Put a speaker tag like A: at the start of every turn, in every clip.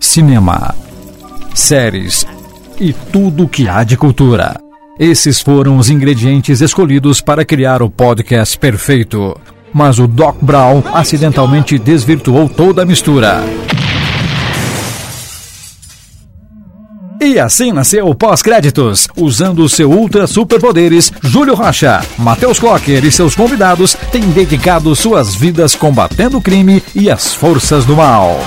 A: cinema, séries e tudo o que há de cultura. Esses foram os ingredientes escolhidos para criar o podcast perfeito. Mas o Doc Brown acidentalmente desvirtuou toda a mistura. E assim nasceu o pós-créditos, usando seu ultra superpoderes, Júlio Rocha, Matheus Cocker e seus convidados têm dedicado suas vidas combatendo o crime e as forças do mal.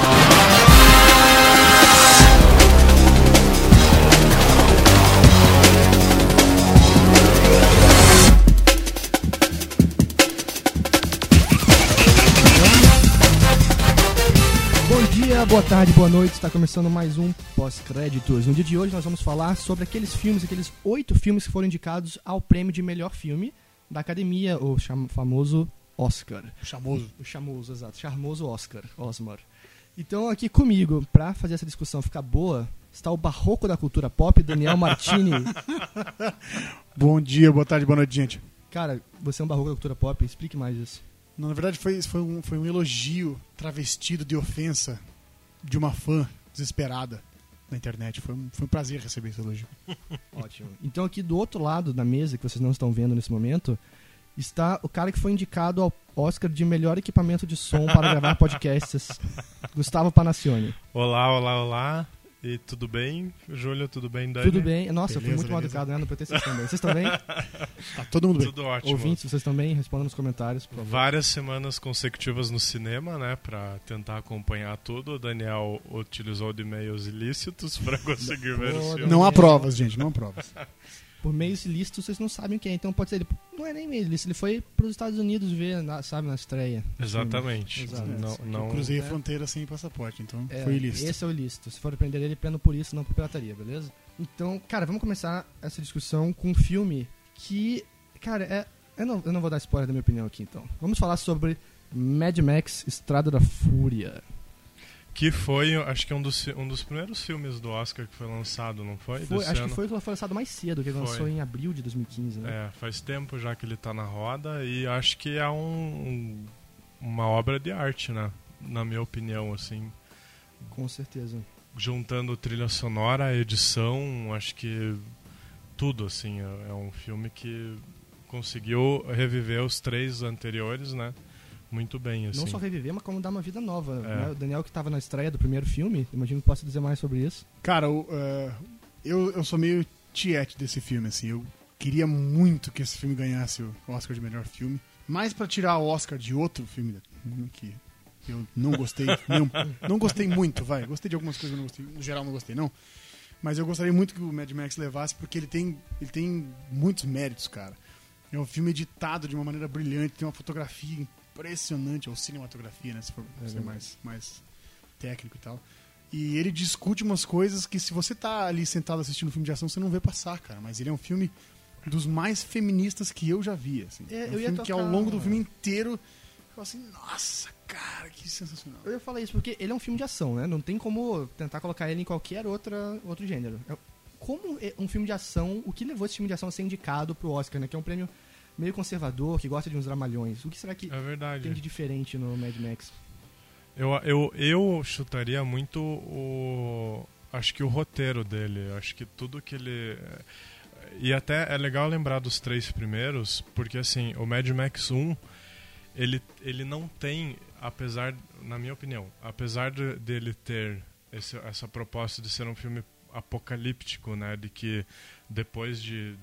B: boa tarde, boa noite. Está começando mais um pós-créditos. No dia de hoje nós vamos falar sobre aqueles filmes, aqueles oito filmes que foram indicados ao prêmio de melhor filme da Academia, o famoso Oscar.
C: O chamoso.
B: O chamoso, exato. Charmoso Oscar, Osmar. Então aqui comigo, para fazer essa discussão ficar boa, está o barroco da cultura pop, Daniel Martini.
C: Bom dia, boa tarde, boa noite, gente.
B: Cara, você é um barroco da cultura pop, explique mais isso.
C: Não, na verdade foi, foi, um, foi um elogio travestido de ofensa de uma fã desesperada na internet. Foi um, foi um prazer receber esse elogio.
B: Ótimo. Então aqui do outro lado da mesa, que vocês não estão vendo nesse momento, está o cara que foi indicado ao Oscar de melhor equipamento de som para gravar podcasts, Gustavo Panacione.
D: Olá, olá, olá. E tudo bem? Júlio, tudo bem, Dani?
B: Tudo bem. Nossa, eu fui muito mal educado, né? Não pretendo vocês também. Vocês estão bem?
C: Tá todo mundo bem.
D: Tudo ótimo.
B: Ouvintes, vocês estão bem? Respondam nos comentários, por favor.
D: Várias semanas consecutivas no cinema, né? Pra tentar acompanhar tudo. O Daniel utilizou de meios ilícitos pra conseguir ver o filme.
C: Não há provas, gente, não há provas.
B: Por meios ilícitos, vocês não sabem quem é. Então pode ser ele. Não é nem meio ilícito, ele foi pros Estados Unidos ver, na- sabe, na estreia.
D: Exatamente.
B: Exato.
D: Não, não...
C: Eu cruzei a fronteira sem passaporte, então
B: É,
C: foi ilícito.
B: Esse é o ilícito. Se for prender ele, prendo por isso, não por pirataria, beleza? Então, cara, vamos começar essa discussão com um filme que, cara, é, eu, não, eu não vou dar spoiler da minha opinião aqui, então. Vamos falar sobre Mad Max Estrada da Fúria.
D: Que foi, acho que é um dos, fi- um dos primeiros filmes do Oscar que foi lançado, não foi?
B: Foi-
D: Desse
B: acho
D: ano?
B: que foi o que foi lançado mais cedo, que ele
D: Foi.
B: lançou em abril de 2015, né?
D: É, faz tempo já que ele tá na roda e acho que é um, um- uma obra de arte, né? Na minha opinião, assim.
B: Com certeza.
D: Juntando trilha sonora, edição, acho que tudo, assim. É é um filme que conseguiu reviver os três anteriores, né? Muito bem, assim.
B: Não só reviver, mas como dar uma vida nova.
D: É.
B: né? O Daniel que tava na estreia do primeiro filme, imagino que possa dizer mais sobre isso.
C: Cara, o, eh, eu, eu sou meio tiete desse filme, assim. Eu queria muito que esse filme ganhasse o Oscar de melhor filme. Mas pra tirar o Oscar de outro filme né, que eu não gostei, não, não gostei muito, vai. Gostei de algumas coisas, mas não gostei, no geral não gostei, não. Mas eu gostaria muito que o Mad Max levasse, porque ele tem, ele tem muitos méritos, cara. É um filme editado de uma maneira brilhante, tem uma fotografia impressionante, ou cinematografia, né? Se for ser
B: verdade.
C: mais, mais técnico e tal. E ele discute umas coisas que se você tá ali sentado assistindo um filme de ação, você não vê passar, cara. Mas ele é um filme dos mais feministas que eu já vi, assim.
B: É,
C: É, um
B: eu ia
C: filme que ao
B: tocar-
C: longo do filme inteiro, eu falo assim, nossa, cara, que sensacional.
B: Eu ia falar isso porque ele é um filme de ação, né? Não tem como tentar colocar ele em qualquer outra, outro gênero. É- Como é um filme de ação, o que levou esse filme de ação a ser indicado pro Oscar, né? Que é um prêmio meio conservador, que gosta de uns dramalhões. O que será que
D: É verdade.
B: tem de diferente no Mad Max?
D: Eu, eu, eu chutaria muito o. Acho que o roteiro dele. Acho que tudo que ele. E até é legal lembrar dos três primeiros, porque assim, o Mad Max 1, ele, ele não tem, apesar, na minha opinião, apesar de, dele ter esse- essa proposta de ser um filme apocalíptico, né? De que depois de.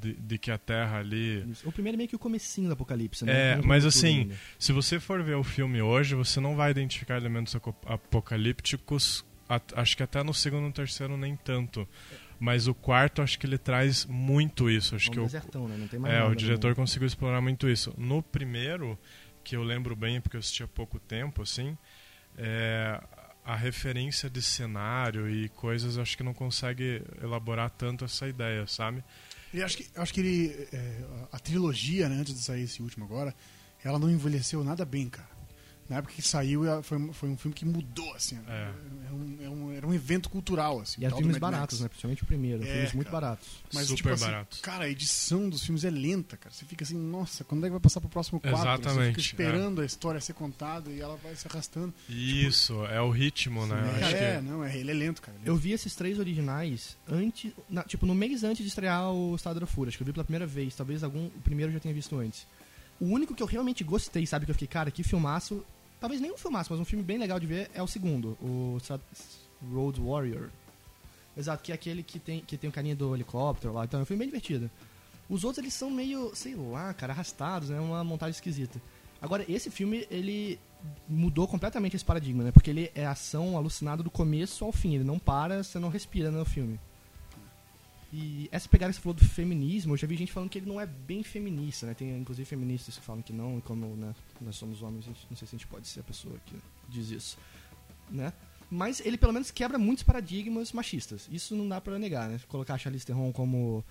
D: De, de que a Terra ali.
B: O primeiro é meio que o comecinho do Apocalipse,
D: É,
B: né? Não
D: mas
B: tudo
D: assim,
B: ainda.
D: se você for ver o filme hoje, você não vai identificar elementos aco- apocalípticos. a- Acho que até no segundo e terceiro nem tanto. Mas o quarto, acho que ele traz muito isso. Acho
B: É um
D: que o,
B: desertão, né? Não tem mais
D: é,
B: nada,
D: o
B: né?
D: diretor conseguiu explorar muito isso. No primeiro, que eu lembro bem, porque eu assisti há pouco tempo, assim, é, a referência de cenário e coisas, acho que não consegue elaborar tanto essa ideia, sabe?
C: E acho que, acho que ele. é, a a trilogia, né, antes de sair esse último agora, ela não envelheceu nada bem, cara. Na época que saiu, eh, foi, foi um filme que mudou, assim. né?
D: É.
C: Era, um, era um- era um evento cultural, assim.
B: E eram
C: tal do
B: filmes
C: Mad Max.
B: baratos, né? Principalmente o primeiro.
C: É,
B: filmes muito
C: cara.
B: baratos.
C: Mas,
D: Super
C: tipo assim,
D: baratos.
C: cara, a edição dos filmes é lenta, cara. Você fica assim, nossa, quando é que vai passar pro próximo quadro? Você
D: Exatamente, é.
C: fica esperando a história ser contada e ela vai se arrastando.
D: Isso, é o ritmo, né? Eu acho
C: é,
D: que-
C: não, é, ele é lento, cara.
B: Eu vi esses três originais antes, na- tipo, no mês antes de estrear o Estado da Fúria. Acho que eu vi pela primeira vez. Talvez algum, o primeiro eu já tenha visto antes. O único que eu realmente gostei, sabe? Que eu fiquei, cara, que filmaço. Talvez nem um filmaço, mas um filme bem legal de ver é o segundo, o Sa- Road Warrior. Exato, que é aquele que tem, que tem o carinha do helicóptero lá. Então é um filme bem divertido. Os outros, eles são meio, sei lá, cara, arrastados, né? Uma montagem esquisita. Agora, esse filme, ele mudou completamente esse paradigma, né? Porque ele é ação alucinada do começo ao fim. Ele não para, você não respira né, no filme. E essa pegada que você falou do feminismo, eu já vi gente falando que ele não é bem feminista, né? Tem, inclusive, feministas que falam que não, e como né, nós somos homens, a gente, não sei se a gente pode ser a pessoa que diz isso, né? Mas ele, pelo menos, quebra muitos paradigmas machistas. Isso não dá pra negar, né? Colocar a Charlize Theron como...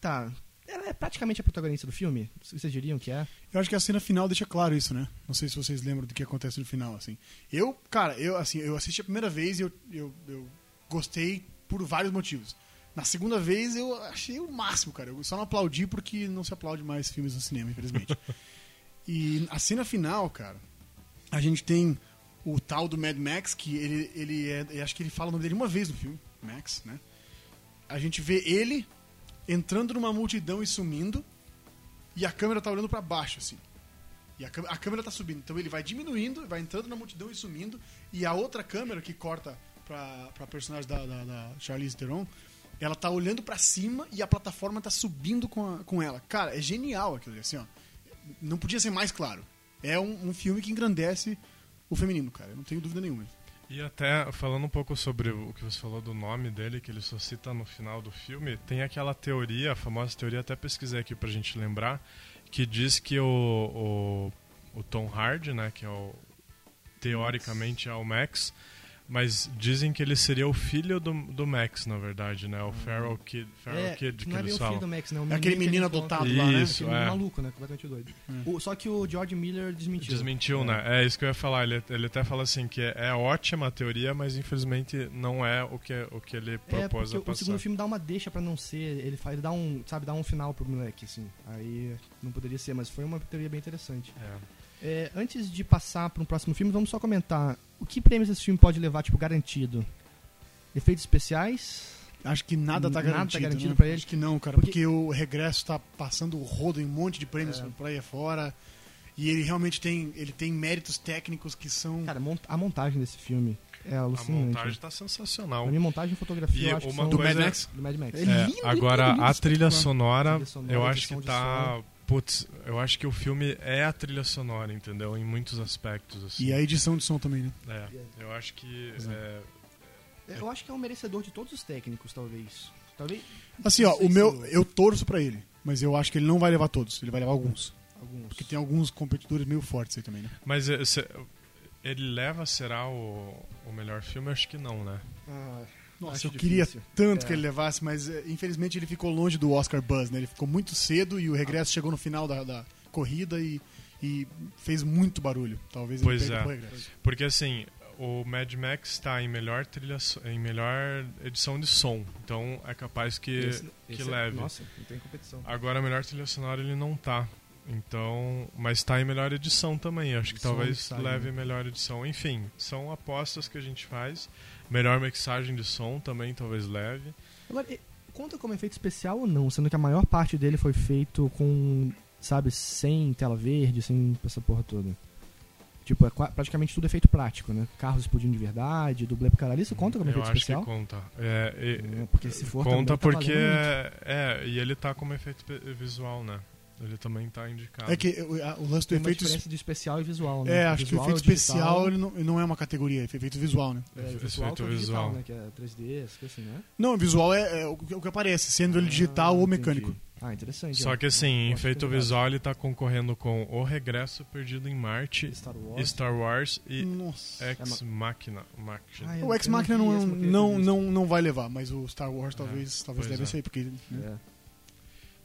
B: Tá, ela é praticamente a protagonista do filme? Vocês diriam que é?
C: Eu acho que a cena final deixa claro isso, né? Não sei se vocês lembram do que acontece no final, assim. Eu, cara, eu assim, eu assisti a primeira vez e eu, eu, eu gostei por vários motivos. Na segunda vez eu achei o máximo, cara. Eu só não aplaudi porque não se aplaude mais filmes no cinema, infelizmente. e a cena final, cara, a gente tem o tal do Mad Max, que ele, ele é. eu acho que ele fala o nome dele uma vez no filme, Max, né? A gente vê ele entrando numa multidão e sumindo e a câmera tá olhando pra baixo, assim. E a, câ- a câmera tá subindo. Então ele vai diminuindo, vai entrando na multidão e sumindo. E a outra câmera que corta pra, pra personagem da, da, da Charlize Theron, ela tá olhando pra cima e a plataforma tá subindo com, a- com ela. Cara, é genial aquilo ali, assim, ó. Não podia ser mais claro. É um, um filme que engrandece o feminino, cara. Eu não tenho dúvida nenhuma.
D: E até falando um pouco sobre o que você falou do nome dele, que ele só cita no final do filme, tem aquela teoria, a famosa teoria, até pesquisei aqui pra gente lembrar, que diz que o, o, o Tom Hardy, né, que é o, teoricamente é o Max, mas dizem que ele seria o filho do, do Max, na verdade, né? O Feral Kid, Feral
B: Hum. É,
D: Kid que
B: não é bem
D: eles
B: o filho do
D: falam.
B: Max, né? O
C: É aquele
B: que ele
C: menino
B: encontra.
C: adotado lá, né?
D: Isso,
B: Aquele menino
D: é. Hum.
B: maluco, né? Completamente doido. O- só que o George Miller desmentiu.
D: Desmentiu, né? É isso que eu ia falar. Ele, ele até fala assim que é, é ótima a teoria, mas infelizmente não é o que, o que ele
B: É,
D: propôs
B: porque
D: a
B: o
D: passar.
B: segundo filme dá uma deixa pra não ser, ele faz, ele dá um, sabe, dá um final pro moleque, assim. Aí não poderia ser, mas foi uma teoria bem interessante.
D: É.
B: É, antes de passar para um próximo filme, vamos só comentar o que prêmios esse filme pode levar, tipo, garantido. Efeitos especiais,
C: Acho que nada tá
B: Nada tá
C: garantido.
B: garantido
C: né?
B: pra ele.
C: Acho que não, cara,
B: Porque-
C: porque... o regresso tá passando o rodo em um monte de prêmios
B: É.
C: por aí afora. E ele realmente tem, ele tem méritos técnicos que são.
B: cara, mont- a montagem desse filme é
C: assim,
D: A
C: né,
B: alucinante.
D: montagem tá sensacional.
B: Pra mim, montagem e fotografia,
D: E
B: eu acho que
D: uma
B: são...
D: coisa-
C: Do Mad Max?
B: Do Mad Max.
C: É
D: É,
C: lindo,
D: agora
C: lindo,
D: a
C: lindo,
D: trilha
C: espetacular.
D: sonora,
B: Trilha sonora,
D: eu acho
B: edição
D: que
B: de
D: tá putz, eu acho que o filme é a trilha sonora, entendeu? Em muitos aspectos assim.
C: E a edição de som também, né?
D: É, eu acho que é,
B: Eu acho que é um merecedor de todos os técnicos, talvez. Talvez
C: Assim,
B: Não
C: ó,
B: sei
C: o
B: se
C: meu.
B: eu-
C: Eu torço pra ele, mas eu acho que ele não vai levar todos, ele vai levar alguns.
B: alguns.
C: Porque tem alguns competidores meio fortes aí também, né?
D: mas é, se- ele leva será o, o melhor filme, acho que não, né?
B: Ah,
C: Nossa,
B: acho
C: Assim, eu queria
B: difícil.
C: tanto
B: É.
C: que ele levasse, mas é, infelizmente ele ficou longe do Oscar Buzz, né? Ele ficou muito cedo e o regresso chegou no final da, da corrida e, e fez muito barulho. Talvez
D: Pois
C: ele perca
D: é.
C: pro regresso.
D: Porque assim, o Mad Max tá em melhor trilha so- em melhor edição de som. Então é capaz que que
B: é-
D: leve.
B: Nossa, não tem competição.
D: agora a melhor trilha sonora ele não tá. Então, mas tá em melhor edição também. Acho que
B: Edição,
D: talvez
B: mixagem, né?
D: leve melhor edição. Enfim, são apostas que a gente faz. Melhor mixagem de som também talvez leve.
B: Agora, e- conta como efeito especial ou não, sendo que a maior parte dele foi feito com, sabe, sem tela verde, sem essa porra toda. Tipo, é qua- praticamente tudo efeito prático, né? Carros explodindo de verdade, dublê pro caralho. Isso conta como
D: Eu
B: efeito
D: acho
B: especial?
D: que conta. É, e-
B: Hum, porque se for
D: conta
B: também, tá
D: porque
B: valendo
D: é, e ele tá como efeito pe- visual, né? Ele também tá indicado.
C: É que o, a- o lance do
B: Tem uma
C: efeito.
B: diferença de especial e visual, né?
C: É, acho que o
B: Visual é
C: efeito
B: digital,
C: especial ele não, ele não é uma categoria, é efeito visual, né?
B: É,
D: Efeito
B: visual que é o digital,
D: visual.
B: né? Que é 3D, essas coisas assim, né?
C: Não, visual é, é o, que, o que aparece, sendo ele digital
B: Ah,
C: ou mecânico.
B: entendi. Ah, interessante.
D: Só
B: ó.
D: que assim,
B: Eu
D: em
B: acho que
D: efeito
B: é verdade.
D: visual ele tá concorrendo com O Regresso Perdido em Marte,
B: Star Wars. Hum. É
D: Star Wars e é
C: Nossa.
D: Ex Machina. Machina.
B: Ah, eu-
C: O Ex Machina
B: eu
C: não,
B: vi esse, mas eu
C: não,
B: queria ter É.
C: não, não vai levar, mas o Star Wars talvez, talvez
D: pois
C: leve
D: é.
C: isso aí, porque.
B: visto. É.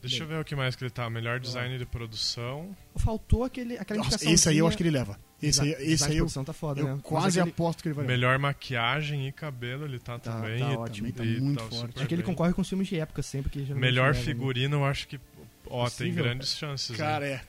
D: Deixa eu ver o que mais que ele tá. Melhor design de produção.
B: Faltou aquele, aquela
C: Nossa,
B: indicação.
C: esse aí eu acho que ele leva. Esse aí, esse aí eu,
B: tá foda,
C: eu
B: né? Mas
C: quase
B: aquele,
C: aposto que ele vai levar.
D: Melhor maquiagem e cabelo ele tá,
B: Tá-
D: também.
B: tá
D: e
B: ótimo,
D: e
C: tá muito forte.
D: super
B: é que ele
D: bem.
B: concorre com os filmes de época sempre. Que geralmente
D: Melhor
B: leva, né?
D: figurino eu acho que... Ó, tem
B: Possível,
D: grandes chances. hein?
C: Cara, é.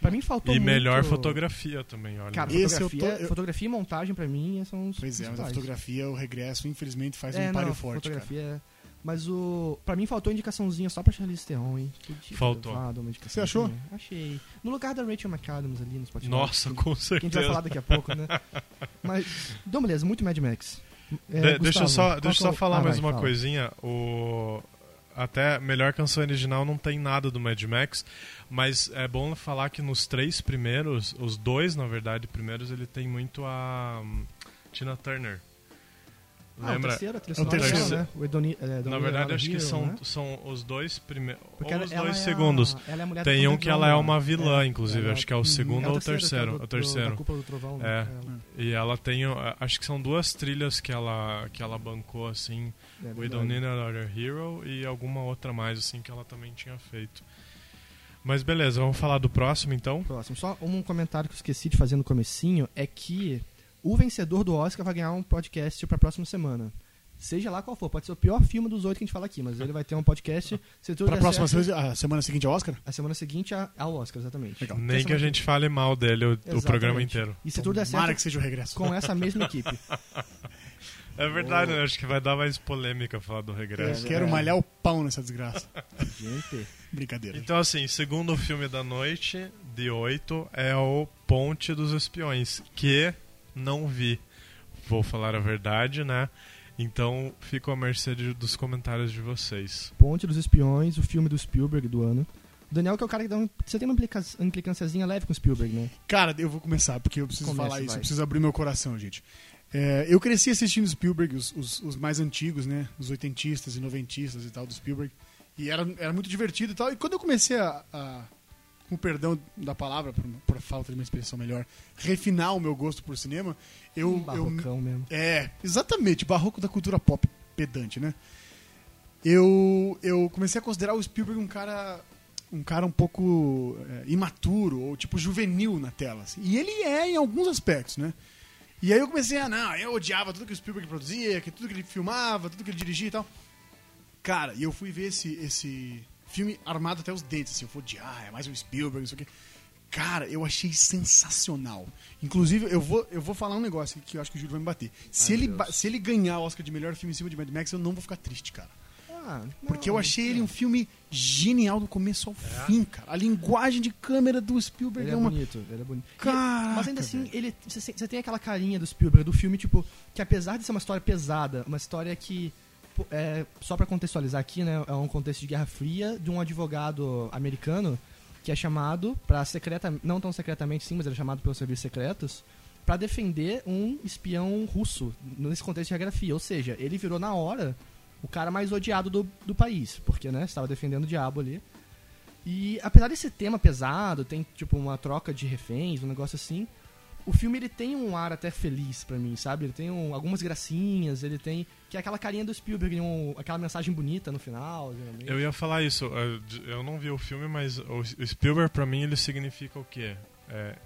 B: Pra mim faltou
D: E
B: muito...
D: melhor fotografia também, olha.
B: Cara,
C: Esse eu
B: fotografia,
C: tô- eu-
B: fotografia e montagem pra mim são os
C: Pois é, mas a
B: principais.
C: fotografia, o regresso, infelizmente, faz
B: É,
C: um
B: não,
C: páreo
B: a
C: forte, cara.
B: fotografia é- Mas o. Pra mim faltou indicaçãozinha só pra Charlize Theron, hein? Podia
D: Faltou.
B: ter levado uma indicação
C: Você achou?
B: também. Achei. No lugar da Rachel McAdams ali no Spotify.
D: Nossa, com
B: Que a gente vai falar
D: certeza.
B: daqui a pouco, né? Mas. Então, beleza, muito Mad Max. É,
D: De-
B: Gustavo,
D: deixa eu só,
B: qual
D: deixa
B: que é
D: eu
B: o-
D: só falar
B: Ah,
D: mais
B: vai,
D: uma
B: fala.
D: coisinha. O... Até melhor canção original não tem nada do Mad Max, mas é bom falar que nos três primeiros, os dois, na verdade, primeiros, ele tem muito a hum, Tina Turner.
B: Ah, o
D: Lembra?
B: terceiro, a trilha
C: É o
B: sonora dela,
D: terceiro.
B: né? O Edoni, é,
D: na
B: Edoni
D: verdade,
B: Ela
D: acho que
B: Hero,
D: são,
B: né?
D: são os dois primeiros. Ou
B: Porque ela-
D: os
B: ela
D: dois
B: é a-
D: segundos.
B: ela é a mulher do
D: Tem um
B: Poder
D: que
B: do
D: ela é
B: Homem,
D: uma
B: né?
D: vilã,
B: É,
D: inclusive.
B: ela-
D: Acho que é o
B: Uhum.
D: segundo
B: É o
D: ou o terceiro.
B: que é
D: É
B: do-
D: o
B: do-
D: terceiro.
B: da Cúpula do Trovão, né?
D: É.
B: Ela-
D: E ela tem, uh, acho que são duas trilhas que ela, que ela bancou, assim,
B: é
D: We
B: verdade.
D: Don't Need Another Hero e alguma outra mais, assim, que ela também tinha feito. Mas beleza, vamos falar do próximo, então?
B: Próximo. Só um comentário que eu esqueci de fazer no comecinho é que o vencedor do Oscar vai ganhar um podcast pra próxima semana. Seja lá qual for, pode ser o pior filme dos oito que a gente fala aqui, mas ele vai ter um podcast. Se tudo
C: Pra
B: der
C: próxima
B: certo,
C: semana, a semana seguinte ao Oscar?
B: a semana seguinte a- ao Oscar, exatamente.
C: Legal.
B: Essa
D: Nem que
B: semana
D: a gente fale mal dele o, o
B: Exatamente.
D: programa inteiro.
B: E se tudo der
C: Tomara
B: certo,
C: que seja um o regresso.
B: com essa mesma equipe.
D: É verdade, né? Acho que vai dar mais polêmica falar do
C: Eu
D: regresso.
B: É.
C: quero malhar o pau nessa desgraça.
B: Gente,
C: Brincadeira.
D: Então, assim, segundo filme da noite, de 8, é o Ponte dos Espiões, que não vi. Vou falar a verdade, né? Então, fico à mercê de- dos comentários de vocês.
B: Ponte dos Espiões, o filme do Spielberg do ano. O Daniel que é o cara que dá um, Você tem uma implica- implicânciazinha leve com o Spielberg, né?
C: Cara, eu vou começar, porque eu preciso
B: Começa,
C: falar isso,
B: vai.
C: eu preciso abrir meu coração, gente. É, eu cresci assistindo Spielberg, os, os- os mais antigos, né? Os oitentistas e noventistas e tal, do Spielberg. E era, era muito divertido e tal. E quando eu comecei a, a- com o perdão da palavra, por, por falta de uma expressão melhor, refinar o meu gosto por cinema, eu- eu
B: Barrocão mesmo.
C: é, exatamente, barroco da cultura pop pedante, né? Eu, eu comecei a considerar o Spielberg um cara um cara um pouco é, imaturo ou tipo juvenil na tela. assim. E ele é em alguns aspectos, né? E aí eu comecei a, não, eu odiava tudo que o Spielberg produzia, que tudo que ele filmava, tudo que ele dirigia e tal. Cara, e eu fui ver esse, esse filme armado até os dentes, assim, eu fui odiar, é mais um Spielberg, não sei o quê. Cara, eu achei sensacional. Inclusive, eu vou, eu vou falar um negócio que eu acho que o Júlio vai me bater. Se,
B: Ai,
C: ele,
B: meu
C: ba-
B: Deus.
C: se ele ganhar o Oscar de melhor filme em cima de Mad Max, eu não vou ficar triste, cara.
B: Ah, não,
C: Porque eu achei ele um filme genial do começo ao fim, cara. A linguagem de câmera do Spielberg
B: Ele
C: é
B: é
C: uma.
B: bonito, ele é bonito. E-
C: Caraca,
B: mas ainda assim, ele, você, se- você tem aquela carinha do Spielberg, do filme, tipo, que apesar de ser uma história pesada, uma história que. pô, é, só pra contextualizar aqui, né? É um contexto de Guerra Fria de um advogado americano que é chamado pra secreta. Não tão secretamente, sim, mas ele é chamado pelos serviços secretos. pra defender um espião russo nesse contexto de geografia. Ou seja, ele virou na hora o cara mais odiado do, do país, porque, né, estava defendendo o diabo ali. E apesar desse tema pesado, tem tipo uma troca de reféns, um negócio assim, o filme ele tem um ar até feliz pra mim, sabe? Ele tem um- algumas gracinhas, ele tem que é aquela carinha do Spielberg, um- aquela mensagem bonita no final, geralmente.
D: Eu ia falar isso, eh, d- eu não vi o filme, mas o S- o Spielberg pra mim ele significa o quê? É,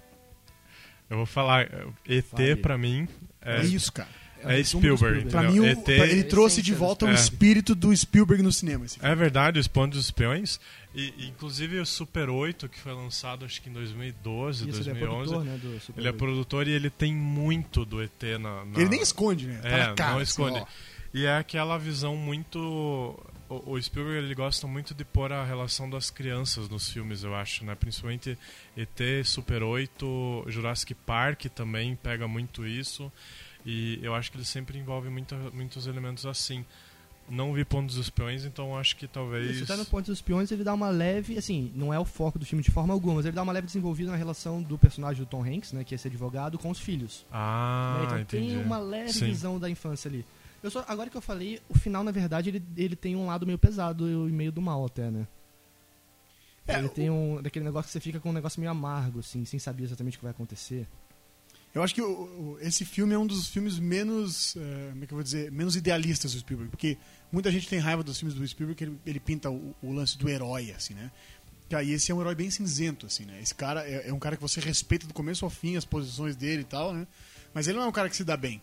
D: eu vou falar, eh,
B: Fale.
D: ET pra mim é,
C: É isso, cara.
B: o
D: é
B: resumo do
D: Spielberg.
C: Pra
D: Não,
C: mim, o-
D: ET
C: pra- ele trouxe de
B: Essência do
C: volta o
D: Spielberg. É.
C: espírito do Spielberg no cinema. Esse
D: É verdade, os pontos dos peões. E, e, inclusive o Super 8, que foi lançado acho que em 2012,
B: Isso, ele é
D: 2011.
B: produtor, né, do Super
D: Ele é produtor e ele tem muito do ET na. na-
C: Ele nem esconde, né? Tá
D: É,
C: na cara,
D: não
C: assim,
D: esconde.
C: ó.
D: E é aquela visão muito. O o Spielberg ele gosta muito de pôr a relação das crianças nos filmes, eu acho, né? Principalmente ET, Super 8, Jurassic Park também pega muito isso. E eu acho que ele sempre envolve muita, muitos elementos assim. Não vi Pontos dos Peões, então acho que talvez.
B: Isso, tá no Ponte dos Peões, ele dá uma leve, assim, não é o foco do filme de forma alguma, mas ele dá uma leve desenvolvida na relação do personagem do Tom Hanks, né, que é esse advogado, com os filhos. né?
D: Ah,
B: Então
D: entendi.
B: tem uma leve
D: Sim.
B: visão da infância ali. Eu só, agora que eu falei, o final, na verdade, ele, ele tem um lado meio pesado e meio do mal até, né?
C: É,
B: ele
C: o- É,
B: tem um. Daquele negócio que você fica com um negócio meio amargo, assim, sem saber exatamente o que vai acontecer.
C: Eu acho que o- o- esse filme é um dos filmes menos, eh, como é que eu vou dizer, menos idealistas do Spielberg, porque muita gente tem raiva dos filmes do Spielberg que ele, ele pinta o, o lance do herói, assim, né? Cara, E esse é um herói bem cinzento, assim, né? Esse cara é, é um cara que você respeita do começo ao fim as posições dele e tal, né? Mas ele não é um cara que se dá bem.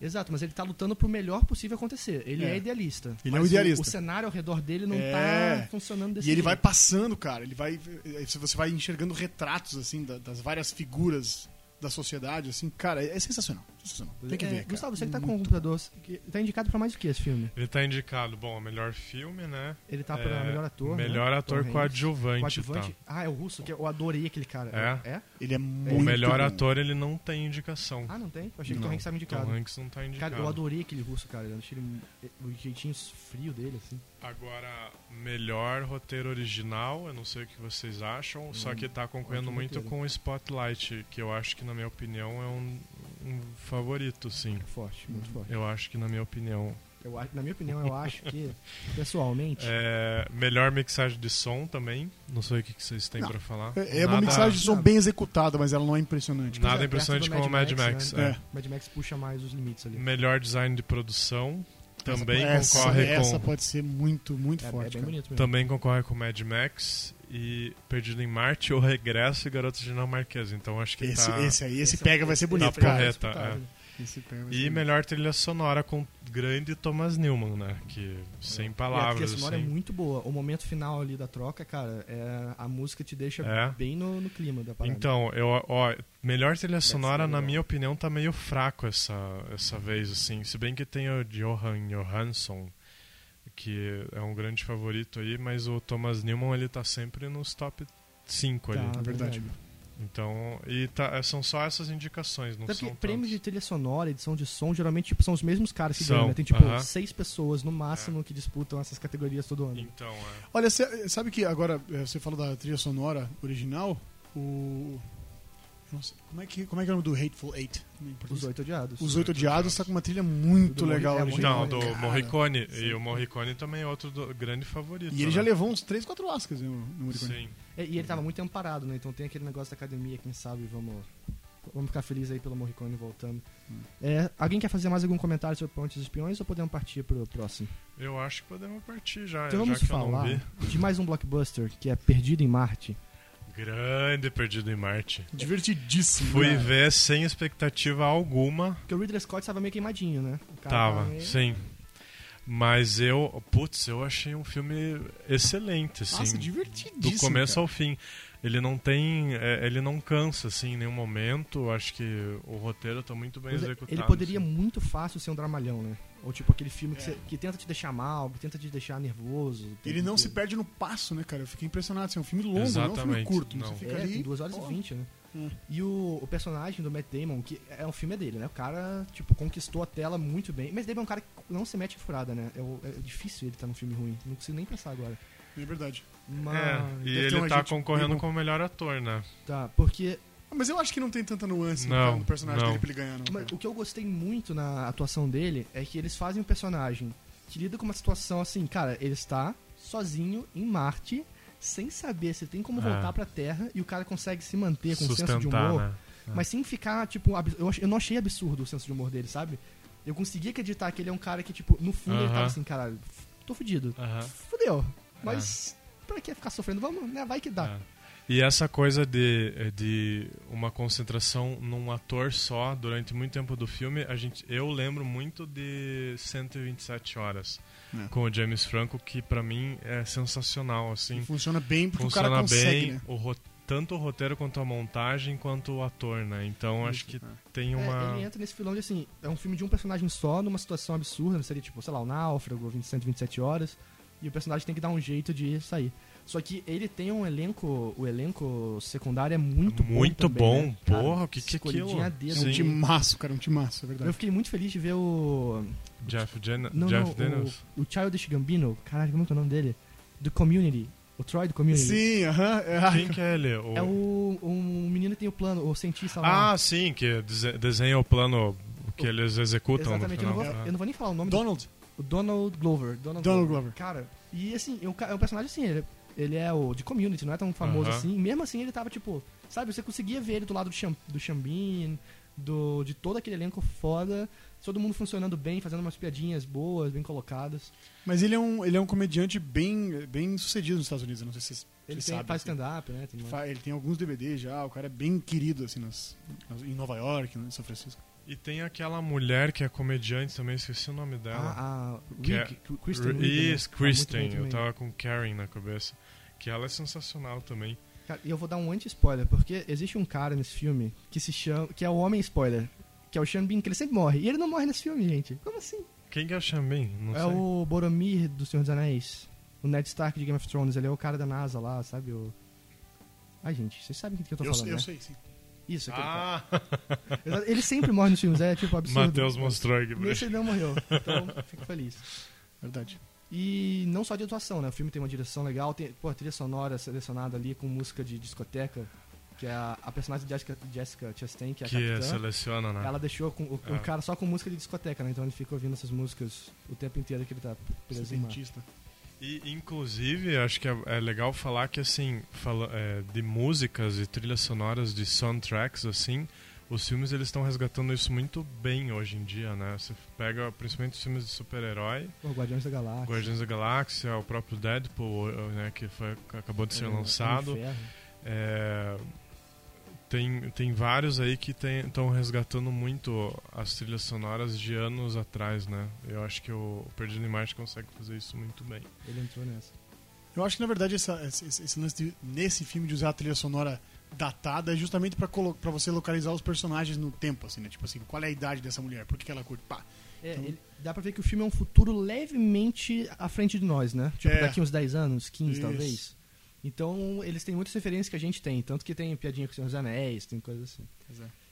B: Exato, mas ele tá lutando pro melhor possível acontecer. Ele
C: É.
B: é, idealista.
C: Ele é um
B: Mas o-
C: idealista.
B: O, cenário ao redor dele não
C: É.
B: tá funcionando desse
C: E ele vai
B: jeito.
C: passando, cara. Ele vai. eh, Você vai enxergando retratos, assim, da- das várias figuras da sociedade, assim. Cara, é é sensacional. Sensacional. Tem que
B: É,
C: ver, cara.
B: Gustavo, você que tá com o computador, que- tá indicado pra mais o que esse filme?
D: Ele tá indicado, bom, melhor filme, né?
B: Ele tá
D: É,
B: pra melhor ator. né?
D: Melhor ator
B: Tom Hanks.
D: coadjuvante,
B: Coadjuvante?
D: tá.
B: Ah, é o russo, que eu adorei aquele cara. É?
C: Ele é muito.
D: O melhor
C: bom.
D: ator ele não tem indicação.
B: Ah, não tem? Eu achei que o
C: Não.
B: Tom Hanks tava
D: Tom
B: indicado.
D: Hanks não tá indicado.
B: Cara, eu adorei aquele russo, cara. Eu achei ele- um- o jeitinho frio dele, assim.
D: Agora, melhor roteiro original, eu não sei o que vocês acham, só
C: Hum,
D: que tá concorrendo
B: Ótimo
D: muito
B: roteiro.
D: com o Spotlight, que eu acho que, na minha opinião, é um, um favorito, sim.
B: Forte, muito forte.
D: Eu acho que, na minha opinião.
B: Eu, acho- na minha opinião, eu acho que, pessoalmente,
D: É, melhor mixagem de som também, não sei o que que vocês têm
C: Não,
D: pra falar.
C: É é uma mixagem de som bem executada, mas ela não é impressionante.
D: Nada
B: é,
D: impressionante
B: perto do
D: como o Mad
B: Mad Max,
D: Max.
C: né?
D: é.
B: Mad Max puxa mais os limites ali.
D: Melhor design de produção, também
C: essa,
D: concorre com...
C: essa pode ser muito, muito
B: É, é
C: forte.
B: bem
C: cara.
B: bonito mesmo.
D: Também concorre com Mad Max e Perdido em Marte, O Regresso e Garotos Dinamarquesa. Então acho que
C: Esse,
D: tá.
C: esse aí, esse
B: Esse- é um
C: pega vai ser
B: esse-
C: bonito,
B: esse
D: tá
C: cara.
B: é
D: correto,
B: disputável.
C: Esse pega vai ser
D: E
C: bonito.
D: melhor trilha sonora com o grande Thomas Newman, né? Que sem
B: E a trilha
D: palavras.
B: sonora é
D: assim.
B: muito boa. O momento final ali da troca, cara, é, a música te deixa
D: É.
B: bem no, no clima da parada.
D: Então, eu, ó, melhor trilha
B: ser
D: sonora, na
B: é legal.
D: minha opinião, tá meio fraco essa, essa vez, assim. Se bem que tem o Johan Johansson, que é um grande favorito aí, mas o Thomas Newman, ele tá sempre nos top 5 ali.
B: Tá,
C: É verdade.
D: Então, e tá- é, são só essas indicações, não
B: Até
D: são
B: porque prêmios de
D: tantos.
B: trilha sonora, edição de som, geralmente tipo, são os mesmos caras que
D: São,
B: ganham, né? Tem tipo
D: aham. É.
B: seis pessoas no máximo que disputam essas categorias todo ano.
D: Então, é.
C: Olha, cê- sabe que agora eh, você falou da trilha sonora original? O. Nossa, como é que, como é que é o nome do Hateful Eight? em português?
B: Os oito odiados.
C: Os Oito Odiados tá com uma trilha muito
B: Do Morri-
C: legal
B: é,
C: original.
D: Então, do
C: cara.
D: Morricone. E o Morricone também é outro do- grande favorito.
C: E ele já
D: né?
C: levou uns 3, 4 Oscars né, no no Morricone.
D: Sim.
B: É, E ele tava muito tempo parado, né? Então tem aquele negócio da academia, quem sabe, vamos, vamos ficar felizes aí pelo Morricone voltando.
C: Hum.
B: É, alguém quer fazer mais algum comentário sobre Pontes e Espiões ou podemos partir pro próximo?
D: Eu acho que podemos partir
B: Então
D: já, É, já
B: vamos
D: que
B: falar
D: eu não vi.
B: de mais um blockbuster que é Perdido em Marte.
D: Grande Perdido em Marte.
C: Divertidíssimo. né?
D: Fui
C: cara.
D: ver sem expectativa alguma.
B: Porque o Ridley Scott tava meio queimadinho, né? O cara
D: Tava,
B: meio-
D: sim. Mas eu, putz, eu achei um filme excelente, assim.
C: Nossa, divertidíssimo.
D: do começo
C: cara.
D: ao fim. Ele não tem. é, ele não cansa, assim, em nenhum momento. Acho que o roteiro tá muito bem
B: Mas é-
D: executado.
B: ele poderia
D: assim.
B: muito fácil ser um dramalhão, né? Ou tipo aquele filme que, você- que tenta te deixar mal, que tenta te deixar nervoso. o tempo
C: É. Ele não se
B: inteiro.
C: perde no passo, né, cara? Eu fiquei impressionado. Assim, é um filme longo, não é um filme
D: Exatamente,
C: curto.
D: não.
C: Você fica
B: É,
C: ali.
B: tem 2 horas
C: pô,
B: e 20, né?
C: Hum.
B: E o, o personagem do Matt Damon, que é um filme dele, né? O cara, tipo, conquistou a tela muito bem. Mas Damon é um cara que não se mete em furada, né? É, o- é difícil ele estar num filme ruim. Não consigo nem pensar agora.
C: É verdade.
B: Mas.
D: É, e
C: deve ter um
D: ele tá
C: agente
D: concorrendo
C: bem bom.
D: com o melhor ator, né?
B: Tá, porque.
C: Ah, Mas eu acho que não tem tanta nuance no
D: Não,
C: cara- no personagem
D: não.
C: dele pra ele ganhar, não.
B: mas
C: cara.
B: o que eu gostei muito na atuação dele é que eles fazem um personagem que lida com uma situação assim, cara, ele está sozinho em Marte. Sem saber se tem como
D: É.
B: voltar pra Terra e o cara consegue se manter com um senso de
D: Sustentar,
B: humor.
D: né? É.
B: Mas sem ficar, tipo, abs- eu, ach- eu não achei absurdo o senso de humor dele, sabe? Eu consegui acreditar que ele é um cara que, tipo, no fundo ele
D: Aham.
B: tava assim, cara, f- tô fudido.
D: Aham.
B: Fudeu. Mas pra que ficar sofrendo? Vamos, né? Vai que dá.
D: É. E essa coisa de, de uma concentração num ator só durante muito tempo do filme, a gente, eu lembro muito de 127 Horas
C: É.
D: com o James Franco, que pra mim é sensacional, assim.
C: Funciona bem porque o
D: Funciona
C: cara consegue,
D: bem
C: né?
D: o ro- tanto o roteiro quanto a montagem quanto o ator, né? Então acho que tem
B: É,
D: uma
B: ele entra nesse filão de assim, é um filme de um personagem só, numa situação absurda, seria tipo, sei lá, o Náufrago, 20, 127 horas, e o personagem tem que dar um jeito de sair. Só que ele tem um elenco, o elenco secundário é muito bom.
D: Muito
B: também,
D: bom,
B: né? Cara,
D: porra, o que que é aquilo?
B: escolhidinho a dedo.
C: É um
D: Sim.
C: timaço, cara, um timaço, é verdade.
B: Eu fiquei muito feliz de ver o
D: Jeff, Jen-
B: Não,
D: Jeff
B: não,
D: Daniels.
B: o, o Childish Gambino, caralho, como é que é o nome dele? Do Community, o Troy do Community.
C: Sim, aham. é, ah,
D: Quem que é ele? O-
B: É o, um menino que tem o plano, o cientista lá.
D: Ah, sim, que dese- desenha o plano que eles executam
B: Exatamente, eu
D: no
B: não,
D: final. Ah.
B: vou, eu não vou nem falar o nome
C: Donald.
B: do o Donald Glover. Donald,
C: Donald Glover.
B: Cara, e assim, é um, ca- é um personagem assim, ele, ele é o de Community, não é tão famoso
D: Aham.
B: assim. Mesmo assim, ele tava tipo, sabe, você conseguia ver ele do lado do, Cham, do Chambin, do, de todo aquele elenco foda, todo mundo funcionando bem, fazendo umas piadinhas boas, bem colocadas.
C: Mas ele é um, ele é um comediante bem, bem sucedido nos Estados Unidos, eu não sei se vocês
B: Ele
C: vocês
B: tem,
C: sabem,
B: faz
C: assim.
B: stand-up, né? Tem
C: Ele
B: uma-
C: fa- Ele tem alguns DVDs já, o cara é bem querido, assim, nas, nas- em Nova York, né, em São Francisco.
D: E tem aquela mulher que é comediante também, esqueci o nome dela.
B: Ah, a
D: Que é-
B: Wig, Kristen Wiig, né?
D: Isso,
B: Tá muito bem
D: Kristen. Eu
B: também.
D: tava com Karen na cabeça. Que ela é sensacional também.
B: Cara, e eu vou dar um anti-spoiler, porque existe um cara nesse filme que se chama. que é o Homem Spoiler, que é o Sean Bean, que ele sempre morre. E ele não morre nesse filme, gente. Como assim?
D: Quem que é o Xambin? Não
B: é
D: sei.
B: o Boromir do Senhor dos Anéis. O Ned Stark de Game of Thrones, ele é o cara da NASA lá, sabe? O... Ai, gente, vocês sabem o que eu tô
C: Eu,
B: falando,
C: eu
B: né?
C: sei, sim.
B: Isso, aquele cara.
D: Ah,
B: Exato, Ele sempre morre nos filmes, é tipo absurdo.
D: Matheus mostrou aqui pra
B: Nesse ele não morreu, então fico feliz.
C: Verdade.
B: E não só de atuação, né? O filme tem uma direção legal, tem pô, a trilha sonora selecionada ali com música de discoteca, que é a, a personagem de Jessica, Jessica Chastain, que é a
D: Que
B: capitã.
D: seleciona, né?
B: Ela deixou com- o, o
D: É.
B: cara só com música de discoteca, né? Então ele fica ouvindo essas músicas o tempo inteiro que ele tá preso em mar.
C: Dentista.
D: E, inclusive, acho que é, é legal falar que, assim, fala, é, de músicas e trilhas sonoras, de soundtracks, assim, os filmes eles estão resgatando isso muito bem hoje em dia, né? Você pega principalmente os filmes de super-herói,
B: Pô, Guardiões da Galáxia.
D: Guardiões da Galáxia, o próprio Deadpool, eh, né, que foi, acabou de ser
B: É,
D: lançado.
B: Homem de Ferro.
D: É, tem, tem vários aí que estão resgatando muito as trilhas sonoras de anos atrás, né? Eu acho que o Perdido em Marte consegue fazer isso muito bem.
B: Ele entrou nessa.
C: Eu acho que, na verdade, essa- esse, esse- esse lance de- nesse filme de usar a trilha sonora datada é justamente pra colo- pra você localizar os personagens no tempo, assim, né? Tipo assim, qual é a idade dessa mulher? Por que que ela curte? Pá.
B: É,
C: Então-
B: ele- dá pra ver que o filme é um futuro levemente à frente de nós, né? Tipo,
C: É.
B: daqui uns 10 anos, 15
C: Isso.
B: talvez. Então, eles têm muitas referências que a gente tem. Tanto que tem piadinha com o Senhor dos Anéis, tem coisa assim.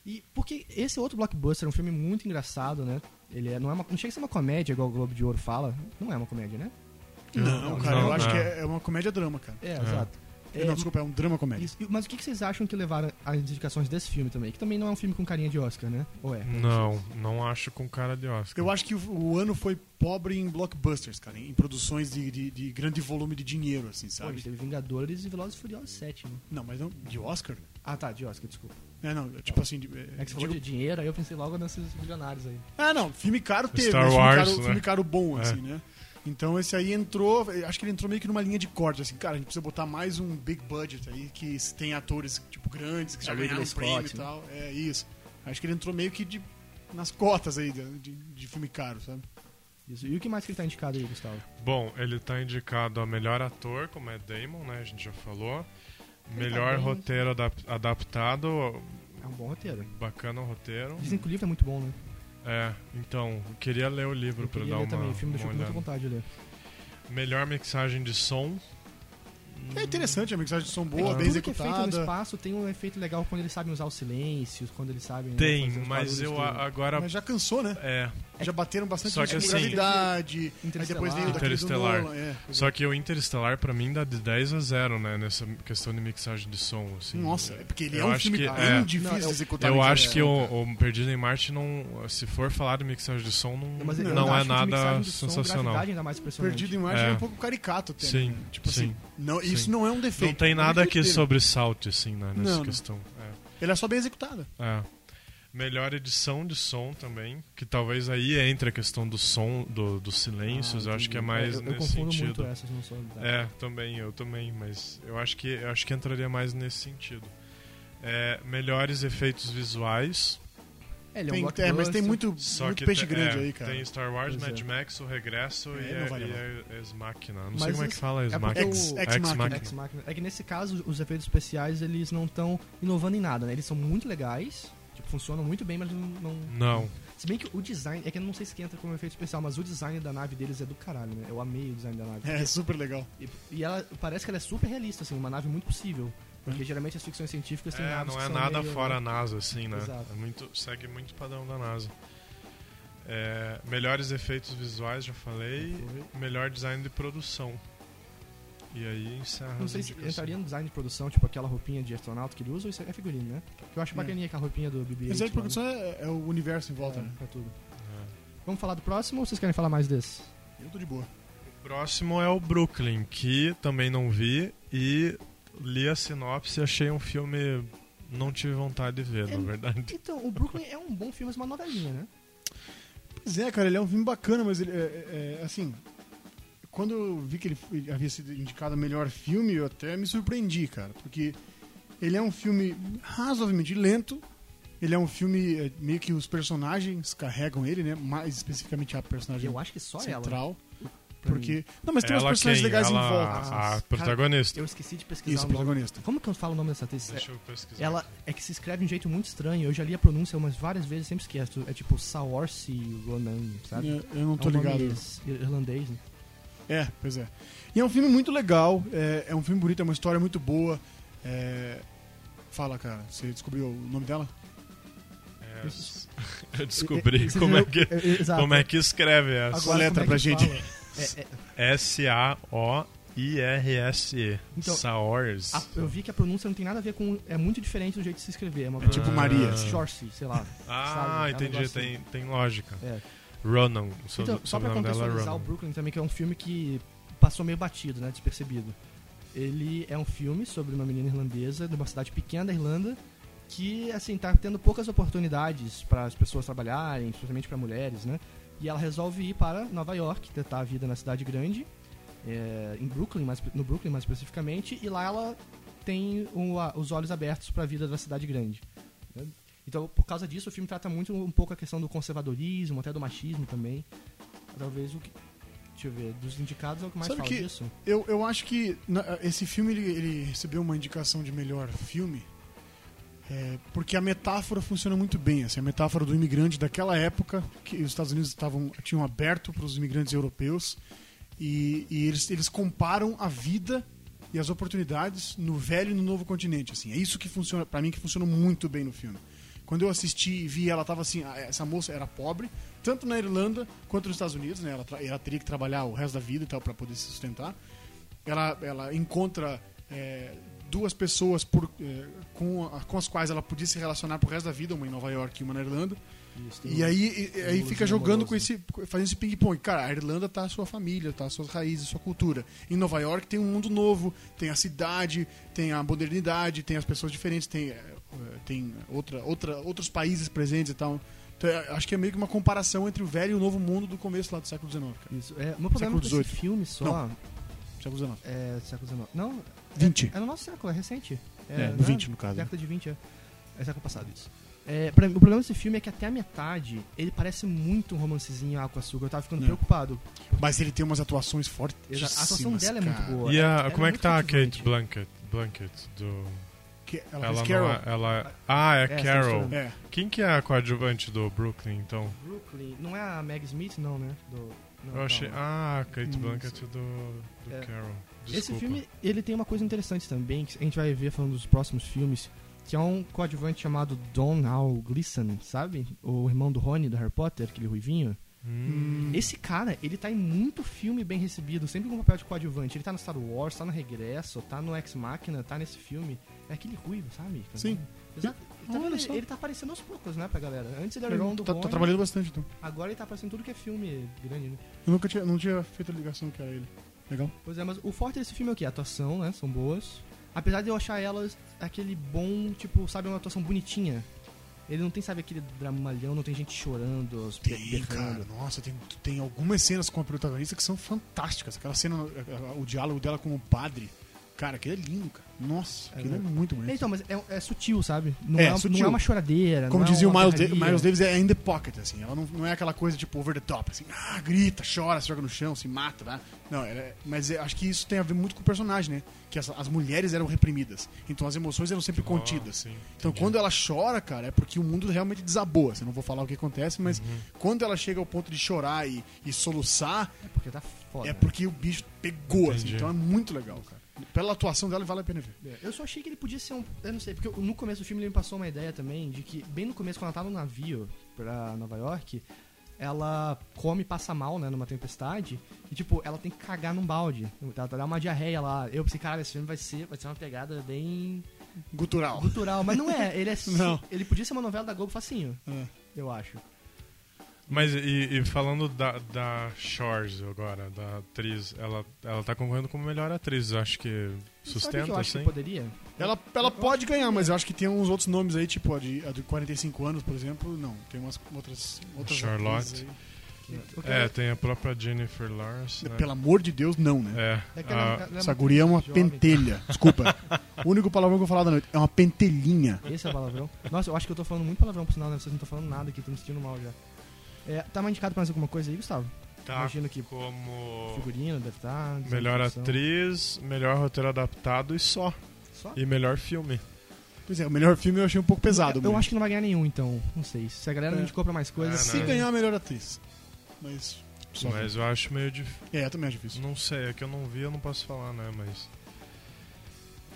B: E porque esse outro blockbuster é um filme muito engraçado, né? Ele é, não, é uma, não chega a ser uma comédia, igual o Globo de Ouro fala. Não é uma comédia, né?
C: Não, cara,
D: não,
C: eu acho
D: não.
C: que é, é uma comédia-drama, cara.
B: É, exato. É,
C: não, desculpa, é um drama-comédia.
B: isso. E- Mas o que que vocês acham que levaram às indicações desse filme também? Que também não é um filme com carinha de Oscar, né? Ou é?
D: Não, não acho com cara de Oscar.
C: Eu acho que o, o ano foi pobre em blockbusters, cara, em produções de, de- de grande volume de dinheiro, assim,
B: Pô, a gente
C: sabe?
B: teve Vingadores e Velozes e Furiosos 7, né?
C: Não, mas não, de Oscar?
B: Ah, tá, de Oscar, desculpa.
C: É, não, tipo assim. de-
B: É que você falou
C: digo-
B: de dinheiro, aí eu pensei logo nesses bilionários aí.
C: Ah, não, filme caro teve,
D: Star
C: mas filme,
D: Wars,
C: caro,
D: né?
C: filme caro bom,
D: É.
C: assim, né? Então esse aí entrou, eu acho que ele entrou meio que numa linha de corte, assim, cara, a gente precisa botar mais um big budget aí, que tem atores, tipo, grandes, que já
B: É o Ridley
C: ganharam prêmio e
B: Scott, né?
C: tal. É isso. Acho que ele entrou meio que de, nas cotas aí de, de- de filme caro, sabe?
B: Isso. E o que mais que ele tá indicado aí, Gustavo?
D: Bom, ele tá indicado a melhor ator, como é Damon, né? A gente já falou. Melhor
B: tá bem, mas-
D: roteiro adap- adaptado,
B: É um bom roteiro.
D: bacana o roteiro.
B: Dizem que o livro é muito bom, né?
D: É, então, queria ler o livro
B: Eu
D: pra
B: queria
D: dar
B: ler
D: uma,
B: também. O filme deixou
D: uma
B: com muita
D: olhada.
B: vontade de ler.
D: Melhor mixagem de som. Hum.
C: É interessante, a mixagem de som
B: É
C: boa,
B: que
C: bem
B: tudo que é feito no
C: executada.
B: espaço tem um efeito legal quando eles sabem usar os silêncios, quando eles sabem. né,
D: Tem,
B: fazer os barulhos
D: mas eu
B: que-
D: a- agora.
C: Mas já cansou, né?
D: É,
C: Já bateram bastante
D: Só que
C: com
D: assim-
C: gravidade, aí depois veio o daquele do
D: Interestelar.
C: Nolan, é.
D: só que o Interestelar pra mim dá de 10 a 0, né? Nessa questão de mixagem de som, assim.
C: Nossa, é porque ele
D: Eu
C: é um
D: acho
C: filme
D: que-
C: bem
D: é.
C: difícil
B: Não, eu-
C: de executar.
D: Eu
C: né?
D: acho
C: É.
D: que o, o Perdido em Marte não. Se for falar de mixagem de som, não,
B: Mas eu
D: não é
B: acho que de mixagem
D: nada
B: de som,
D: sensacional.
B: gravidade é ainda mais impressionante.
C: Perdido em Marte é.
D: É.
C: um pouco caricato até.
D: Sim,
C: né? Tipo
D: sim.
C: assim, não,
D: Sim.
C: isso não é um defeito.
D: Não tem
C: é um
D: nada
C: defeito
D: que
C: dele.
D: sobressalte, assim, né, nessa
C: Não, não.
D: questão. É.
C: Ele é só bem executado.
D: É. Melhor edição de som também, que talvez aí entre a questão do som, do, dos silêncios, eu acho que é mais
B: Ah, eu, eu
D: nesse
B: confundo
D: sentido.
B: muito essas, não sou.
D: É, também, eu também, mas eu acho que eu acho que entraria mais nesse sentido. É, melhores efeitos visuais.
B: É, ele é um
C: Tem-
B: blockbuster.
C: é, mas tem muito,
D: Só
C: muito
D: que
C: peixe
D: te-
C: grande
D: é,
C: aí, cara.
D: Tem Star Wars,
B: Pois
D: Mad
B: é.
D: Max, o Regresso
C: É,
D: e,
C: não vai
D: e
C: levar.
D: é- Ex Machina. Não
B: Mas
D: sei como é
B: os-
D: que fala Ex
B: é porque
D: Machina.
B: Ex-
C: Ex Machina.
B: Ex Machina. É que nesse caso, os efeitos especiais, eles não estão inovando em nada, né? Eles são muito legais, tipo, funcionam muito bem, mas não- não
D: Não.
B: Se bem que o design, é que eu não sei se que entra como efeito especial, mas o design da nave deles é do caralho, né? Eu amei o design da nave.
C: É super legal.
B: E, e ela parece que ela é super realista, assim, uma nave muito possível. Porque geralmente as ficções científicas têm
D: É,
B: naves
D: não
B: que
D: é
B: são
D: nada
B: meio-
D: fora a NASA, assim, né?
B: Exato.
D: É muito, segue muito o padrão da NASA. É, melhores efeitos visuais, já falei.
B: É
D: Melhor design de produção. E aí encerra
B: Não
D: as
B: sei se
D: indicações.
B: entraria no design de produção, tipo aquela roupinha de astronauta que ele usa, ou isso é figurino, né? Que eu acho
C: É.
B: bacaninha com a roupinha do BB-8.
C: Mas a
B: lá, né?
C: produção é, é o universo em volta, né?
B: É, pra tudo.
D: É.
B: Vamos falar do próximo ou vocês querem falar mais desse?
C: Eu tô de boa.
D: O próximo é o Brooklyn, que também não vi e li a sinopse e achei um filme não tive vontade de ver, na verdade.
B: Então, o Brooklyn é um bom filme, mas uma novelinha, né?
C: Pois é, cara, ele é um filme bacana, mas ele é, é, assim. Quando eu vi que ele f- ele havia sido indicado a melhor filme, eu até me surpreendi, cara, porque ele é um filme razoavelmente lento. Ele é um filme é, meio que os personagens carregam ele, né? Mais especificamente a personagem
B: Eu acho que só ela.
C: central,
B: pra mim.
C: porque não, mas tem uns
D: Ela
C: personagens
D: quem?
C: legais
D: ela,
C: em volta.
D: A protagonista.
B: Eu esqueci de pesquisar o
C: Isso,
B: nome.
C: protagonista.
B: Como que eu falo o nome dessa atriz?
D: Deixa eu pesquisar.
B: Ela é que se escreve de um jeito muito estranho. Eu já li a pronúncia umas várias vezes, sempre esqueço. É tipo Saoirse Ronan, sabe?
C: Eu, eu não tô
B: é um nome
C: ligado.
B: is- irlandês, né?
C: É, pois é. E é um filme muito legal, é, é um filme bonito, é uma história muito boa. é, Fala, cara, você descobriu o nome dela?
D: É, eu descobri
B: Você
D: como
B: viu?
D: é que,
B: Exato.
D: como é que escreve essa.
B: Agora,
C: letra
B: como é
C: pra
B: que
C: gente?
B: fala? É, é,
D: S-A-O-I-R-S-E.
B: Então,
D: Saors.
B: a- eu vi que a pronúncia não tem nada a ver com. É muito diferente do jeito de se escrever. É, uma
C: É tipo Maria.
B: Saoirse, sei lá.
D: Ah,
B: sabe, é um
D: entendi.
B: negócio
D: Tem, tem lógica.
B: É.
D: Ronan. O sob-
B: Então, só pra
D: sobrenome dela é
B: contextualizar o
D: Ronan.
B: Brooklyn também, que é um filme que passou meio batido, né? Despercebido. Ele é um filme sobre uma menina irlandesa de uma cidade pequena da Irlanda que, assim, tá tendo poucas oportunidades para as pessoas trabalharem, especialmente para mulheres, né? E ela resolve ir para Nova York, tentar a vida na cidade grande, é, em Brooklyn, mais, no Brooklyn mais especificamente, e lá ela tem o- a- os olhos abertos para a vida da cidade grande. né? Então, por causa disso, o filme trata muito um pouco a questão do conservadorismo, até do machismo também. Talvez o que. Deixa eu ver, dos indicados é o que mais
C: Sabe
B: fala
C: que-
B: disso.
C: Eu, eu acho que na- esse filme ele, ele recebeu uma indicação de melhor filme é, porque a metáfora funciona muito bem. Assim, a metáfora do imigrante daquela época, que os Estados Unidos estavam, tinham aberto para os imigrantes europeus, e, e eles, eles comparam a vida e as oportunidades no velho e no novo continente. Assim, é isso que funciona, para mim, que funcionou muito bem no filme. Quando eu assisti e vi, ela tava assim, ah, essa moça era pobre, tanto na Irlanda quanto nos Estados Unidos, né? Ela, tra- ela teria que trabalhar o resto da vida e tal para poder se sustentar ela, ela encontra é, duas pessoas por, é, com, a- com as quais ela podia se relacionar pro resto da vida, uma em Nova York e uma na Irlanda.
B: Isso, tem
C: E
B: um-
C: aí, e- e aí
B: um
C: fica
B: luzinho
C: jogando com
B: amoroso.
C: esse. fazendo esse ping-pong. Cara, a Irlanda tá a sua família, tá as suas raízes, sua cultura. Em Nova York tem um mundo novo, tem a cidade, tem a modernidade, tem as pessoas diferentes, tem, eh, tem outra, outra, outros países presentes e tal. Então, eu acho que é meio que uma comparação entre o velho e o novo mundo do começo lá do século XIX, cara.
B: Isso. É, o meu problema
C: Século
B: com esse
C: 18.
B: filme só
C: Século XIX.
B: é século XIX. Não,
C: 20.
B: é no nosso século, é recente.
C: É,
B: né?
C: 20 no caso. né?
B: Década de 20, é. É século passado isso. É, pra mim, o problema desse filme é que até a metade ele parece muito um romancezinho água com açúcar. Eu tava ficando
C: É.
B: preocupado.
C: Mas ele tem umas atuações fortes.
B: Exato. A atuação dela é muito boa.
D: E
B: Ela-
D: a,
B: ela
D: como é que
B: muito
D: tá a
B: cativante.
D: Kate Blanket? Blanket do...
C: ela
D: Ela,
C: fez
D: não
C: Carol.
D: é, ela Ah, é,
B: É, tá
D: Carol.
B: misturando.
C: É.
D: Quem que é a coadjuvante do Brooklyn, então?
B: Brooklyn. Não é a Meg Smith, não, né? Do- não,
D: Eu achei.
B: calma.
D: Ah, Kate
C: Hum,
D: Blanket do, do
B: É.
D: Carol. ah, Desculpa.
B: Esse filme, ele tem uma coisa interessante também, que a gente vai ver falando dos próximos filmes, que é um coadjuvante chamado Don Al Gleason, sabe? O irmão do Rony, do Harry Potter, aquele ruivinho.
D: Hum,
B: Esse cara, ele tá em muito filme bem recebido, sempre com um papel de coadjuvante. Ele tá no Star Wars, tá no Regresso, tá no Ex Machina, tá nesse filme. É aquele ruivo, sabe?
C: Sim.
B: Exato. Tá
C: Olha
B: vendo?
C: só.
B: ele, tá aparecendo aos poucos, né, pra galera? Antes ele era o irmão
C: Carol
B: do
C: tá, tá
B: Rony,
C: trabalhando bastante, então.
B: agora ele tá aparecendo em tudo que é filme grande, né?
C: Eu nunca tinha, não tinha feito a ligação que era ele. Legal?
B: Pois é, mas o forte desse filme é o quê? A atuação, né? São boas. Apesar de eu achar elas aquele bom, tipo, sabe, uma atuação bonitinha. Ele não tem, sabe, aquele dramalhão, não tem gente chorando, os be-
C: Tem, cara.
B: berrando.
C: Nossa, tem, tem algumas cenas com a protagonista que são fantásticas. Aquela cena, a- a- o diálogo dela com o padre. Cara, aquele é lindo, cara. Nossa,
B: É,
C: aquele é
B: né?
C: muito bonito.
B: Então, mas é, é sutil, sabe? Não
C: É,
B: é, uma-
C: sutil.
B: não é uma choradeira.
C: Como
B: não é
C: dizia o
B: uma
C: Miles, Da-
B: berraria.
C: Miles Davis, é in the pocket, assim. Ela não, não é aquela coisa tipo over the top, assim, ah, grita, chora, se joga no chão, se mata, né? Não, ela é- mas é- acho que isso tem a ver muito com o personagem, né? Que as, as mulheres eram reprimidas, então as emoções eram
B: Ah,
C: sempre contidas.
D: sim,
C: então
D: entendi.
C: quando ela chora, cara, é porque o mundo realmente desabou. Assim, não vou falar o que acontece, mas
B: Uhum.
C: quando ela chega ao ponto de chorar e, e soluçar,
B: É porque tá foda.
C: é porque o bicho pegou, assim.
D: Entendi.
C: Então é muito legal, cara. Pela atuação dela, vale a pena ver.
B: É, Eu só achei que ele podia ser um. Eu não sei, porque no começo do filme ele me passou uma ideia também de que, bem no começo, quando ela tá no navio pra Nova York, ela come e passa mal, né, numa tempestade, e tipo, ela tem que cagar num balde. Ela tá dá uma diarreia lá. Eu pensei, cara, esse filme vai ser, vai ser uma pegada bem
C: Gutural.
B: cultural. Mas não é, ele é. su-
C: Não.
B: É. Ele podia ser uma novela da Globo facinho,
C: É.
B: eu acho.
D: Mas e, e falando da, da Shores agora, da atriz, ela, ela tá concorrendo como melhor atriz, eu acho que
B: Sabe o que eu
D: sustenta,
B: acho
D: assim.
B: que poderia?
C: Ela, ela pode ganhar, mas eu acho que tem uns outros nomes aí, tipo a de, a de 45 anos, por exemplo. Não, tem umas outras. outras
D: Charlotte.
C: atrizes aí.
B: Eu
D: É,
B: quero-
D: tem a própria Jennifer Lawrence. né?
C: Pelo amor de Deus, não, né?
D: É,
B: é que ela-
D: a-
B: ela é
C: Essa
B: muito
C: guria é uma
B: jovem.
C: pentelha. Desculpa. o único palavrão que eu vou falar da noite. É uma pentelhinha.
B: Esse é palavrão. Nossa, eu acho que eu tô falando muito palavrão, por sinal, né? Vocês não estão falando nada aqui, tô me sentindo mal já. É, tá mais indicado pra mais alguma coisa aí, Gustavo?
D: tá
B: Imagino que
D: como
B: figurino deve tá estar.
D: melhor atriz, melhor roteiro adaptado e só.
B: Só?
D: E melhor filme.
C: Pois é, o melhor filme eu achei um pouco pesado.
B: Eu
C: mas-
B: acho que não vai ganhar nenhum, então. Não sei. Se a galera não
C: É.
B: indicou pra mais coisas.
D: É,
C: Se
D: né?
C: ganhar a melhor atriz. Mas. Só
D: Mas eu acho meio difícil.
C: É, eu também acho difícil.
D: Não sei, é que eu não vi, eu não posso falar, né? Mas.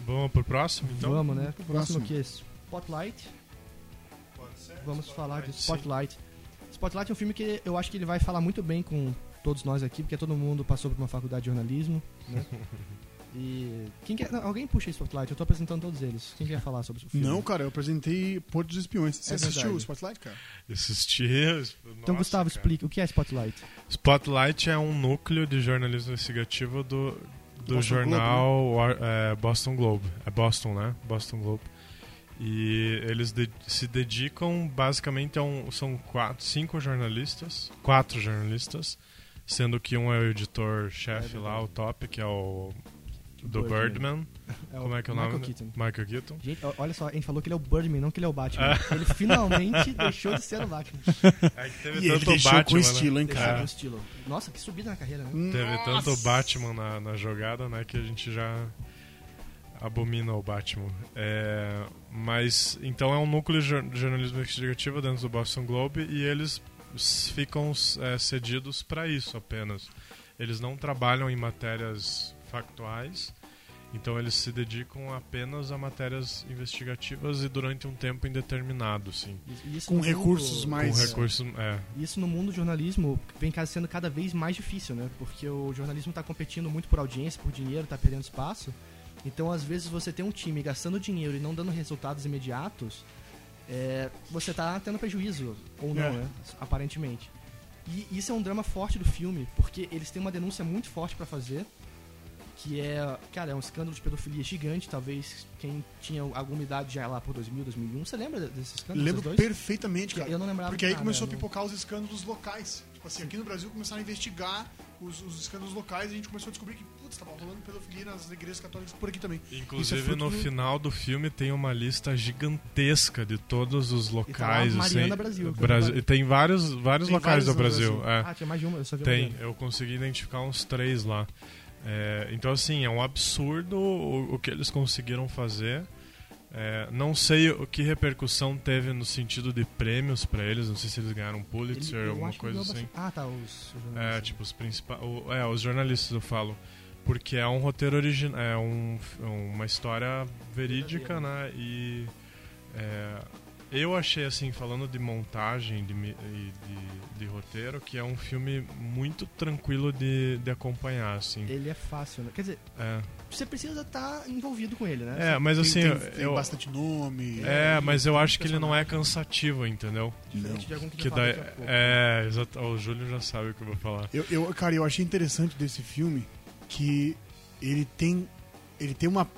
D: Vamos pro próximo, então?
B: Vamos, né?
C: pro
B: Próximo
C: próximo.
B: que é esse. Spotlight. Vamos falar de
D: Sim.
B: Spotlight. Spotlight é um filme que eu acho que ele vai falar muito bem com todos nós aqui, porque todo mundo passou por uma faculdade de jornalismo, né? E quem quer, não, alguém puxa aí Spotlight, eu tô apresentando todos eles. Quem quer falar sobre o filme?
C: Não, cara, eu apresentei Porto dos Espiões. Você
B: É
C: assistiu
B: verdade.
C: o Spotlight, cara?
D: Assisti.
B: Então,
D: nossa,
B: Gustavo,
D: cara.
B: explica, o que é Spotlight?
D: Spotlight é um núcleo de jornalismo investigativo do, do
C: Boston
D: jornal Wa- é, Boston Globe. É Boston, né? Boston Globe. E eles de- se dedicam basicamente a um. São quatro, cinco jornalistas. Quatro jornalistas. Sendo que um é o editor-chefe
B: É
D: lá,
B: verdade.
D: o top, que é o. Do
B: Birdman.
D: Birdman. Como é que é
B: Michael
D: o nome?
B: Keaton.
D: Michael Keaton.
B: Gente, o- olha só, a gente falou que ele é o Birdman, não que ele é o Batman. Ele finalmente deixou de ser o Batman.
D: É que
C: E ele deixou com
D: né?
B: né?
C: estilo, hein,
B: Deixou
C: cara? Hum.
B: no estilo. Nossa, que subida na carreira, né?
D: Teve tanto
C: Nossa.
D: Batman na, na jogada, né, que a gente já abomina o Batman. É, mas, então é um núcleo de jor- de jornalismo investigativo dentro do Boston Globe e eles s- ficam é, cedidos para isso apenas. Eles não trabalham em matérias factuais, então eles se dedicam apenas a matérias investigativas e durante um tempo indeterminado, sim.
B: E- e isso
C: Com
B: no mundo-
C: recursos mais-
D: Com
C: Mas-
D: recursos... É,
B: Isso no mundo do jornalismo vem ca- sendo cada vez mais difícil, né? Porque o jornalismo está competindo muito por audiência, por dinheiro, tá perdendo espaço. Então, às vezes, você tem um time gastando dinheiro e não dando resultados imediatos, é, você tá tendo prejuízo, ou não,
C: É.
B: né? Aparentemente. E isso é um drama forte do filme, porque eles têm uma denúncia muito forte para fazer, que é, cara, é um escândalo de pedofilia gigante, talvez quem tinha alguma idade já lá por 2000, 2001. Você lembra desse
D: Tá,
B: escândalo?
C: Lembro
B: desses dois?
C: perfeitamente, cara.
B: Eu não lembrava
C: Porque aí
B: de nada, né?
C: começou a
B: não.
C: pipocar os escândalos locais. Tipo assim, aqui no Brasil começaram a investigar os, os escândalos locais e a gente começou a descobrir que, putz, tava rolando pedofilia nas igrejas católicas por aqui também. Isso é
D: Inclusive,
C: fruto
D: no
C: do-
D: final do filme tem uma lista gigantesca de todos os locais. assim,
B: Mariana Brasil, que eu
D: Brasi-
B: trabalho.
D: Tem vários, vários
C: Tem
D: locais
C: vários
D: do
C: no
D: Brasil. é.
B: Ah, tinha mais de uma, eu só vi uma
D: tem,
B: dela.
D: eu consegui identificar uns três lá. É, então, assim, é um absurdo o, o que eles conseguiram fazer. É, não sei o que repercussão teve no sentido de prêmios pra eles. Não sei se eles ganharam Pulitzer
B: eu
D: ou alguma
B: acho que
D: coisa
B: ganhou
D: assim.
B: bastante- Ah, tá, os, os jornalistas.
D: É, tipo, os principais. É, os jornalistas eu falo. Porque é um roteiro original. É um, é uma história verídica, né? E. é, eu achei, assim, falando de montagem de, mi- e de, de roteiro, que é um filme muito tranquilo de, de acompanhar, assim.
B: Ele é fácil, né? Quer dizer,
D: É,
B: você precisa estar envolvido com ele, né?
D: É, mas
C: Tem-
D: assim.
C: tem, tem
D: eu,
C: bastante nome.
D: é, mas eu acho que ele não é cansativo, entendeu?
B: Diferente de algum que,
D: Que
B: já falou
D: daí.
B: daqui a pouco.
D: É, exato. O Júlio já sabe o que eu vou falar.
C: Eu, eu- cara, eu achei interessante desse filme que ele tem. Ele tem uma.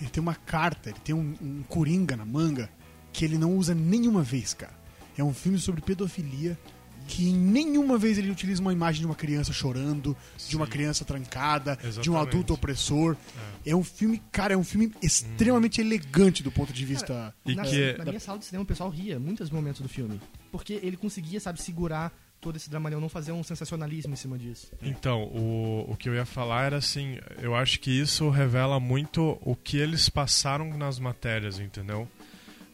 C: Ele tem uma carta, ele tem um, um coringa na manga que ele não usa nenhuma vez, cara. É um filme sobre pedofilia que em nenhuma vez ele utiliza uma imagem de uma criança chorando, de uma
D: Sim.
C: criança trancada, de um
D: Exatamente.
C: adulto opressor. É. um filme, cara, é um filme extremamente elegante do ponto de vista.
D: E
B: na,
D: que. é
B: na minha sala de cinema o pessoal ria muitos momentos do filme. Porque ele conseguia, sabe, segurar todo esse dramalhão, não fazer um sensacionalismo em cima disso.
C: É.
D: Então, o, o que eu ia falar era assim, eu acho que isso revela muito o que eles passaram nas matérias, entendeu?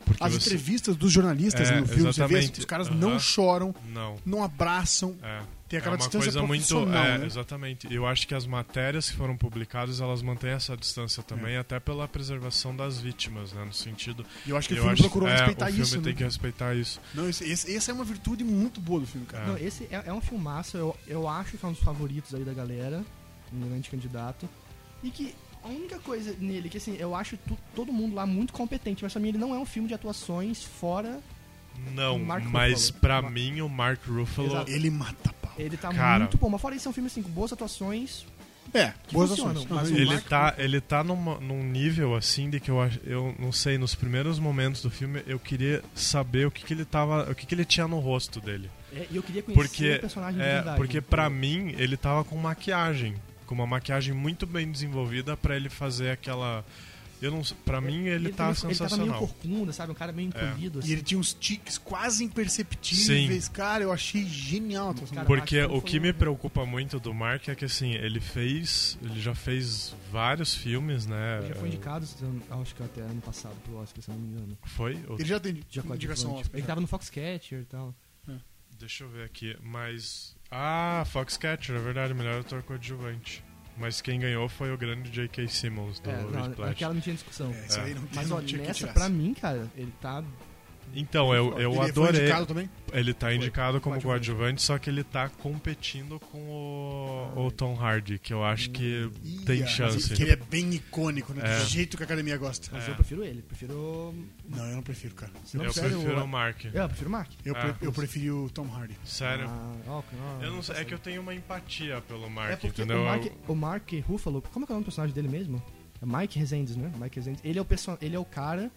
D: Porque
C: As
D: você-
C: entrevistas dos jornalistas
D: É,
C: no filme, você vê,
D: exatamente.
C: os caras
D: Aham.
C: não choram,
D: Não.
C: não abraçam,
D: É.
C: Tem
D: é
C: aquela
D: uma
C: distância
D: coisa muito,
C: profissional,
D: é,
C: né?
D: exatamente. Eu acho que as matérias que foram publicadas, elas mantêm essa distância também, até pela preservação das vítimas, né, no sentido
C: E eu É. acho que
D: eu
C: o filme
D: acho-
C: procurou
D: é,
C: respeitar
D: o filme
C: isso.
D: tem
C: né?
D: que respeitar isso.
C: Não, esse, esse- essa é uma virtude muito boa do filme, cara.
B: Não, esse é, é um filmaço, eu, eu acho que é um dos favoritos aí da galera, um grande candidato. E que a única coisa nele, que assim, eu acho tu- todo mundo lá muito competente, mas pra mim ele não é um filme de atuações fora
D: Não,
B: O Mark
D: mas
B: Ruffalo.
D: pra
B: Ma-
D: mim o Mark Ruffalo.
B: Exato.
C: Ele mata pau.
B: Ele tá
D: Cara.
B: muito bom. Mas fora isso, é um filme assim, com boas atuações.
C: É, boas
B: funcionam,
C: ações.
B: mas
C: Aham.
B: o
D: Ele
B: Mark
D: tá, ele tá numa- num nível assim de que eu, ach- eu não sei, nos primeiros momentos do filme eu queria saber o que, que ele tava. o que, que ele tinha no rosto dele.
B: É, E eu queria conhecer
D: Porque.
B: o personagem de
D: É,
B: verdade. né?
D: porque pra mim ele tava com maquiagem. Com uma maquiagem muito bem desenvolvida pra ele fazer aquela. Eu não, s- pra mim ele, tá
B: tava- É, Ele tava
D: sensacional. É.
B: meio corcunda, sabe? Um cara meio encolhido, assim.
C: E ele tinha uns tiques quase imperceptíveis, cara. Eu achei genial. tá a atuação
B: Cara,
C: dele.
D: Porque
B: acho que
D: o
B: foi
D: que
B: um-
D: me preocupa muito do Mark é que assim, ele fez. Ele já fez vários filmes, né?
B: Ele já foi indicado, se eu não- acho que até ano passado, pro Oscar, se eu não me engano.
D: Foi? Ou-
C: Ele já tem
B: Já com
C: indicação
B: adjuvante.
C: Oscar.
B: Ele tava no Foxcatcher e tal.
D: Deixa eu ver aqui, mas. Ah, Foxcatcher, é verdade, melhor ator coadjuvante. Mas quem ganhou foi o grande J.K. Simmons do
B: é,
D: Red
B: não,
D: Planet.
B: aquela não tinha discussão.
C: É, isso
D: É.
C: aí não tem,
B: Mas ó,
C: não tinha que
B: nessa,
C: tirar.
B: pra mim, cara, ele tá.
D: Então, eu, eu
C: Ele é foi
D: adorei.
C: indicado também?
D: Ele tá indicado como
C: coadjuvante.
D: coadjuvante, só que ele tá competindo com o, o Tom Hardy, que eu acho que
C: Ih,
D: tem
C: mas
D: chance.
C: Que ele é bem icônico, né?
D: É.
C: Do jeito que a academia gosta.
B: Mas
D: É.
B: eu prefiro ele. Prefiro.
C: Não, eu não prefiro, cara.
B: Não,
D: eu
B: sério,
D: prefiro
B: eu-
D: o Mark.
B: Eu prefiro o Mark.
C: Eu,
D: Ah.
C: pre- eu preferi o Tom Hardy.
D: Sério.
B: Ah, ó, ó,
D: eu não sei, é que eu tenho uma empatia pelo
B: É
D: Mark,
B: porque
D: entendeu?
B: o Mark,
D: Eu-
B: o Mark Ruffalo, como é que é o nome do personagem dele mesmo? É Mike Rezendes, né? Mike Rezendes. Ele é o, perso- ele é o cara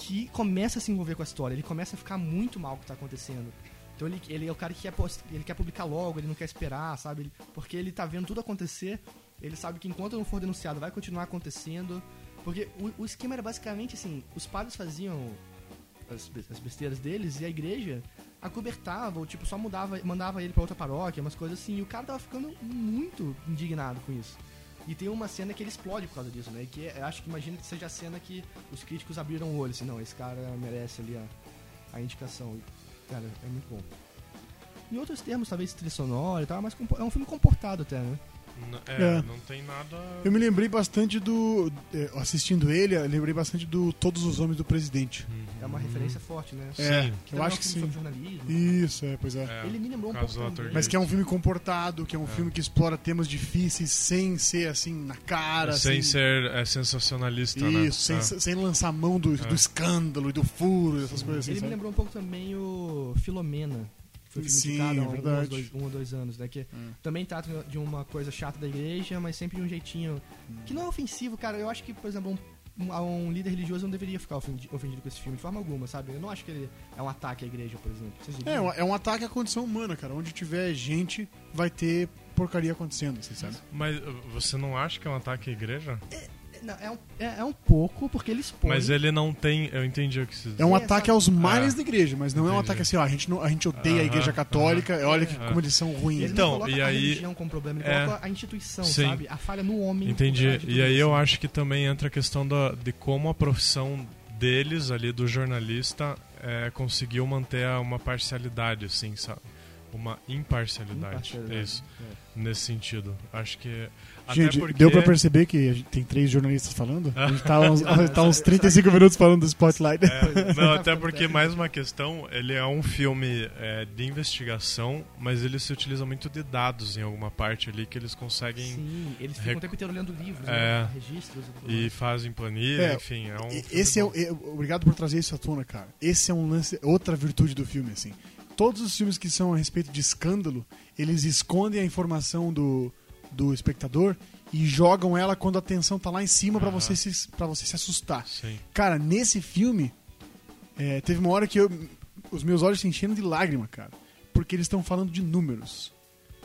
B: que começa a se envolver com a história, ele começa a ficar muito mal com o que tá acontecendo. Então ele, ele é o cara que quer, post- ele quer publicar logo, ele não quer esperar, sabe? Ele- Porque ele tá vendo tudo acontecer, ele sabe que enquanto não for denunciado vai continuar acontecendo. Porque o, o esquema era basicamente assim, os padres faziam as, be- as besteiras deles e a igreja acobertava, ou tipo, só mudava, mandava ele pra outra paróquia, umas coisas assim, e o cara tava ficando muito indignado com isso. E tem uma cena que ele explode por causa disso, né? Que é- eu acho que imagino que seja a cena que os críticos abriram o olho, assim, não, esse cara merece ali a, a indicação. E, cara, é muito bom. Em outros termos, talvez trilha sonora e tal, mas compo- é um filme comportado até, né?
D: n- é,
C: É.
D: não tem nada.
C: Eu me lembrei bastante do. eh, Assistindo ele, eu lembrei bastante do Todos os Homens do Presidente.
B: É
D: Uhum.
B: uma referência forte, né?
C: É,
D: Hum. Sim.
C: eu
B: Também é um
C: acho que
B: filme
C: sim.
B: sobre jornalismo.
C: Isso, é, pois é.
D: É,
B: Ele me lembrou um
D: por causa
B: pouco
D: do
B: também.
D: ator
C: Mas que é um filme comportado, que é um filme que explora temas difíceis sem ser assim na cara.
D: sem
C: assim.
D: ser é, sensacionalista, né?
C: Isso,
D: É.
C: sem, sem lançar mão do, do escândalo e do furo, essas coisas assim.
B: Ele me
C: sabe?
B: lembrou um pouco também o Filomena. que Foi
C: Sim,
B: indicado há
C: é
B: um-
C: verdade.
B: uns dois- um ou dois anos, né? Que também trata de uma coisa chata da igreja, mas sempre de um jeitinho. Que não é ofensivo, cara. Eu acho que, por exemplo, um, um, a um líder religioso não deveria ficar ofendi- ofendido com esse filme de forma alguma, sabe? Eu não acho que ele é um ataque à igreja, por exemplo. Vocês
C: É,
B: diriam?
C: um- é um ataque à condição humana, cara. Onde tiver gente, vai ter porcaria acontecendo, assim, sabe?
D: Mas uh, você não acha que é um ataque à igreja?
B: Não, é, um, é, é um pouco, porque ele expõe.
D: Mas é, ele não tem. Eu entendi o que você
C: É um
B: É,
C: ataque
B: sabe?
C: aos males
D: Ah,
C: da igreja, mas não é um
D: entendi.
C: ataque assim, ó, a gente, não, a gente odeia a
D: Aham,
C: igreja católica, olha que,
D: É.
C: como eles são
B: Ele
C: ruins.
B: não
D: Então,
B: coloca
D: e
B: a
D: aí-
B: religião como problema, ele
D: é.
B: coloca a instituição,
D: Sim.
B: sabe? A falha no homem. na
D: Entendi.
B: verdade,
D: E
B: tudo
D: aí
B: isso.
D: eu acho que também entra a questão da, de como a profissão deles ali do jornalista é, conseguiu manter a- uma parcialidade, assim, sabe? Uma imparcialidade.
B: Imparcialidade,
D: é Isso. Nesse sentido. Acho que.
C: Gente,
D: até porque...
C: deu pra perceber que a gente tem três jornalistas falando? A gente tá uns, a gente tá uns 35 minutos falando do Spotlight.
D: É, não, até porque mais uma questão, ele é um filme é, de investigação, mas ele se utiliza muito de dados em alguma parte ali que eles conseguem
B: Sim, eles ficam o tempo inteiro lendo livros,
D: É.
B: né? registros. e tudo
D: e
B: mais.
D: fazem planilha,
C: É,
D: enfim, é um
C: E-
D: filme
C: Esse é,
D: bom.
C: o- é- obrigado por trazer isso à tona, cara. Esse é um lance, outra virtude do filme, assim. Todos os filmes que são a respeito de escândalo, eles escondem a informação do, do espectador e jogam ela quando a tensão tá lá em cima pra
D: Aham.
C: você se para você se assustar.
D: Sim.
C: Cara, nesse filme, é, teve uma hora que eu- os meus olhos se encheram de lágrima, cara. Porque eles estão falando de números.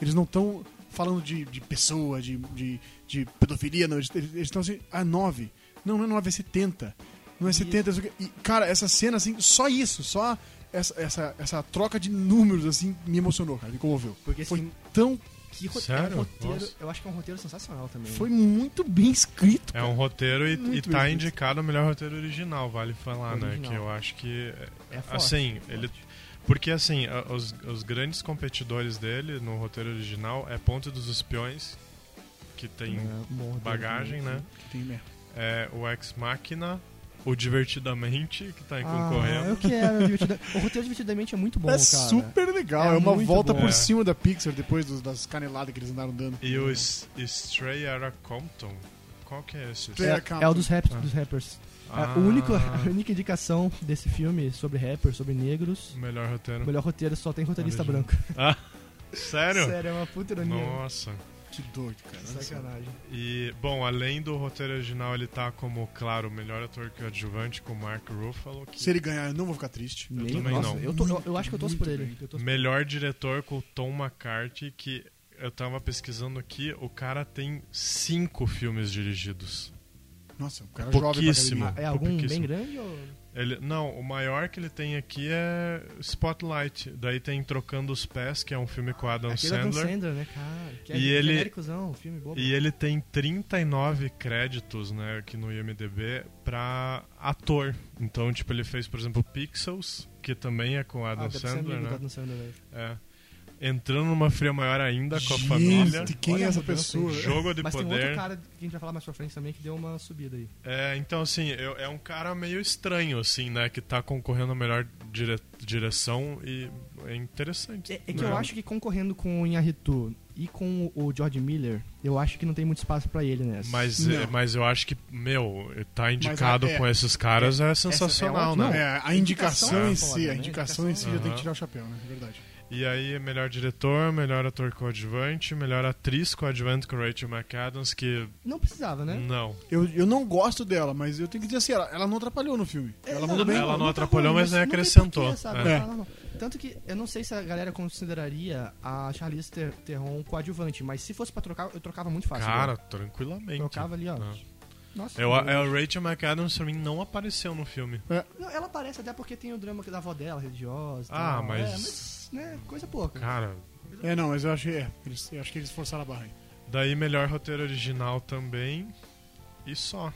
C: Eles não estão falando de, de pessoa, de, de, de pedofilia, não. Eles estão assim, ah, 9. Não, não é 9, é 70. Não é 70. não sei o quê. E, cara, essa cena, assim, só isso, só essa, essa, essa troca de números, assim, me emocionou, cara, me comoveu.
B: Porque assim, esse
C: Foi
B: filme-
C: tão.
B: que ro-
D: Sério?
B: é um roteiro,
D: Nossa.
B: eu acho que é um roteiro sensacional também.
C: Foi muito bem escrito,
D: É
C: cara.
D: um roteiro e, e
C: Muito
D: tá
C: bem.
D: indicado o melhor roteiro original, vale falar, né?
B: Original.
D: Que eu acho que.
B: É forte,
D: assim,
B: forte.
D: ele. Porque assim, a- os, os grandes competidores dele no roteiro original é Ponte dos Espiões, que tem
B: É, morro dele
D: bagagem,
B: também,
D: né?
C: Tem merda.
D: É, o Ex Machina, o Divertidamente, que tá em
B: Ah, eu
D: concorrendo.
B: quero divertida... O roteiro divertidamente é muito bom,
C: é
B: cara.
C: super legal. É,
B: É
C: uma
B: muito
C: volta
B: bom.
C: por
D: É.
C: cima da Pixar depois dos- das caneladas que eles andaram dando.
D: E o S- Stray Ara Compton. Qual que é esse?
C: Stray-
D: Ah.
B: É, é o dos, rap, dos rappers. A, única, a única indicação desse filme sobre rapper, sobre negros,
D: Melhor roteiro.
B: o melhor roteiro só tem roteirista
D: Olha,
B: branco.
D: Ah, sério?
B: Sério, é uma puta ironia.
D: Nossa.
C: Que doido, cara. olha só.
B: Sacanagem.
D: E, bom, além do roteiro original, ele tá como, claro, o melhor ator que o adjuvante, com o Mark Ruffalo. Que
C: Se ele ganhar, eu não vou ficar triste.
D: Eu também
B: nossa,
D: não.
B: Eu, tô- eu- eu acho que eu torço por
C: Muito
B: ele.
C: bem.
B: Eu torço-
D: Melhor diretor com o Tom McCarthy, que eu tava pesquisando aqui, o cara tem cinco filmes dirigidos.
C: Nossa, um cara
D: Pouquíssimo.
C: jovem pra
B: É algum bem
D: pouquíssimo.
B: grande ou.
D: Ele, não, o maior que ele tem aqui é Spotlight. Daí tem Trocando os Pés, que é um filme com Adam
B: Aquele Adam
D: Sandler.
B: Sandler, né, cara? Que é
D: E ele-
B: genéricozão, filme bobo.
D: E ele tem 39 créditos, né, aqui no IMDB pra ator. Então, tipo, ele fez, por exemplo, Pixels, que também é com Adam
B: Ah, deve ser
D: Sandler,
B: amigo do
D: né?
B: Adam Sandler, velho.
D: É. Entrando numa fria maior ainda com a
C: Gente,
D: família.
C: quem
B: Olha
C: é
B: a
C: essa
B: mudança,
C: pessoa?
D: Jogo de
B: Mas tem um outro
D: poder.
B: cara que a gente vai falar mais pra frente também que deu uma subida aí.
D: É, então assim, eu- é um cara meio estranho, assim, né? Que tá concorrendo a melhor dire- direção e é interessante.
B: É, é que
D: né?
B: eu acho que concorrendo com o Inharitu e com o o George Miller, eu acho que não tem muito espaço pra ele nessa.
D: Mas, é,
C: Não.
D: mas eu acho que, meu, tá indicado
C: é-
D: com esses caras é,
B: é
D: sensacional,
B: ótimo.
D: né?
C: É, a indicação
B: Indicação
C: em
B: é
C: si,
B: foda,
C: a
B: né?
C: indicação em si já
D: Indicação é-
C: tem que tirar o chapéu, né? É verdade.
D: E aí, melhor diretor, melhor ator coadjuvante, melhor atriz coadjuvante com Rachel McAdams, que
B: Não precisava, né?
D: não.
C: Eu, eu não gosto dela, mas eu tenho que dizer assim, ela, ela não atrapalhou no filme.
B: É,
C: Ela mandou bem.
D: Ela não
B: tá
D: atrapalhou, mas nem
B: não tem
D: acrescentou.
B: porquê, sabe?
D: É.
B: Não, não, não. Tanto que eu não sei se a galera consideraria a Charlize Ter- Theron coadjuvante, mas se fosse pra trocar, eu trocava muito fácil.
D: Cara,
B: né?
D: tranquilamente.
B: trocava ali, ó.
D: Não.
B: Nossa.
D: Eu, eu, Rachel McAdams pra mim não apareceu no filme.
B: Não, ela aparece até porque tem o drama da avó dela, religiosa. e
D: Ah,
B: tal.
D: mas-
B: É, mas né, coisa pouca.
D: Cara,
C: É, não, mas eu achei, é, eles, eu acho que eles forçaram a barra aí.
D: Daí melhor roteiro original também. E só.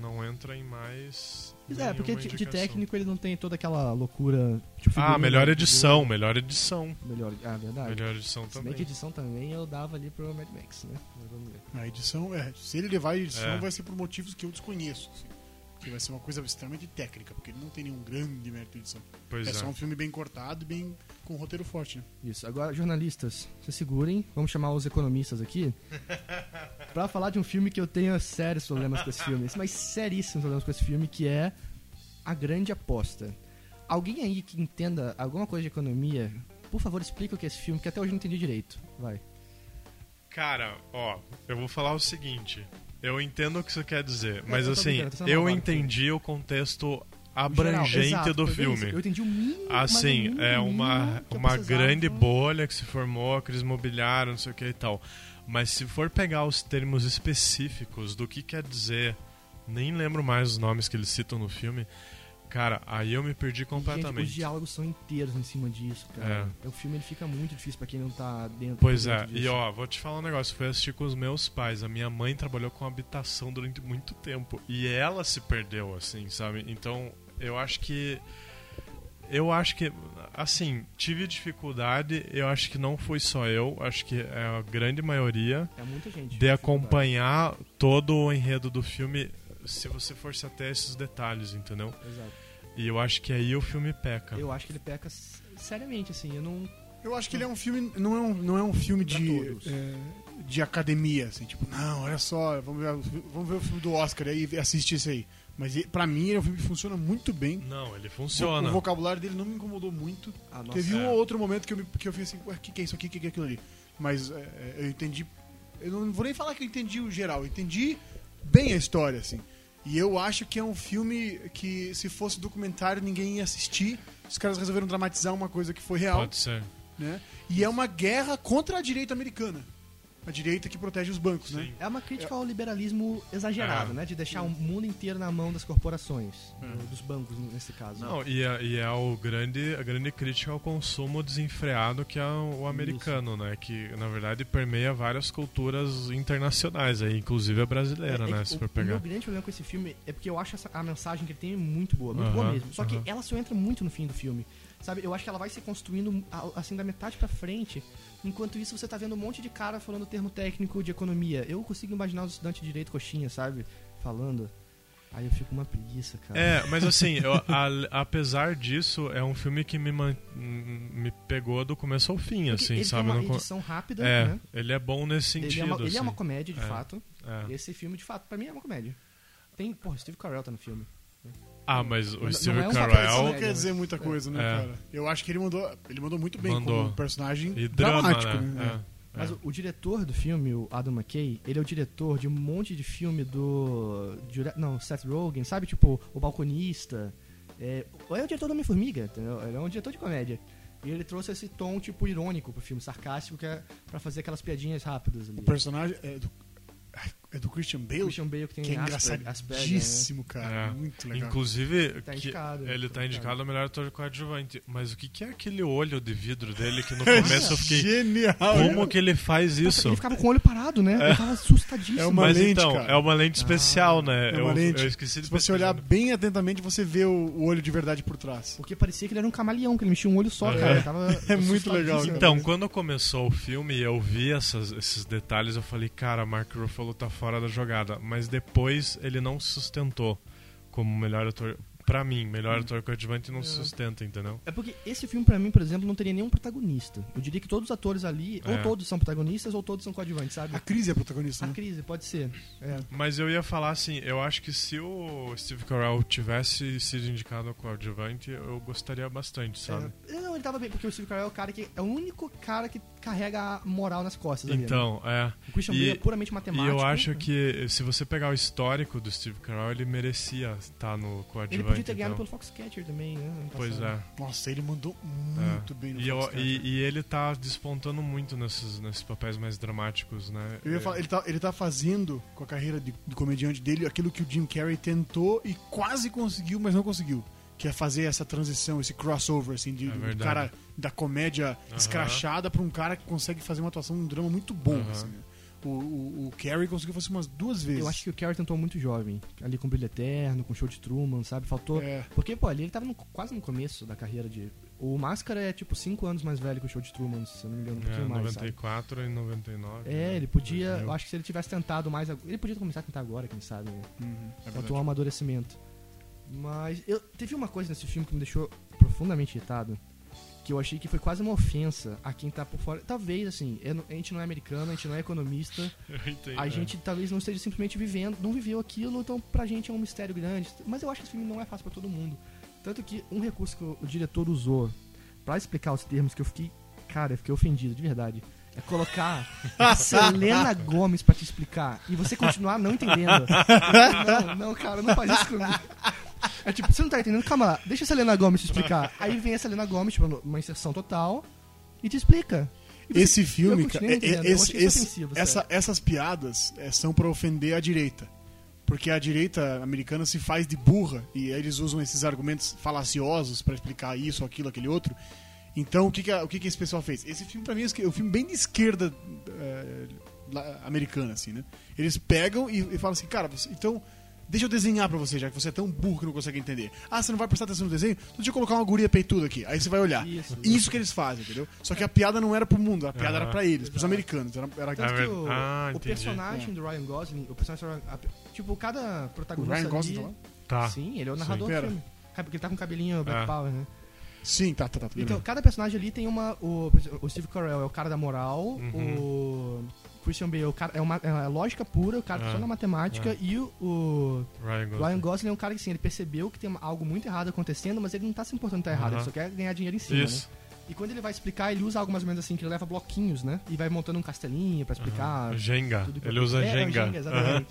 D: Não entra em mais.
B: Mas é, porque
D: nenhuma
B: de, de
D: indicação.
B: técnico ele não tem toda aquela loucura. Tipo,
D: Ah,
B: figurino,
D: melhor
B: né?
D: edição, melhor edição.
B: Melhor, ah, verdade.
D: Melhor edição
B: Se bem que
D: também.
B: edição também eu dava ali pro Mad Max, né? Mas vamos ver.
C: A edição, é, se ele levar a edição,
D: É.
C: vai ser por motivos que eu desconheço. Assim. Que vai ser uma coisa extremamente técnica, porque ele não tem nenhum grande mérito de edição.
D: Pois
C: é,
D: é.
C: só um filme bem cortado e bem com um roteiro forte, né?
B: Isso, agora jornalistas, se segurem, vamos chamar os economistas aqui Pra falar de um filme que eu tenho sérios problemas com esse filme, mas seríssimos problemas com esse filme, que é A Grande Aposta. Alguém aí que entenda alguma coisa de economia, por favor, explica o que é esse filme, que até hoje eu não entendi direito. Vai.
D: Cara, ó, eu vou falar o seguinte. Eu entendo o que isso quer dizer, mas
B: eu tô
D: assim,
B: brincando, tô sendo
D: eu
B: malvado,
D: entendi o contexto
B: O geral,
D: abrangente
B: exato,
D: do
B: foi bem isso. Eu
D: filme.
B: entendi o mínimo. mas o
D: Assim,
B: mínimo,
D: é
B: o
D: uma,
B: mínimo que eu
D: uma
B: precisava. um-"
D: grande bolha que se formou, a crise imobiliária, não sei o que e tal. Mas se for pegar os termos específicos do que quer dizer, nem lembro mais os nomes que eles citam no filme, cara, aí eu me perdi
B: Gente,
D: completamente.
B: os diálogos são inteiros em cima disso, cara. O filme ele fica muito difícil pra quem não tá dentro.
D: É. Pois
B: dentro
D: é,
B: disso.
D: e ó, vou te falar um negócio, fui assistir com os meus pais, a minha mãe trabalhou com habitação durante muito tempo, e ela se perdeu, assim, sabe? Então, eu acho que... Eu acho que, assim, tive dificuldade, eu acho que não foi só eu, acho que é a grande maioria,
B: É muita gente.
D: de acompanhar todo o enredo do filme, se você fosse até esses detalhes, entendeu?
B: Exato.
D: E eu acho que aí o filme peca.
B: Eu acho que ele peca s- seriamente, assim. Eu não.
C: Eu acho que ele é um filme. Não é um, não é um filme
B: Pra
C: de.
B: todos.
C: é, de academia, assim, tipo, não, olha só, vamos ver, o- vamos ver o filme do Oscar aí e assiste esse aí. Mas e- pra mim, ele é um filme que funciona muito bem.
D: Não, ele
C: O,
D: funciona.
C: o vocabulário dele não me incomodou muito.
B: Ah,
C: Teve um
D: é.
C: ou outro momento que eu, me, que eu fiz assim, ué, o que, que é isso aqui, o que, que é aquilo ali? Mas é, é, eu entendi. Eu não vou nem falar que eu entendi o geral, eu entendi bem a história, assim. E eu acho que é um filme que, se fosse documentário, ninguém ia assistir. Os caras resolveram dramatizar uma coisa que foi real
D: Pode ser.
C: né? E é uma guerra contra a direita americana. A direita que protege os bancos, né?
D: Sim.
B: É uma crítica ao liberalismo exagerado,
D: É.
B: né? De deixar o mundo inteiro na mão das corporações,
C: Hum.
B: do- dos bancos, nesse caso.
D: Não, e é, e é o grande, a grande crítica ao consumo desenfreado que é o americano, né? Que, na verdade, permeia várias culturas internacionais, aí, inclusive a brasileira,
B: É, é
D: né?
B: que
D: Se
B: o,
D: for
B: o meu
D: pegar.
B: grande problema com esse filme é porque eu acho essa- a mensagem que ele tem muito boa, muito boa
D: Aham,
B: mesmo. Só que
D: aham.
B: ela só entra muito no fim do filme. Sabe, eu acho que ela vai se construindo a- assim da metade pra frente. Enquanto isso, você tá vendo um monte de cara falando termo técnico de economia. Eu consigo imaginar os estudantes de direito coxinha, sabe? Falando. Aí eu fico com uma preguiça, cara.
D: É, mas assim, eu- a- apesar disso, é um filme que me, man- me pegou do começo ao fim,
B: Porque
D: assim,
B: ele
D: sabe?
B: tem
D: Eu
B: uma
D: não con-
B: edição rápida,
D: é,
B: né?
D: ele é bom nesse sentido.
B: ele, é uma, ele é
D: assim.
B: uma comédia, de
D: É.
B: fato.
D: É.
B: Esse filme, de fato, pra mim é uma comédia. Tem, porra, Steve Carell tá no filme.
D: Ah, mas
B: Não-
D: o Steve
B: não é um papel
C: Isso
D: Carell
C: não
B: É,
C: quer dizer muita coisa, né,
D: É.
C: cara? Eu acho que ele mandou, ele mandou muito bem
D: Mandou.
C: como personagem
D: e drama,
C: dramático, né?
D: né?
B: Mas o, o diretor do filme, o Adam McKay, ele é o diretor de um monte de filme do. de- não, Seth Rogen, sabe? Tipo, O Balconista. É, é o diretor do Homem-Formiga, entendeu? Ele é um diretor de comédia. E ele trouxe esse tom, tipo, irônico pro filme, sarcástico, que é pra fazer aquelas piadinhas rápidas ali.
C: O personagem é do, é do Christian Bale,
B: Christian Bale que tem
C: que é
B: Asperger, Asperger, né?
C: engraçadíssimo, cara.
D: É.
C: Muito legal.
D: Inclusive,
B: Tá
D: que
B: indicado,
D: ele
B: tá
D: tá indicado
B: indicado.
D: ao melhor ator coadjuvante. Mas o que, que é aquele olho de vidro dele que no começo eu fiquei.
C: Genial!
D: Como que ele faz
C: Tá,
B: Nossa,
D: isso?
B: Ele ficava com o olho parado, né? Ele tava assustadíssimo.
C: É uma-
D: Mas
C: lente,
D: então,
C: cara.
D: é uma lente especial, né?
C: É
D: eu,
C: uma lente.
D: eu esqueci de
C: Se você olhar
D: pesquisar.
C: bem atentamente, você vê o o olho de verdade por trás.
B: Porque parecia que ele era um camaleão, que ele mexia um olho só,
D: É.
B: cara. Ele tava
C: É muito
B: assustadíssimo.
C: legal, cara.
D: Então, quando começou o filme e eu vi essas- esses detalhes, eu falei, cara, Mark Ruffalo tá fora da jogada. Mas depois ele não se sustentou como melhor ator. Pra mim,
C: Hum.
D: melhor ator coadjuvante não se sustenta, entendeu?
B: É porque esse filme, pra mim, por exemplo, não teria nenhum protagonista. Eu diria que todos os atores ali, ou
D: É.
B: todos são protagonistas, ou todos são coadjuvantes, sabe?
C: A crise é a protagonista,
B: A
C: né?
B: crise, pode ser.
D: Mas eu ia falar assim, eu acho que se o Steve Carell tivesse sido indicado ao coadjuvante, eu gostaria bastante, sabe?
B: É. Não, ele tava bem, porque o Steve Carell é o cara que é o único cara que carrega a moral nas costas ali, né?
D: Então, é.
B: O Christian
D: e-
B: Bale é puramente
D: E
B: matemático.
D: eu acho
B: né?
D: que se você pegar o histórico do Steve Carell, ele merecia estar no coadjuvante.
B: Ele podia ter ganhado
D: então.
B: pelo Foxcatcher também, né? ano
D: Pois
B: passado.
D: é.
C: Nossa, ele mandou muito bem no
D: E, eu-
C: Fox, cara.
D: e-
B: né?
D: e ele tá despontando muito nesses, nesses papéis mais dramáticos, né?
C: Eu ia falar, ele tá, ele tá fazendo com a carreira de, do comediante dele aquilo que o Jim Carrey tentou e quase conseguiu, mas não conseguiu. Que é fazer essa transição, esse crossover, assim, de um
D: É verdade.
C: cara da comédia
D: Aham.
C: escrachada pra um cara que consegue fazer uma atuação, um drama muito bom,
D: Aham.
C: assim, né? O, o, o Carrey conseguiu fazer umas duas vezes.
B: Eu acho que o Carrey tentou muito jovem. Ali com Brilho Eterno, com Show de Truman, sabe? Faltou...
C: É,
B: Porque, pô, ali ele tava no- quase no começo da carreira de... O Máscara é, tipo, 5 anos mais velho que o Show de Truman, se eu não me engano, um
D: É,
B: pouquinho mais, sabe?
D: 94 e 99.
B: É, ele podia. Eu
D: Eu
B: acho que se ele tivesse tentado mais. ag- Ele podia começar a tentar agora, quem sabe, né?
C: uhum,
B: Faltou
C: é
B: um
C: verdade.
B: amadurecimento. Mas eu teve uma coisa nesse filme que me deixou profundamente irritado. Que eu achei que foi quase uma ofensa a quem tá por fora. Talvez, assim, eu não- a gente não é americano, a gente não é economista,
D: entendi,
B: a
D: é.
B: gente talvez não esteja simplesmente vivendo, não viveu aquilo, então pra gente é um mistério grande. Mas eu acho que esse filme não é fácil pra todo mundo. Tanto que um recurso que o, o diretor usou pra explicar os termos que eu fiquei, cara, eu fiquei ofendido, de verdade. É colocar a Selena Gomes pra te explicar e você continuar não entendendo. Não, não, cara, não faz isso comigo. É tipo, você não tá entendendo? Calma lá, deixa a Selena Gomes te explicar. Aí vem a Selena Gomes, tipo, uma inserção total, e te explica. E você-
C: Esse filme,
B: eu
C: cara,
B: continuei
C: é- é-
B: entendendo, eu
C: esse-
B: achei isso
C: esse-
B: ofensivo,
C: essa-
B: sério.
C: essas piadas é, são pra ofender a direita. Porque a direita americana se faz de burra e eles usam esses argumentos falaciosos pra explicar isso, aquilo, aquele outro. Então, o que, que, a- o que, que esse pessoal fez? Esse filme, pra mim, é esque- é um filme bem de esquerda é, lá- americana, assim, né? Eles pegam e, e falam assim, cara, você- então, deixa eu desenhar pra você, já que você é tão burro que não consegue entender. Ah, você não vai prestar atenção no desenho? Então deixa eu colocar uma guria peituda aqui. Aí você vai olhar.
B: Isso.
C: Isso, que eles fazem, entendeu? Só que a piada não era pro mundo, a piada
D: Aham.
C: era pra eles, pros americanos. Era, era
B: Tanto
D: É
B: que
D: verdade.
B: o,
D: Ah,
B: o
D: entendi.
B: personagem do Ryan Gosling, o personagem do Ryan, a- tipo, cada
C: O
B: protagonista
C: Ryan Gosling tá
B: ali,
C: lá?
D: Tá.
B: Sim, ele é o
D: Sim.
B: narrador do
C: Pera.
B: filme. É, Porque ele tá com cabelinho Black
D: Ah.
B: Power, né?
C: Sim, tá, tá, tá. tudo
B: Então,
C: bem.
B: cada personagem ali tem uma... O, o Steve Carell é o cara da moral,
D: Uhum.
B: o Christian Bale é, o cara, é, uma, é uma lógica pura, o cara tá
D: Ah.
B: só na matemática,
D: Ah.
B: e o, o
D: Ryan Gosling.
B: Ryan Gosling é um cara que, assim, ele percebeu que tem uma- algo muito errado acontecendo, mas ele não tá se importando que tá errado,
D: Aham.
B: ele só quer ganhar dinheiro em cima, né?
D: Isso.
B: E quando ele vai explicar, ele usa algo mais ou menos assim, que ele leva bloquinhos, né? E vai montando um castelinho pra explicar
D: Jenga.
B: Ah, tudo que
D: Ele
B: eu-
D: usa
B: é, é o
D: Jenga.
B: exatamente.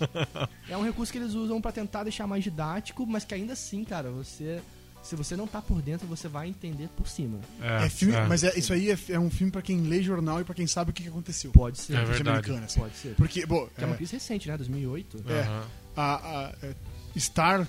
B: é um recurso que eles usam pra tentar deixar mais didático, mas que ainda assim, cara, você. Se você não tá por dentro, você vai entender por cima.
C: É filme,
D: é.
C: mas é- isso aí é, é um filme pra quem lê jornal e pra quem sabe o que, que aconteceu.
B: Pode ser.
D: É
C: Coisa
D: verdade.
C: americana, assim.
B: Pode ser.
C: Porque, bom,
B: Que é uma
C: é,
B: crise recente, né? 2008.
C: é.
D: Aham.
C: a- a- é, estar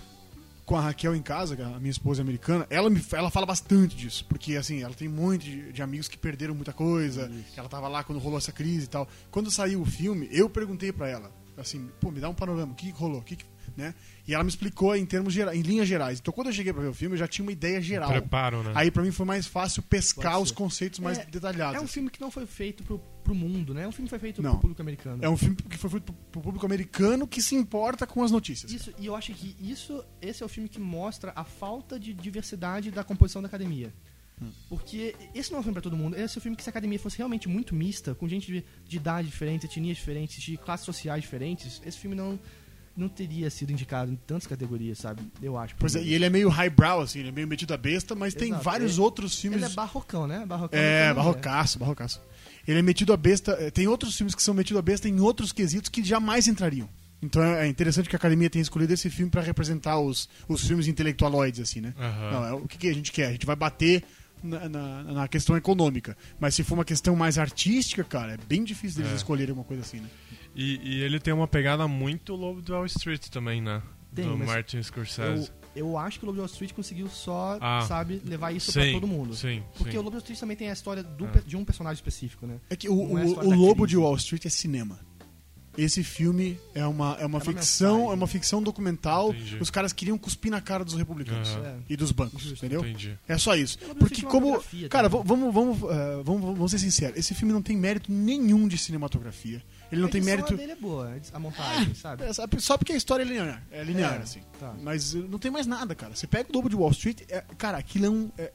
C: com a Raquel em casa, que a minha esposa é americana, ela, me, ela fala bastante disso. Porque, assim, ela tem um monte de, de amigos que perderam muita coisa. que Ela tava lá quando rolou essa crise e tal. Quando saiu o filme, eu perguntei pra ela, assim, pô, me dá um panorama, o que, que rolou? O que que- né? E ela me explicou em termos gera- em linhas gerais. Então, quando eu cheguei pra ver o filme, eu já tinha uma ideia geral.
D: Preparo, né?
C: tá Aí, pra mim, foi mais fácil pescar
B: Pode
C: os
B: ser.
C: conceitos mais
B: É,
C: detalhados.
B: É um
C: assim.
B: filme que não foi feito pro, pro mundo, né? É um filme que foi feito
C: Não.
B: pro público americano.
C: É um filme que foi feito pro- pro público americano que se importa com as notícias.
B: Isso, e eu acho que isso, esse é o filme que mostra a falta de diversidade da composição da academia.
C: Hum.
B: Porque esse não é um filme pra todo mundo. Esse é um filme que se a academia fosse realmente muito mista, com gente de, de idade diferente, etnias diferentes, de classes sociais diferentes, esse filme não não teria sido indicado em tantas categorias, sabe? Eu acho.
C: Pois é, e ele é meio highbrow, assim, ele é meio metido a besta, mas tem
B: Exato,
C: vários
B: ele-
C: outros filmes.
B: Ele é barrocão, né? Barrocão.
C: É,
B: então,
C: barrocaço, barrocaço. Ele é metido a besta. eh, Tem outros filmes que são metidos a besta em outros quesitos que jamais entrariam. Então é é interessante que a academia tenha escolhido esse filme pra representar os, os filmes intelectualoides, assim, né?
D: Aham.
C: Não, é, o que, que a gente quer? A gente vai bater na, na- na questão econômica. Mas se for uma questão mais artística, cara, é bem difícil deles
D: É.
C: escolherem uma coisa assim, né?
D: E, e ele tem uma pegada muito Lobo do Wall Street também, né?
B: Tem,
D: do
B: mas
D: Martin
B: Eu,
D: Scorsese.
B: eu acho que o Lobo de Wall Street conseguiu só,
D: Ah.
B: sabe, levar isso pra
D: sim,
B: todo mundo.
D: Sim,
B: Porque
D: sim.
B: o Lobo de Wall Street também tem a história do
D: É.
B: pe- de um personagem específico, né?
C: É que o,
B: Não é a
C: o-
B: história
C: o
B: da
C: Lobo
B: crise.
C: de Wall Street é cinema. Esse filme é uma, é
B: uma
C: uma ficção,
B: mensagem.
C: é uma ficção documental.
D: Entendi.
C: Os caras queriam cuspir na cara dos republicanos
D: Aham.
B: É.
C: e dos bancos,
B: Justo.
C: entendeu?
D: Entendi.
C: É só isso.
B: Pelo menos
C: Porque
B: existe uma
C: como.
B: biografia
C: Cara,
B: também.
C: v- vamos, vamos, eh, vamos, vamos ser sinceros. Esse filme não tem mérito nenhum de cinematografia. Ele não
B: a
C: tem
B: edição
C: mérito.
B: dele é boa, a montagem, sabe?
C: É, sabe- Só porque a história é linear. É linear,
B: É,
C: assim.
B: tá.
C: Mas eh, não tem mais nada, cara. Você pega o Lobo de Wall Street, é- cara, aquilo é um. É,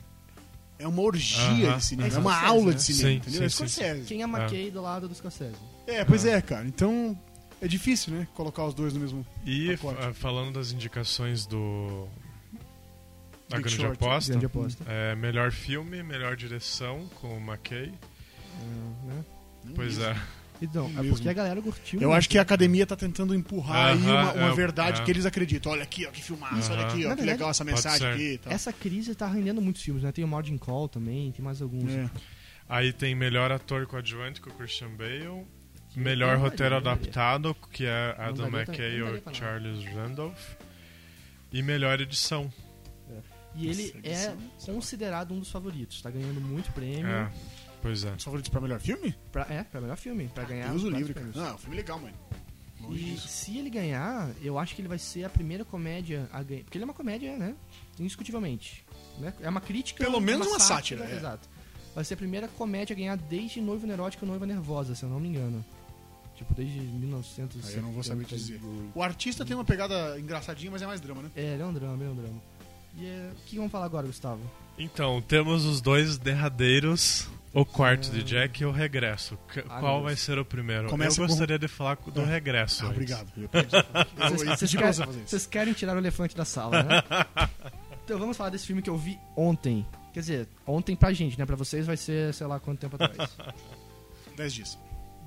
C: é uma orgia
D: Aham.
C: de cinema,
B: É
C: é, uma
B: Scorsese,
C: aula
B: né?
C: de cinema,
D: Sim,
C: entendeu?
D: sim,
C: é
D: sim, sim.
C: Scorsese.
B: Quem é McKay do lado do Scorsese?
C: É, pois é, cara. Então é difícil, né? Colocar os dois no mesmo.
B: Tá
D: E
C: Pacote.
D: fa- falando das indicações do. Da
C: Big
D: grande
C: Short.
D: aposta.
B: Grande aposta.
D: É, melhor filme, melhor direção com o McKay.
B: É, né?
D: Pois é.
B: Então, é
C: Mesmo.
B: porque a galera curtiu.
C: Eu
B: né?
C: acho que a academia tá tentando empurrar aí uma,
D: Aham,
C: uma
D: é,
C: verdade
D: é.
C: que eles acreditam. Olha aqui, ó, que filmaço, olha
D: Aham.
C: aqui, ó,
B: Na
C: que
B: verdade,
C: legal essa
D: pode
C: mensagem
D: ser.
C: aqui e tal.
B: Essa crise tá rendendo muitos filmes, né? Tem o Margin Call também, tem mais alguns.
C: É.
D: Aí tem melhor ator coadjuvante com o Christian Bale. Melhor
B: não
D: roteiro
B: daria, não daria.
D: adaptado, que é
B: daria
D: Adam
B: pra-
D: McKay
B: não daria pra
D: ou
B: nada.
D: Charles Randolph. E melhor edição.
B: E ele
C: Nossa,
B: é
C: isso-
B: considerado um dos favoritos. Tá ganhando muito prêmio.
D: É, pois é.
C: Os favoritos pra melhor filme?
B: Pra, é, pra melhor filme. Pra ganhar.
C: Deus o
B: vários
C: livre, cara.
B: prêmios.
C: Não, é um filme legal, mano. Longe
B: E
C: disso.
B: se ele ganhar, eu acho que ele vai ser a primeira comédia a ganhar. Porque ele é uma comédia, né? Indiscutivelmente. né? É uma crítica.
C: Pelo menos uma sátira, é.
B: Exato. Vai ser a primeira comédia a ganhar desde Noivo Neurótico ou Noiva Nervosa, se eu não me engano. Tipo, desde 1900.
C: Aí eu não vou saber dizer. O artista tem uma pegada engraçadinha, mas é mais drama, né?
B: É, ele é um drama, ele é um drama. E é, o que vamos falar agora, Gustavo?
D: Então, temos os dois derradeiros, o quarto de Jack e o regresso. C-
B: Ah,
D: Qual
B: meu
D: vai
B: Deus.
D: ser o primeiro?
C: Começa
D: Eu
C: com-
D: gostaria de falar co- do
C: Ah.
D: regresso.
C: Ah,
D: antes.
C: obrigado. Eu perdi. Eu- Ah, eu-
B: Vocês, vocês
C: eu- eu- eu-
B: querem,
C: eu-
B: vocês querem tirar o elefante da sala, né? então vamos falar desse filme que eu vi ontem. Quer dizer, ontem pra gente, né? Pra vocês vai ser, sei lá, quanto tempo atrás.
C: Dez dias.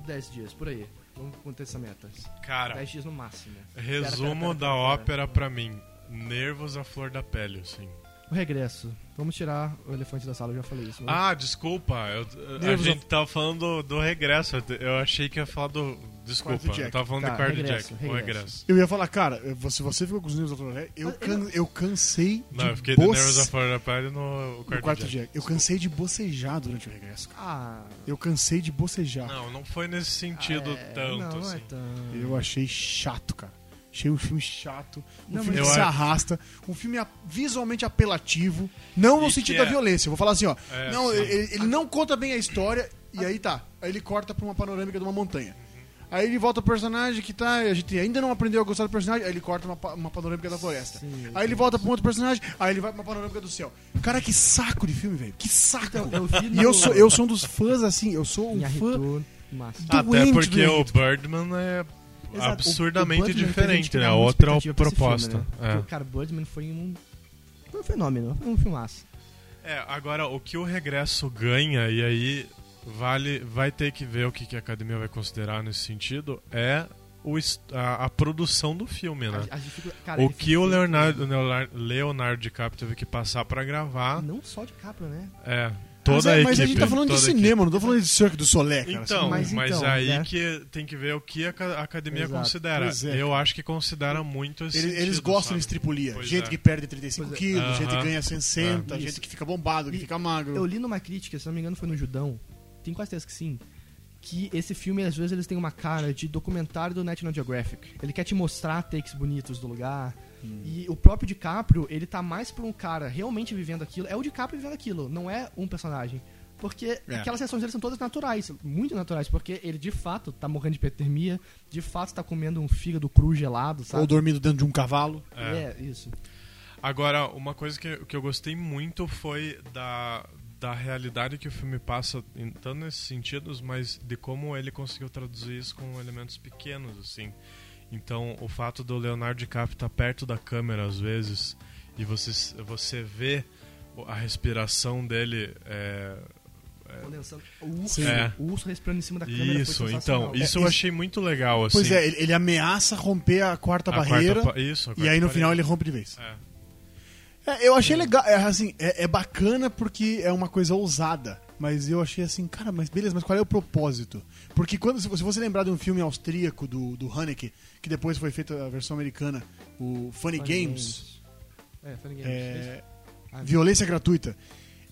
B: 10 dias, por aí. Vamos manter essa meta.
D: Cara,
B: 10 dias no máximo.
D: resumo
B: pera, pera,
D: da
B: pera,
D: ópera pra mim. Nervos à flor da pele, assim.
B: O regresso. Vamos tirar o elefante da sala, eu já falei isso. né?
D: Ah, desculpa. eu- a
C: Nervos à-
D: gente tava falando do, do regresso. eu te- Eu achei que ia falar do. Desculpa,
C: Quarto Jack.
D: eu tava falando
B: Tá,
D: do quarto de
B: regresso,
D: Jack. O
B: regresso.
D: regresso.
C: Eu ia falar, cara, eu- se você ficou com os nervos da Toré, eu,
B: Mas eu
C: can, eu cansei
D: Não, eu
C: de
D: fiquei de nervos à
C: boce...
D: flor da pele no
C: no
D: quarto,
C: quarto
D: de Jack.
C: dia. Eu cansei de bocejar durante o regresso, cara.
B: Ah,
C: Eu cansei de bocejar.
D: Não, não foi nesse sentido
B: é,
D: tanto,
B: não,
D: assim.
B: Não, é tanto.
C: Eu achei chato, cara. Achei um filme chato, um
B: Não,
C: filme
D: mas-
C: que se
D: Eu-
C: arrasta, um filme a- visualmente apelativo, não no
D: E
C: sentido
D: que
C: da
D: é-
C: violência. Eu vou falar assim, ó.
D: É,
C: não,
D: sim.
C: ele, ele não conta bem a história, e aí tá. Aí ele corta pra uma panorâmica de uma montanha. Aí ele volta pro personagem que tá. A gente ainda não aprendeu a gostar do personagem, aí ele corta uma, pa- uma panorâmica da floresta.
B: Sim, eu
C: aí ele volta pra um outro personagem, aí ele vai pra uma panorâmica do céu. Cara, que saco de filme, velho. Que saco.
B: Então, Eu vi
C: e eu sou, eu sou um dos fãs, assim, eu sou um
B: Me
C: fã.
B: arrepiou, massa.
D: Até
C: doente,
D: porque
C: doente.
D: o Birdman é
B: Exato, o- o
D: absurdamente
B: Birdman fez a gente
D: diferente, né?
B: criar muita
D: Outra
B: expectativa pra esse
D: proposta. É.
B: filme, né? Porque, Cara, Birdman foi um, foi um fenômeno, foi um filmaço.
D: é. É, agora o que o regresso ganha, e aí vale, vai ter que ver o que, que a academia vai considerar nesse sentido, é o, est- a, a produção do filme, né?
B: As- as dificu- cara,
D: O
B: ele
D: que
B: fez- um
D: o Leonardo, Leonardo, Leonardo DiCaprio teve que passar pra gravar
B: Não só de Capra, né?
D: é toda
C: mas,
D: a
C: é-
D: equipe.
C: mas a gente tá falando de
D: toda a equipe.
C: cinema, não tô falando de Cirque do Soleil, cara.
D: Então,
B: mas
D: mas,
B: então,
D: aí
B: né?
D: que tem que ver o que a ca- a academia
B: Exato.
D: considera.
C: Pois é.
D: Eu acho que considera muito esse
C: Eles, eles
D: sentido,
C: gostam
D: sabe?
C: de estripulia.
D: Pois
C: gente
D: é.
C: que perde 35
B: Pois é.
C: quilos, gente que
D: Aham.
C: ganha 60,
B: É.
C: gente
B: Isso.
C: que fica bombado, que
B: E-
C: fica
B: Eu
C: magro.
B: li numa crítica, se não me engano foi no Judão, tenho quase certeza que sim, que esse filme, às vezes, eles têm uma cara de documentário do National Geographic. Ele quer te mostrar takes bonitos do lugar.
D: Hum.
B: E o próprio DiCaprio, ele tá mais pra um cara realmente vivendo aquilo. É o DiCaprio vivendo aquilo, não é um personagem. Porque
C: É.
B: aquelas sessões dele são todas naturais, muito naturais, porque ele de fato tá morrendo de hipertermia, de fato tá comendo um fígado cru gelado, sabe?
C: Ou dormindo dentro de um cavalo.
D: É.
B: É, isso.
D: Agora, uma coisa que, que eu gostei muito foi da, da realidade que o filme passa, em, tanto nesses sentidos, mas de como ele conseguiu traduzir isso com elementos pequenos, assim. Então, o fato do Leonardo DiCaprio estar perto da câmera às vezes e você, você vê a respiração dele. É,
B: Condensando. O urso,
C: Sim.
D: É.
B: o urso respirando em cima da câmera. foi
D: isso, então,
B: sensacional.
D: isso
C: É,
D: eu
C: isso-
D: achei muito legal. Assim,
C: Pois é, ele, ele ameaça romper a quarta
D: a
C: barreira
D: quarta pa- isso, a
C: e
D: quarta
C: aí no
D: parede.
C: final ele rompe de vez.
D: É.
C: É, eu achei legal, é, assim, é, é bacana porque é uma coisa ousada. Mas eu achei assim, cara, mas beleza, mas qual é o propósito? Porque quando, se você lembrar de um filme austríaco do, do Haneke, que depois foi feita a versão americana, o Funny, Games,
B: É, Funny Games.
C: é,
B: Ah,
C: violência gratuita.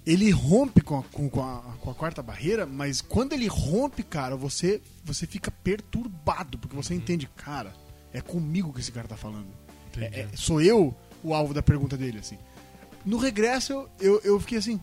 C: Ele rompe com a, com, com a, com a quarta barreira, mas quando ele rompe, cara, você, você fica perturbado, porque você
B: Uhum.
C: entende, cara, é comigo que esse cara tá falando.
D: Entendi.
C: É- é- sou eu o alvo da pergunta dele, assim. No regresso, eu, eu, eu fiquei assim,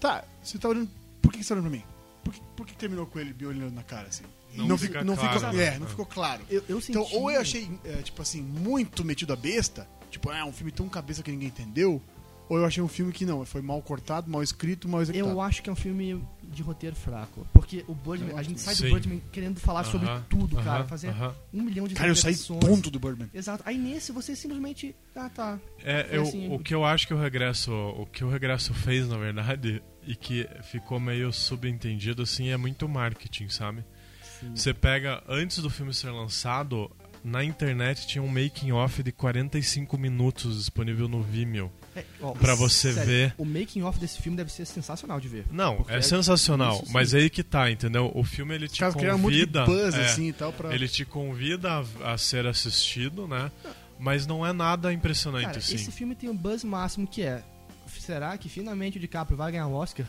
C: tá, você tá olhando, por que que você tá olhando pra mim? Por que, por que terminou com ele me olhando na cara, assim?
D: Não
C: fi-
D: fica
C: não
D: claro,
C: ficou,
D: né?
C: é, não ficou claro.
B: Eu, eu senti...
C: Então, ou eu achei, é, tipo assim, muito metido a besta, tipo, ah, um filme tão cabeça que ninguém entendeu, ou eu achei um filme que não, foi mal cortado, mal escrito, mal executado.
B: Eu acho que é um filme de roteiro fraco. Porque o Birdman, a gente sai do
D: Sim.
B: Birdman querendo falar sobre
D: Aham,
B: tudo, cara.
D: aham,
B: Fazer
D: aham.
B: um milhão de
C: Cara, eu saí
B: interpretações.
C: tonto do Birdman.
B: Exato. Aí nesse você simplesmente. Ah, tá.
D: É,
B: Foi
D: eu-
B: assim.
D: o que eu acho que o regresso, o que o regresso fez na verdade e que ficou meio subentendido assim é muito marketing, sabe? Você pega antes do filme ser lançado, na internet tinha um making off de 45 minutos disponível no Vimeo.
B: É, ó,
D: Pra você
B: sério,
D: ver.
B: O making off desse filme deve ser sensacional de ver.
D: Não,
B: Porque
D: é,
B: é-
D: sensacional,
B: isso sim.
D: mas aí que tá, entendeu? O filme ele te
C: Os caras
B: um
C: criaram muito de
D: convida,
C: buzz,
D: é,
C: assim, e tal, pra...
D: ele te convida a, a ser assistido, né? Mas não é nada impressionante
B: Cara,
D: assim.
B: esse filme tem um buzz máximo que é. Será que finalmente o DiCaprio vai ganhar o Oscar?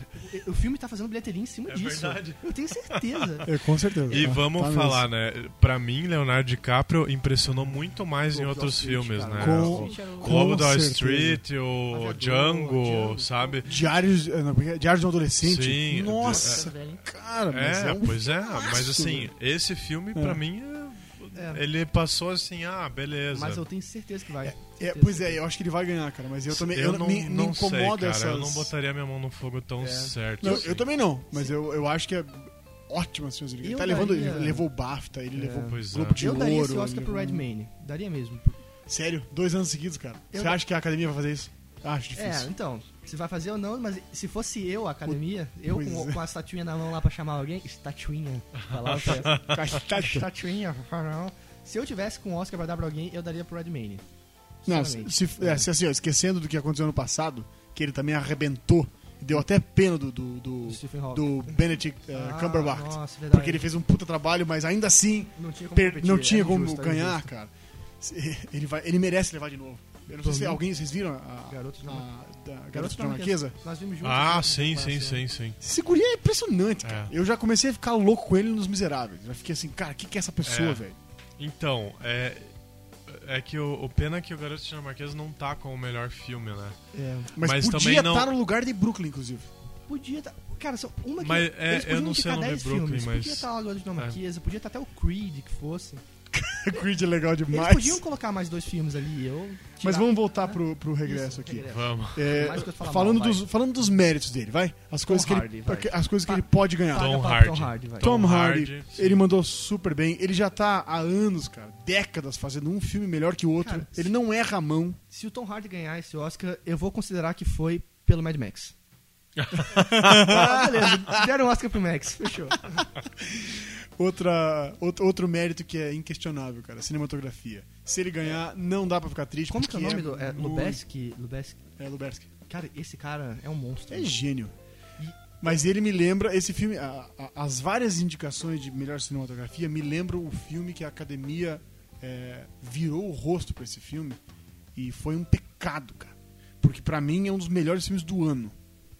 B: O, o filme tá fazendo bilheteria em cima
D: É
B: disso.
D: verdade.
B: Eu tenho certeza.
C: É, com certeza.
D: E
C: Tá-
D: vamos
C: tá
D: falar,
C: mesmo.
D: né? Pra mim, Leonardo DiCaprio impressionou muito mais em
B: Lobo
D: outros
B: de Wall Street,
D: filmes, né?
B: cara.
C: Com-
D: O
B: Com...
D: Globo
C: com
D: da Wall
C: certeza.
D: Street, o
B: Aviador,
D: Django,
B: Django.
D: sabe?
C: Diários, é, não, como é que é? Diários de um Adolescente.
D: Sim,
C: Nossa, cara, mas
D: É,
C: é um
D: pois é,
C: filmaço,
D: mas assim,
C: velho.
D: esse filme,
C: É.
D: pra mim, é- ele passou assim, ah, beleza.
B: É, Mas eu tenho certeza que vai.
C: É, pois é, eu acho que ele vai ganhar, cara, mas eu também... Eu,
D: não,
C: me, me
D: não sei,
C: incomoda
D: cara,
C: essas...
D: eu não botaria minha mão no fogo tão
B: É.
D: certo.
C: Não,
D: assim.
C: eu também não, mas eu, eu acho que é ótimo assim, ele
B: Eu
C: tá levando,
B: daria-
C: ele levou o BAFTA, ele
B: É.
C: levou o
D: Pois é.
C: Globo de
B: eu
C: Ouro.
B: daria esse Oscar
C: ele
B: pro
C: levou-
B: Redmayne. Daria mesmo.
C: Sério? Dois anos seguidos, cara.
B: Eu
C: Você
B: da-
C: acha que a academia vai fazer isso? Acho
B: É,
C: difícil.
B: então, se vai fazer ou não, mas se fosse eu, a academia, eu
C: Pois
B: com,
C: é.
B: com a estatuinha na mão lá pra chamar alguém, estatuinha, falar o que é.
C: tá
B: estatuinha, se eu tivesse com o Oscar pra dar pra alguém, eu daria pro Redmayne.
C: Não, se,
B: Sinceramente.
C: se- é, se assim, ó, esquecendo do que aconteceu ano passado, que ele também arrebentou, deu até pena do, do, do,
B: Do Stephen Hawking.
C: do Benedict eh,
B: Ah,
C: Cumberbatch.
B: nossa, verdade.
C: porque ele fez um puta trabalho, mas ainda assim
B: Não tinha como,
C: per-
B: competir,
C: não
B: é
C: tinha como
B: injusto, é
C: ganhar,
B: injusto.
C: cara. Se- Ele, vai, ele merece levar de novo. Eu não sei
B: Por
C: se
B: mim?
C: alguém, vocês viram a,
B: Garoto de
C: a,
B: Dinamarca.
C: Ah, da,
B: Garoto
C: Garota Dinamarquesa?
B: Nós vimos juntos.
D: Ah,
B: né,
D: sim,
B: comparação,
D: sim,
B: né?
D: sim, sim.
C: Esse guri é impressionante,
D: É.
C: cara. Eu já comecei a ficar louco com ele nos Miseráveis. Já fiquei assim, cara, o que, que é essa pessoa,
D: É.
C: velho?
D: Então, é. É que o, o pena é que o Garoto Dinamarquês não tá com o melhor filme, né?
B: É,
C: Mas,
D: Mas
C: podia
D: também
C: estar
D: não-
C: no lugar de Brooklyn, inclusive.
B: podia tá, Cara, só uma que.
D: Mas, é,
B: eles
D: eu
B: podiam
D: não
B: indicar
D: sei o nome
B: 10
D: do Brooklyn,
B: filmes.
D: mas- é.
B: Podia estar o Garoto de Dinamarquesa, podia estar até o Creed que fosse.
C: Creed é legal
B: Eles
C: demais.
B: podiam colocar mais dois filmes ali, eu.
C: Mas
B: tirar-
C: vamos voltar pro, pro né? regresso
B: Isso,
C: aqui.
B: regresso.
D: Vamos.
C: É,
B: Mais coisa pra falar
C: falando,
B: mal,
C: dos,
B: vai.
C: falando dos méritos dele, vai. As coisas, que,
B: Hardy,
C: ele,
B: vai.
C: as coisas que ele pode ganhar.
B: Paga
D: Tom
B: pra
D: Hardy.
B: Tom Hardy, vai.
C: Tom
D: Tom
C: Hardy,
D: Hardy, sim.
C: ele mandou super bem. Ele já tá há anos, cara, décadas fazendo um filme melhor que o outro.
B: Cara,
C: ele não erra a mão.
B: Se o Tom Hardy ganhar esse Oscar, eu vou considerar que foi pelo Mad Max. ah, beleza, deram o Oscar pro Max, fechou.
C: Outra, outro, outro mérito que é inquestionável, cara, cinematografia. Se ele ganhar, não dá pra ficar triste.
B: Como que é o
C: porque
B: nome do. É,
C: muito-
B: Lubeski? Lubeski.
C: É, Lubersky.
B: Cara, esse cara é um monstro.
C: É gênio. Mas ele me lembra, esse filme, a- a- as várias indicações de melhor cinematografia me lembram o filme que a academia é, virou o rosto pra esse filme. E foi um pecado, cara. Porque pra mim é um dos melhores filmes do ano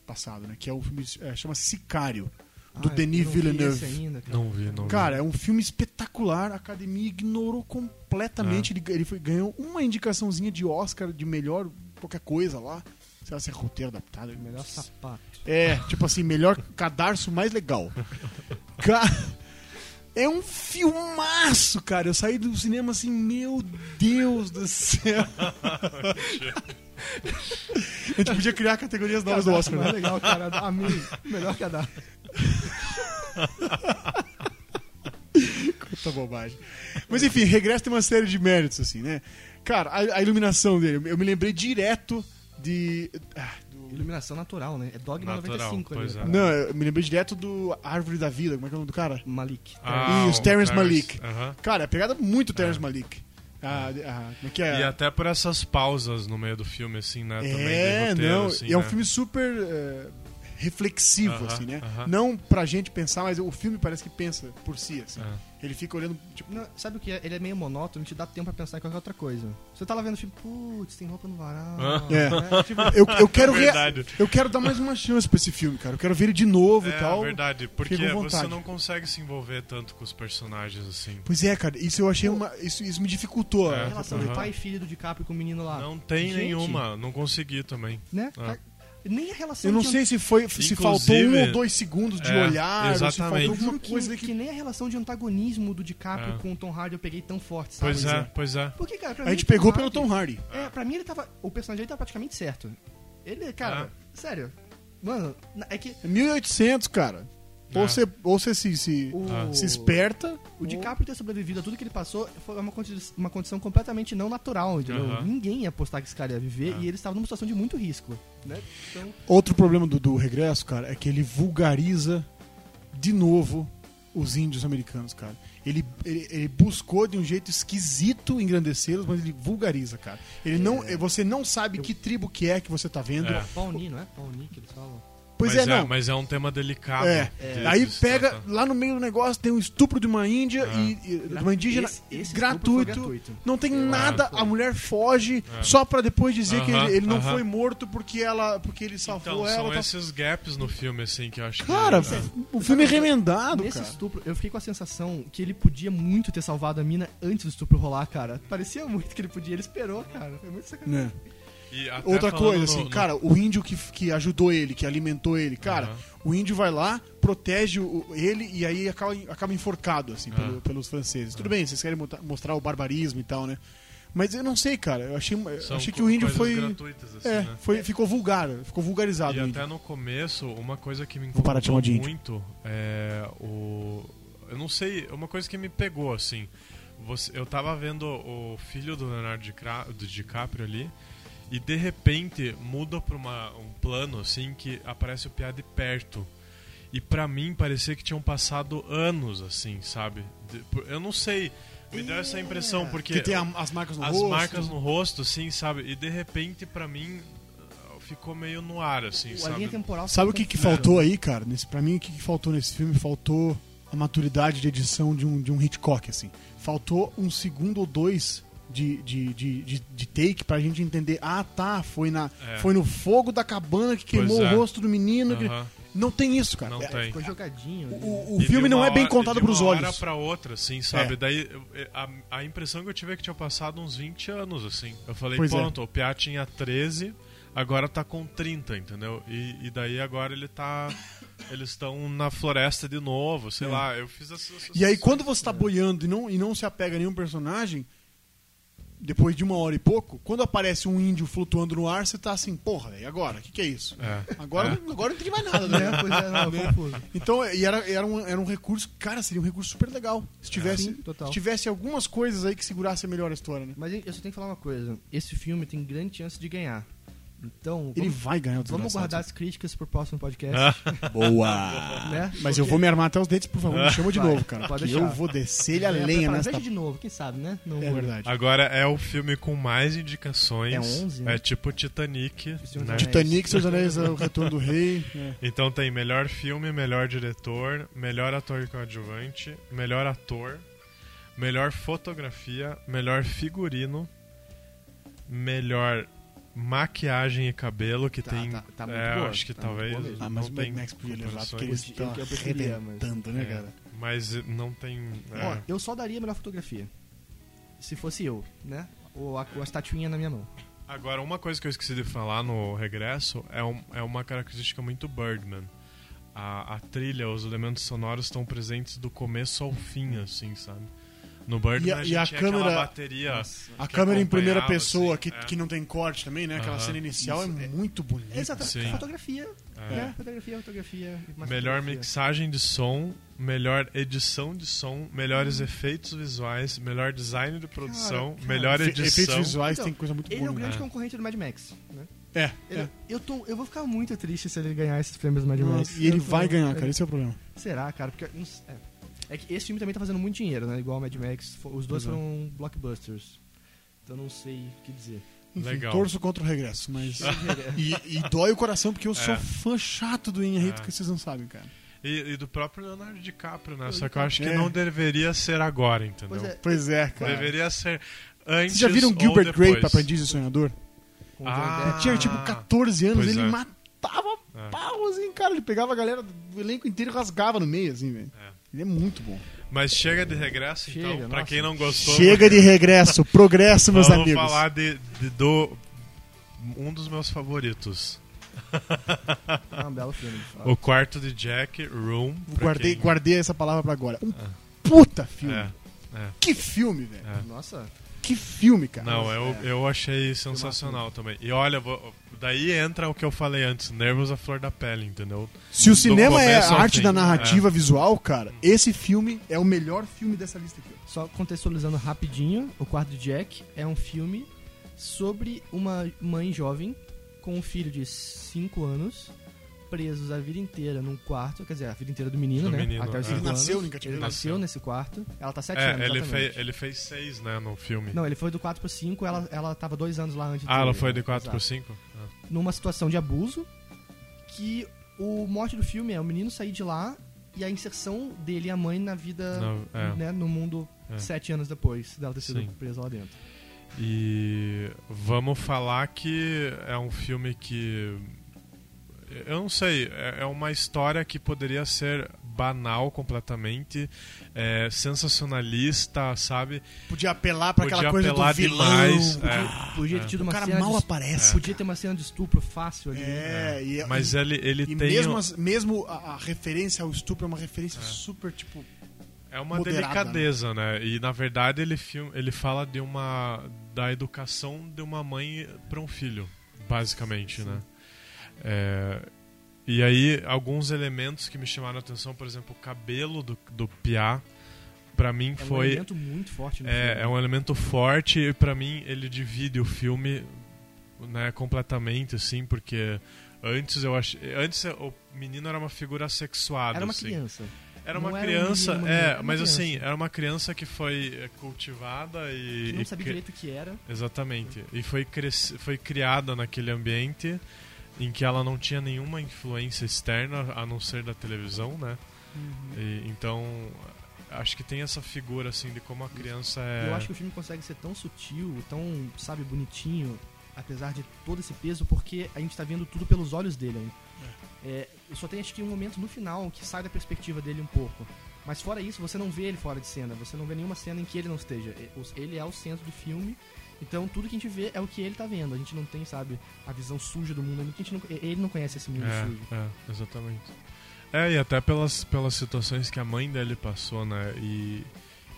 C: passado, né? Que é o filme, é, chama Sicário, do
B: Ah,
C: Denis
B: eu não vi esse
C: Villeneuve.
B: ainda, cara.
D: Não vi, não vi.
C: Cara, é um filme espetacular. A academia ignorou completamente. Ele, ele foi- ganhou uma indicaçãozinha de Oscar de melhor qualquer coisa lá. Sei lá se é roteiro adaptado.
B: Melhor
C: Nossa.
B: sapato.
C: É, tipo assim, melhor cadarço mais legal. Ca- É um filmaço, cara. Eu saí do cinema assim, meu Deus do céu. A gente podia criar categorias novas do Oscar,
B: mais
C: né?
B: legal, cara. Amei. Melhor que a da.
C: Puta bobagem. Mas enfim, Regresso tem uma série de méritos, assim, né? Cara, a, a iluminação dele, eu me lembrei direto de. ah, do-
B: Iluminação natural, né? É Dogma
D: Natural,
B: 95
D: pois
B: ali. né?
D: é.
C: Não, eu me lembrei direto do Árvore da Vida, como é que é o nome do cara?
B: Malik.
D: Ah,
C: e os
D: o
C: Terrence Malick.
D: aham.
C: Cara, é pegada muito Terrence Malick. Ah, ah, como é que é?
D: E até por essas pausas no meio do filme, assim, né? também
C: É,
D: do roteiro,
C: não.
D: assim,
C: e é um
D: né?
C: filme super eh, reflexivo,
D: Aham,
C: assim, né?
D: aham.
C: Não pra gente pensar, mas o filme parece que pensa por si, assim.
D: É.
C: Ele fica olhando, tipo,
B: Não, sabe o que é? Ele é meio monótono, te dá tempo pra pensar em qualquer outra coisa. Você tá lá vendo o filme, putz, tem roupa no varal.
D: Ah.
C: É.
B: né? Tipo,
C: eu, eu quero ver.
D: Verdade.
C: Eu quero dar mais uma chance pra esse filme, cara. Eu quero ver ele de novo e
D: É,
C: tal.
D: verdade, porque
C: fica à
D: você
C: vontade.
D: não consegue se envolver tanto com os personagens, assim.
C: Pois é, cara, isso eu achei uma. Isso, isso me dificultou.
D: É.
B: a
C: né?
B: relação
D: Aham.
B: do pai e filho do DiCaprio com o menino
C: Ah,
B: lá.
D: Não tem
B: Gente,
D: nenhuma, não consegui também.
B: Né?
D: Ah.
B: Nem a relação
C: Eu não
B: de
C: sei se foi. Se
D: Inclusive-
C: faltou um ou dois segundos de
D: É,
C: olhar, ou se faltou
D: exatamente.
C: alguma
B: que,
C: coisa ali
B: que...
C: que.
B: nem a relação de antagonismo do DiCaprio
D: É.
B: com o Tom Hardy eu peguei tão forte, sabe?
D: Pois é, pois é.
B: Porque, cara, pra
C: A
B: mim,
C: gente
B: o Tom
C: pegou pelo
B: Hardy-
C: Tom Hardy.
B: É, pra mim ele tava. O personagem dele tava praticamente certo. Ele, cara,
D: É.
B: sério. Mano, na- é que
C: É 1800, cara.
D: É.
C: Ou você, ou você se, se,
B: o.
C: Ah. se esperta.
B: O DiCaprio ter sobrevivido a tudo que ele passou foi uma, condi- uma condição completamente não natural, entendeu?
D: Aham.
B: Ninguém ia apostar que esse cara ia
C: Ah.
B: viver e ele estava numa situação de muito risco, né? Então,
C: Outro problema do, do regresso, cara, é que ele vulgariza de novo os índios americanos, cara. Ele, ele, ele buscou de um jeito esquisito engrandecê-los, mas ele vulgariza, cara. Ele não,
B: É.
C: eh, você não sabe que tribo que é que você tá vendo.
D: É.
B: Pauni, não é? Pauni que eles falam.
C: Pois
D: mas
C: é, não.
D: Mas é um tema delicado.
C: É.
D: de- tá? de
C: Aí
D: se
C: pega
D: tratar.
C: lá no meio do negócio tem um estupro de uma índia
D: É.
C: e, e- de uma indígena
B: Esse- esse
C: gratuito,
B: estupro foi gratuito.
C: Não tem nada,
B: foi.
C: a mulher foge só pra depois dizer que
D: É. Aham,
C: ele, ele não
D: aham.
C: foi morto porque ela porque ele
D: Então,
C: salvou
D: são
C: ela. tá-
D: esses gaps no filme, assim, que eu acho
C: Cara,
D: que... é.
C: o filme é remendado,
B: Nesse
C: cara.
B: estupro, eu fiquei com a sensação que ele podia muito ter salvado a mina antes do estupro rolar, cara. Parecia muito que ele podia, ele esperou, cara. Foi muito sacanagem.
C: Né?
D: E até
C: Outra
D: É, falando
C: coisa,
D: no-
C: assim,
D: no-
C: cara, o índio que, que ajudou ele, que alimentou ele, cara,
D: Aham.
C: o índio vai lá, protege o- ele e aí acaba, acaba enforcado, assim, pelo-
D: Ah.
C: pelos franceses. Tudo bem, vocês querem monta- mostrar o barbarismo e tal, né? Mas eu não sei, cara, eu achei, eu
D: são
C: achei que
D: co-
C: o índio
D: coisas
C: foi,
D: gratuitas, assim,
C: é,
D: né?
C: foi. Ficou vulgar, ficou vulgarizado
D: E
C: o
D: até
C: índio.
D: no começo, uma coisa que me
C: Vou parar de chamar
D: incomodou
C: de índio.
D: muito é o. Eu não sei, uma coisa que me pegou, assim. Você, eu tava vendo o filho do Leonardo Dicra- do DiCaprio ali, e de repente muda pra uma- um plano, assim, que aparece o piá de perto. E pra mim parecia que tinham passado anos, assim, sabe? De- por- eu não sei, me deu essa impressão, porque
C: Que tem a- as marcas no
D: as
C: rosto.
D: marcas no rosto, assim, sabe? E de repente, pra mim, ficou meio no ar, assim,
B: A linha
D: sabe?
B: temporal
C: Sabe o que, que faltou aí, cara? Nesse, pra mim, o que, que faltou nesse filme? Faltou a maturidade de edição de um, de um Hitchcock, assim. Faltou um segundo ou dois de, de, de, de, de take pra gente entender. Ah, tá, foi, na,
D: É.
C: foi no fogo da cabana que
D: Pois
C: queimou
D: é.
C: o rosto do menino. que-
D: Aham.
C: Não tem isso, cara.
D: Não
C: É,
D: tem.
B: Ficou jogadinho. né? ali.
C: O, o
D: E de
C: filme não
D: uma
C: é bem
D: hora-
C: contado
D: e de
C: pros
D: uma
C: olhos.
D: hora pra outra, assim, sabe?
C: É.
D: Daí eu- eu- a, a impressão que eu tive é que tinha passado uns 20 anos, assim. Eu falei,
C: Pois é.
D: pronto, o Piá tinha 13, agora tá com 30, entendeu? E, e daí agora ele tá. Eles estão na floresta de novo, sei
C: É.
D: lá. Eu fiz essa. essa-
C: E aí, quando você tá boiando e não, e não se apega a nenhum personagem, depois de uma hora e pouco, quando aparece um índio flutuando no ar, você tá assim, porra, e agora? O que, que é isso?
D: É.
C: Agora,
D: É.
C: agora não tem mais nada, né?
B: É, pois é, não, confuso.
C: Então, e era, era, um, era um recurso, cara, seria um recurso super legal. Se tivesse,
B: Sim, total.
C: se tivesse algumas coisas aí que segurasse melhor a história, né?
B: Mas eu só tenho que falar uma coisa. Esse filme tem grande chance de ganhar. Então,
C: Ele
B: vamos,
C: vai ganhar o
B: vamos
C: desgraçado.
B: guardar as críticas pro próximo podcast,
C: Boa!
B: né?
C: Mas eu vou me armar até os dentes, por favor, me chama de
B: Vai,
C: novo, cara.
B: pode
C: que
B: deixar.
C: eu vou descer ele a
B: É,
C: lenha
B: prepara-
C: nesta...
B: Veja de novo, quem sabe, né? Não,
C: É verdade.
D: Agora é o filme com mais indicações.
B: É 11, né?
D: É tipo Titanic.
B: O
C: é
B: Senhor dos
D: né?
B: Anéis.
C: Titanic, Seus Anéis, O Retorno do Rei. é.
D: Então tem melhor filme, melhor diretor, melhor ator coadjuvante, melhor ator, melhor fotografia, melhor figurino, melhor maquiagem e cabelo, que
B: Tá,
D: tem.
B: tá- tá muito
D: é,
B: boa,
D: acho que
B: tá muito
D: talvez.
B: boa mesmo.
C: Ah, mas
D: não
C: o
D: tem
C: Mad Max podia levar, porque eles
D: comparações.
B: Eu-
C: estão
B: é eu preferia, mas-
C: arrebentando, né,
D: É.
C: cara?
D: Mas não tem. é.
B: Ó, eu só daria a melhor fotografia. Se fosse eu, né? Ou a, ou a estatuinha na minha mão.
D: Agora, uma coisa que eu esqueci de falar no regresso é, um- é uma característica muito Birdman. A, a trilha, os elementos sonoros estão presentes do começo ao fim, assim, sabe? No Birdman
C: E a-
D: a,
C: e
D: gente
C: a
D: tinha
C: câmera-
D: aquela bateria.
C: A
D: que
C: câmera em primeira
D: acompanhava,
C: pessoa, que,
D: assim, é.
C: que não tem corte também, né? Aquela
D: Aham.
C: cena inicial
B: Isso,
C: é
B: é-
C: muito bonita.
B: Exatamente.
D: Sim.
B: Fotografia.
D: É.
B: né? Fotografia, fotografia. e mais
D: Melhor
B: fotografia.
D: mixagem de som, melhor edição de som, melhores
C: Hum.
D: efeitos visuais, melhor design de produção,
B: Cara, cara,
D: melhor
C: Efe- Efeitos
D: edição.
C: visuais
B: Então,
C: tem coisa muito
B: Ele é o
C: boa. né?
B: grande
D: É.
B: concorrente do Mad Max. Né?
C: É,
B: Ele-
C: é.
B: Eu, tô, eu vou ficar muito triste se ele ganhar esses prêmios do Mad Max.
C: E ele
B: Eu tô-
C: vai ganhar,
B: ele-
C: cara. Esse é o problema.
B: Será, cara? Porque. não s- é. É que esse filme também tá fazendo muito dinheiro, né? Igual o Mad Max. fo- Os dois
C: Pois é.
B: foram blockbusters. Então não sei o que dizer.
C: Enfim,
D: Legal.
C: torço contra o regresso, mas. e, e dói o coração porque eu sou
D: É.
C: fã chato do Henrique,
D: É.
C: que vocês não sabem, cara.
D: E, e do próprio Leonardo DiCaprio, né?
B: Eu-
D: Só que eu acho que
C: É.
D: não deveria ser agora, entendeu?
B: Pois é,
C: Pois é, cara.
D: Deveria ser antes.
C: Vocês já viram
D: ou
C: Gilbert
D: depois.
C: Grape, Aprendiz e Sonhador?
B: com o Johnny
D: Ah.
B: Depp.
C: Tinha tipo 14 anos,
D: Pois
C: ele
D: é.
C: matava
D: É.
C: pau, assim, cara. Ele pegava a galera do elenco inteiro e rasgava no meio, assim, velho.
D: É.
C: Ele é muito bom.
D: Mas chega de regresso,
B: Chega,
D: então, pra
B: nossa.
D: quem não gostou.
C: Chega de regresso, progresso, meus
D: vamos
C: amigos.
D: falar de, de- do um dos meus favoritos.
B: É um belo filme. de fato.
D: O quarto de Jack, Room. pra
C: Guardei,
D: quem-
C: guardei essa palavra pra agora. Um puta filme.
D: É.
C: Que filme, velho.
B: Nossa,
C: Que filme, cara.
D: Não, é eu,
B: é.
D: eu achei sensacional também. E olha, vou- daí entra o que eu falei antes, nervos à flor da pele, entendeu?
C: Se o
D: do
C: cinema é a
D: começo ao
C: arte
D: fim,
C: da
D: É.
C: narrativa visual, cara, esse filme é o melhor filme dessa lista aqui. ó.
B: só contextualizando rapidinho, o quarto de Jack é um filme sobre uma mãe jovem com um filho de 5 anos presos a vida inteira num quarto, quer dizer, a vida inteira do menino,
D: Do
B: né?
D: menino,
B: Até os
D: é.
B: cinco
D: Ele
C: nasceu
B: anos.
C: em cativeiro?
B: Ele nasceu
D: Nasceu.
B: nesse quarto. Ela tá 7 anos,
D: É, ele
B: exatamente.
D: fez, ele fez seis, né, no filme.
B: Não, ele foi do 4 pro 5, ela, ela tava dois anos lá antes
D: ah,
B: dele,
D: ela foi
B: né?
D: de 4
B: Exato.
D: por Ah. 5?
B: Numa situação de abuso, que o mote do filme é o menino sair de lá e a inserção dele e a mãe na vida,
D: Não, é.
B: né, no mundo
D: É.
B: sete anos depois dela ter sido
D: Sim.
B: presa lá dentro.
D: E vamos falar que é um filme que. Eu não sei, é é uma história que poderia ser banal completamente, é, sensacionalista, sabe?
C: Podia apelar pra aquela
D: Podia
C: coisa
D: apelar
C: do vilão.
D: demais,
C: podia-
D: é.
B: Podia ter tido
C: O
B: uma
C: cara
B: cena
C: mal
B: de,
C: aparece.
B: Podia ter uma cena de estupro fácil ali.
C: É, e,
D: Mas ele, ele
C: e
D: tem. um
C: mesmo, as- mesmo a, a referência ao estupro é uma referência super, tipo...
D: É uma
C: moderada,
D: delicadeza, né? E na verdade ele filme, ele fala de uma da educação de uma mãe para um filho, basicamente, né? É, e aí alguns elementos que me chamaram a atenção, por exemplo, o cabelo do do Piá, para mim
B: É um
D: foi
B: elemento muito forte no
D: é, é
B: filme. né?
D: um elemento forte e pra mim ele divide o filme né, completamente, assim, porque antes eu ach... antes o menino era uma figura sexuada.
B: Era uma
D: assim.
B: criança.
D: Era uma
B: Não era um
D: criança,
B: menino, uma
D: é,
B: menina, era uma
D: mas
B: criança.
D: assim, era uma criança que foi é, cultivada e.
B: Que não
D: e
B: sabia
D: cri-
B: direito o que era.
D: Exatamente. E foi, cres- foi criada naquele ambiente em que ela não tinha nenhuma influência externa, a não ser da televisão, né?
C: Uhum.
D: E, então, acho que tem essa figura, assim, de como a criança é.
B: Eu acho que o filme consegue ser tão sutil, tão, sabe, bonitinho, apesar de todo esse peso, porque a gente tá vendo tudo pelos olhos dele ainda. É, eu só tenho acho que um momento no final que sai da perspectiva dele um pouco. Mas fora isso, você não vê ele fora de cena, você não vê nenhuma cena em que ele não esteja. E- os- Ele é o centro do filme, então tudo que a gente vê é o que ele tá vendo. A gente não tem, sabe, a visão suja do mundo, a gente não, ele não conhece esse mundo Um sujo.
D: É, é, exatamente. É, e até pelas, pelas situações que a mãe dele passou, né? E,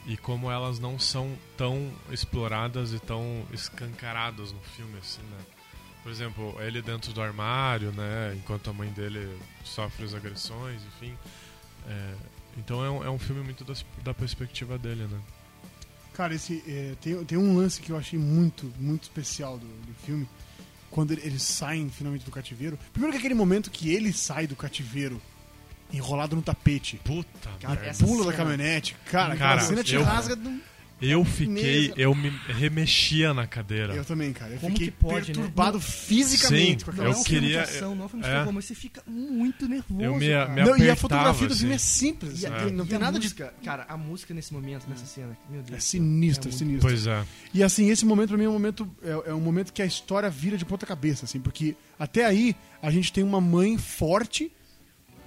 D: e como elas não são tão exploradas e tão escancaradas no filme, assim, né? Por exemplo, ele dentro do armário, né? Enquanto a mãe dele sofre as agressões, enfim. É, então é um, é um filme muito das- da perspectiva dele, né?
C: Cara, esse, é, tem, tem um lance que eu achei muito, muito especial do, do filme. Quando ele- eles saem finalmente do cativeiro. Primeiro que aquele momento que ele sai do cativeiro enrolado no tapete.
D: Puta
B: Cara,
D: merda.
B: essa- é
C: Pula da
B: cena-
C: caminhonete. Cara,
D: Cara,
C: aquela cena te
D: eu-
C: rasga um- do...
D: Eu fiquei,
C: Mesa.
D: eu me remexia na cadeira.
C: Eu também, cara. Eu
B: Como
C: fiquei
B: que pode, né?
C: perturbado fisicamente com
D: Sim,
B: Não
C: aquela
D: eu
B: é um
C: cena.
B: filme de
D: queria-
B: ação, não é um filme de
D: é.
B: terror, mas você fica muito nervoso.
D: Eu me-
B: cara.
D: me
C: Não, e a
D: apertava,
C: fotografia do filme é
D: assim.
C: simples.
B: E a-
C: não
B: e
C: tem
B: a
C: nada de.
B: música, Cara, a música nesse momento, nessa cena, meu Deus.
C: É sinistro,
B: É muito-
C: sinistro.
D: Pois é.
C: E assim, esse momento pra mim é um momento, é, é um momento que a história vira de ponta cabeça, assim, porque até aí a gente tem uma mãe forte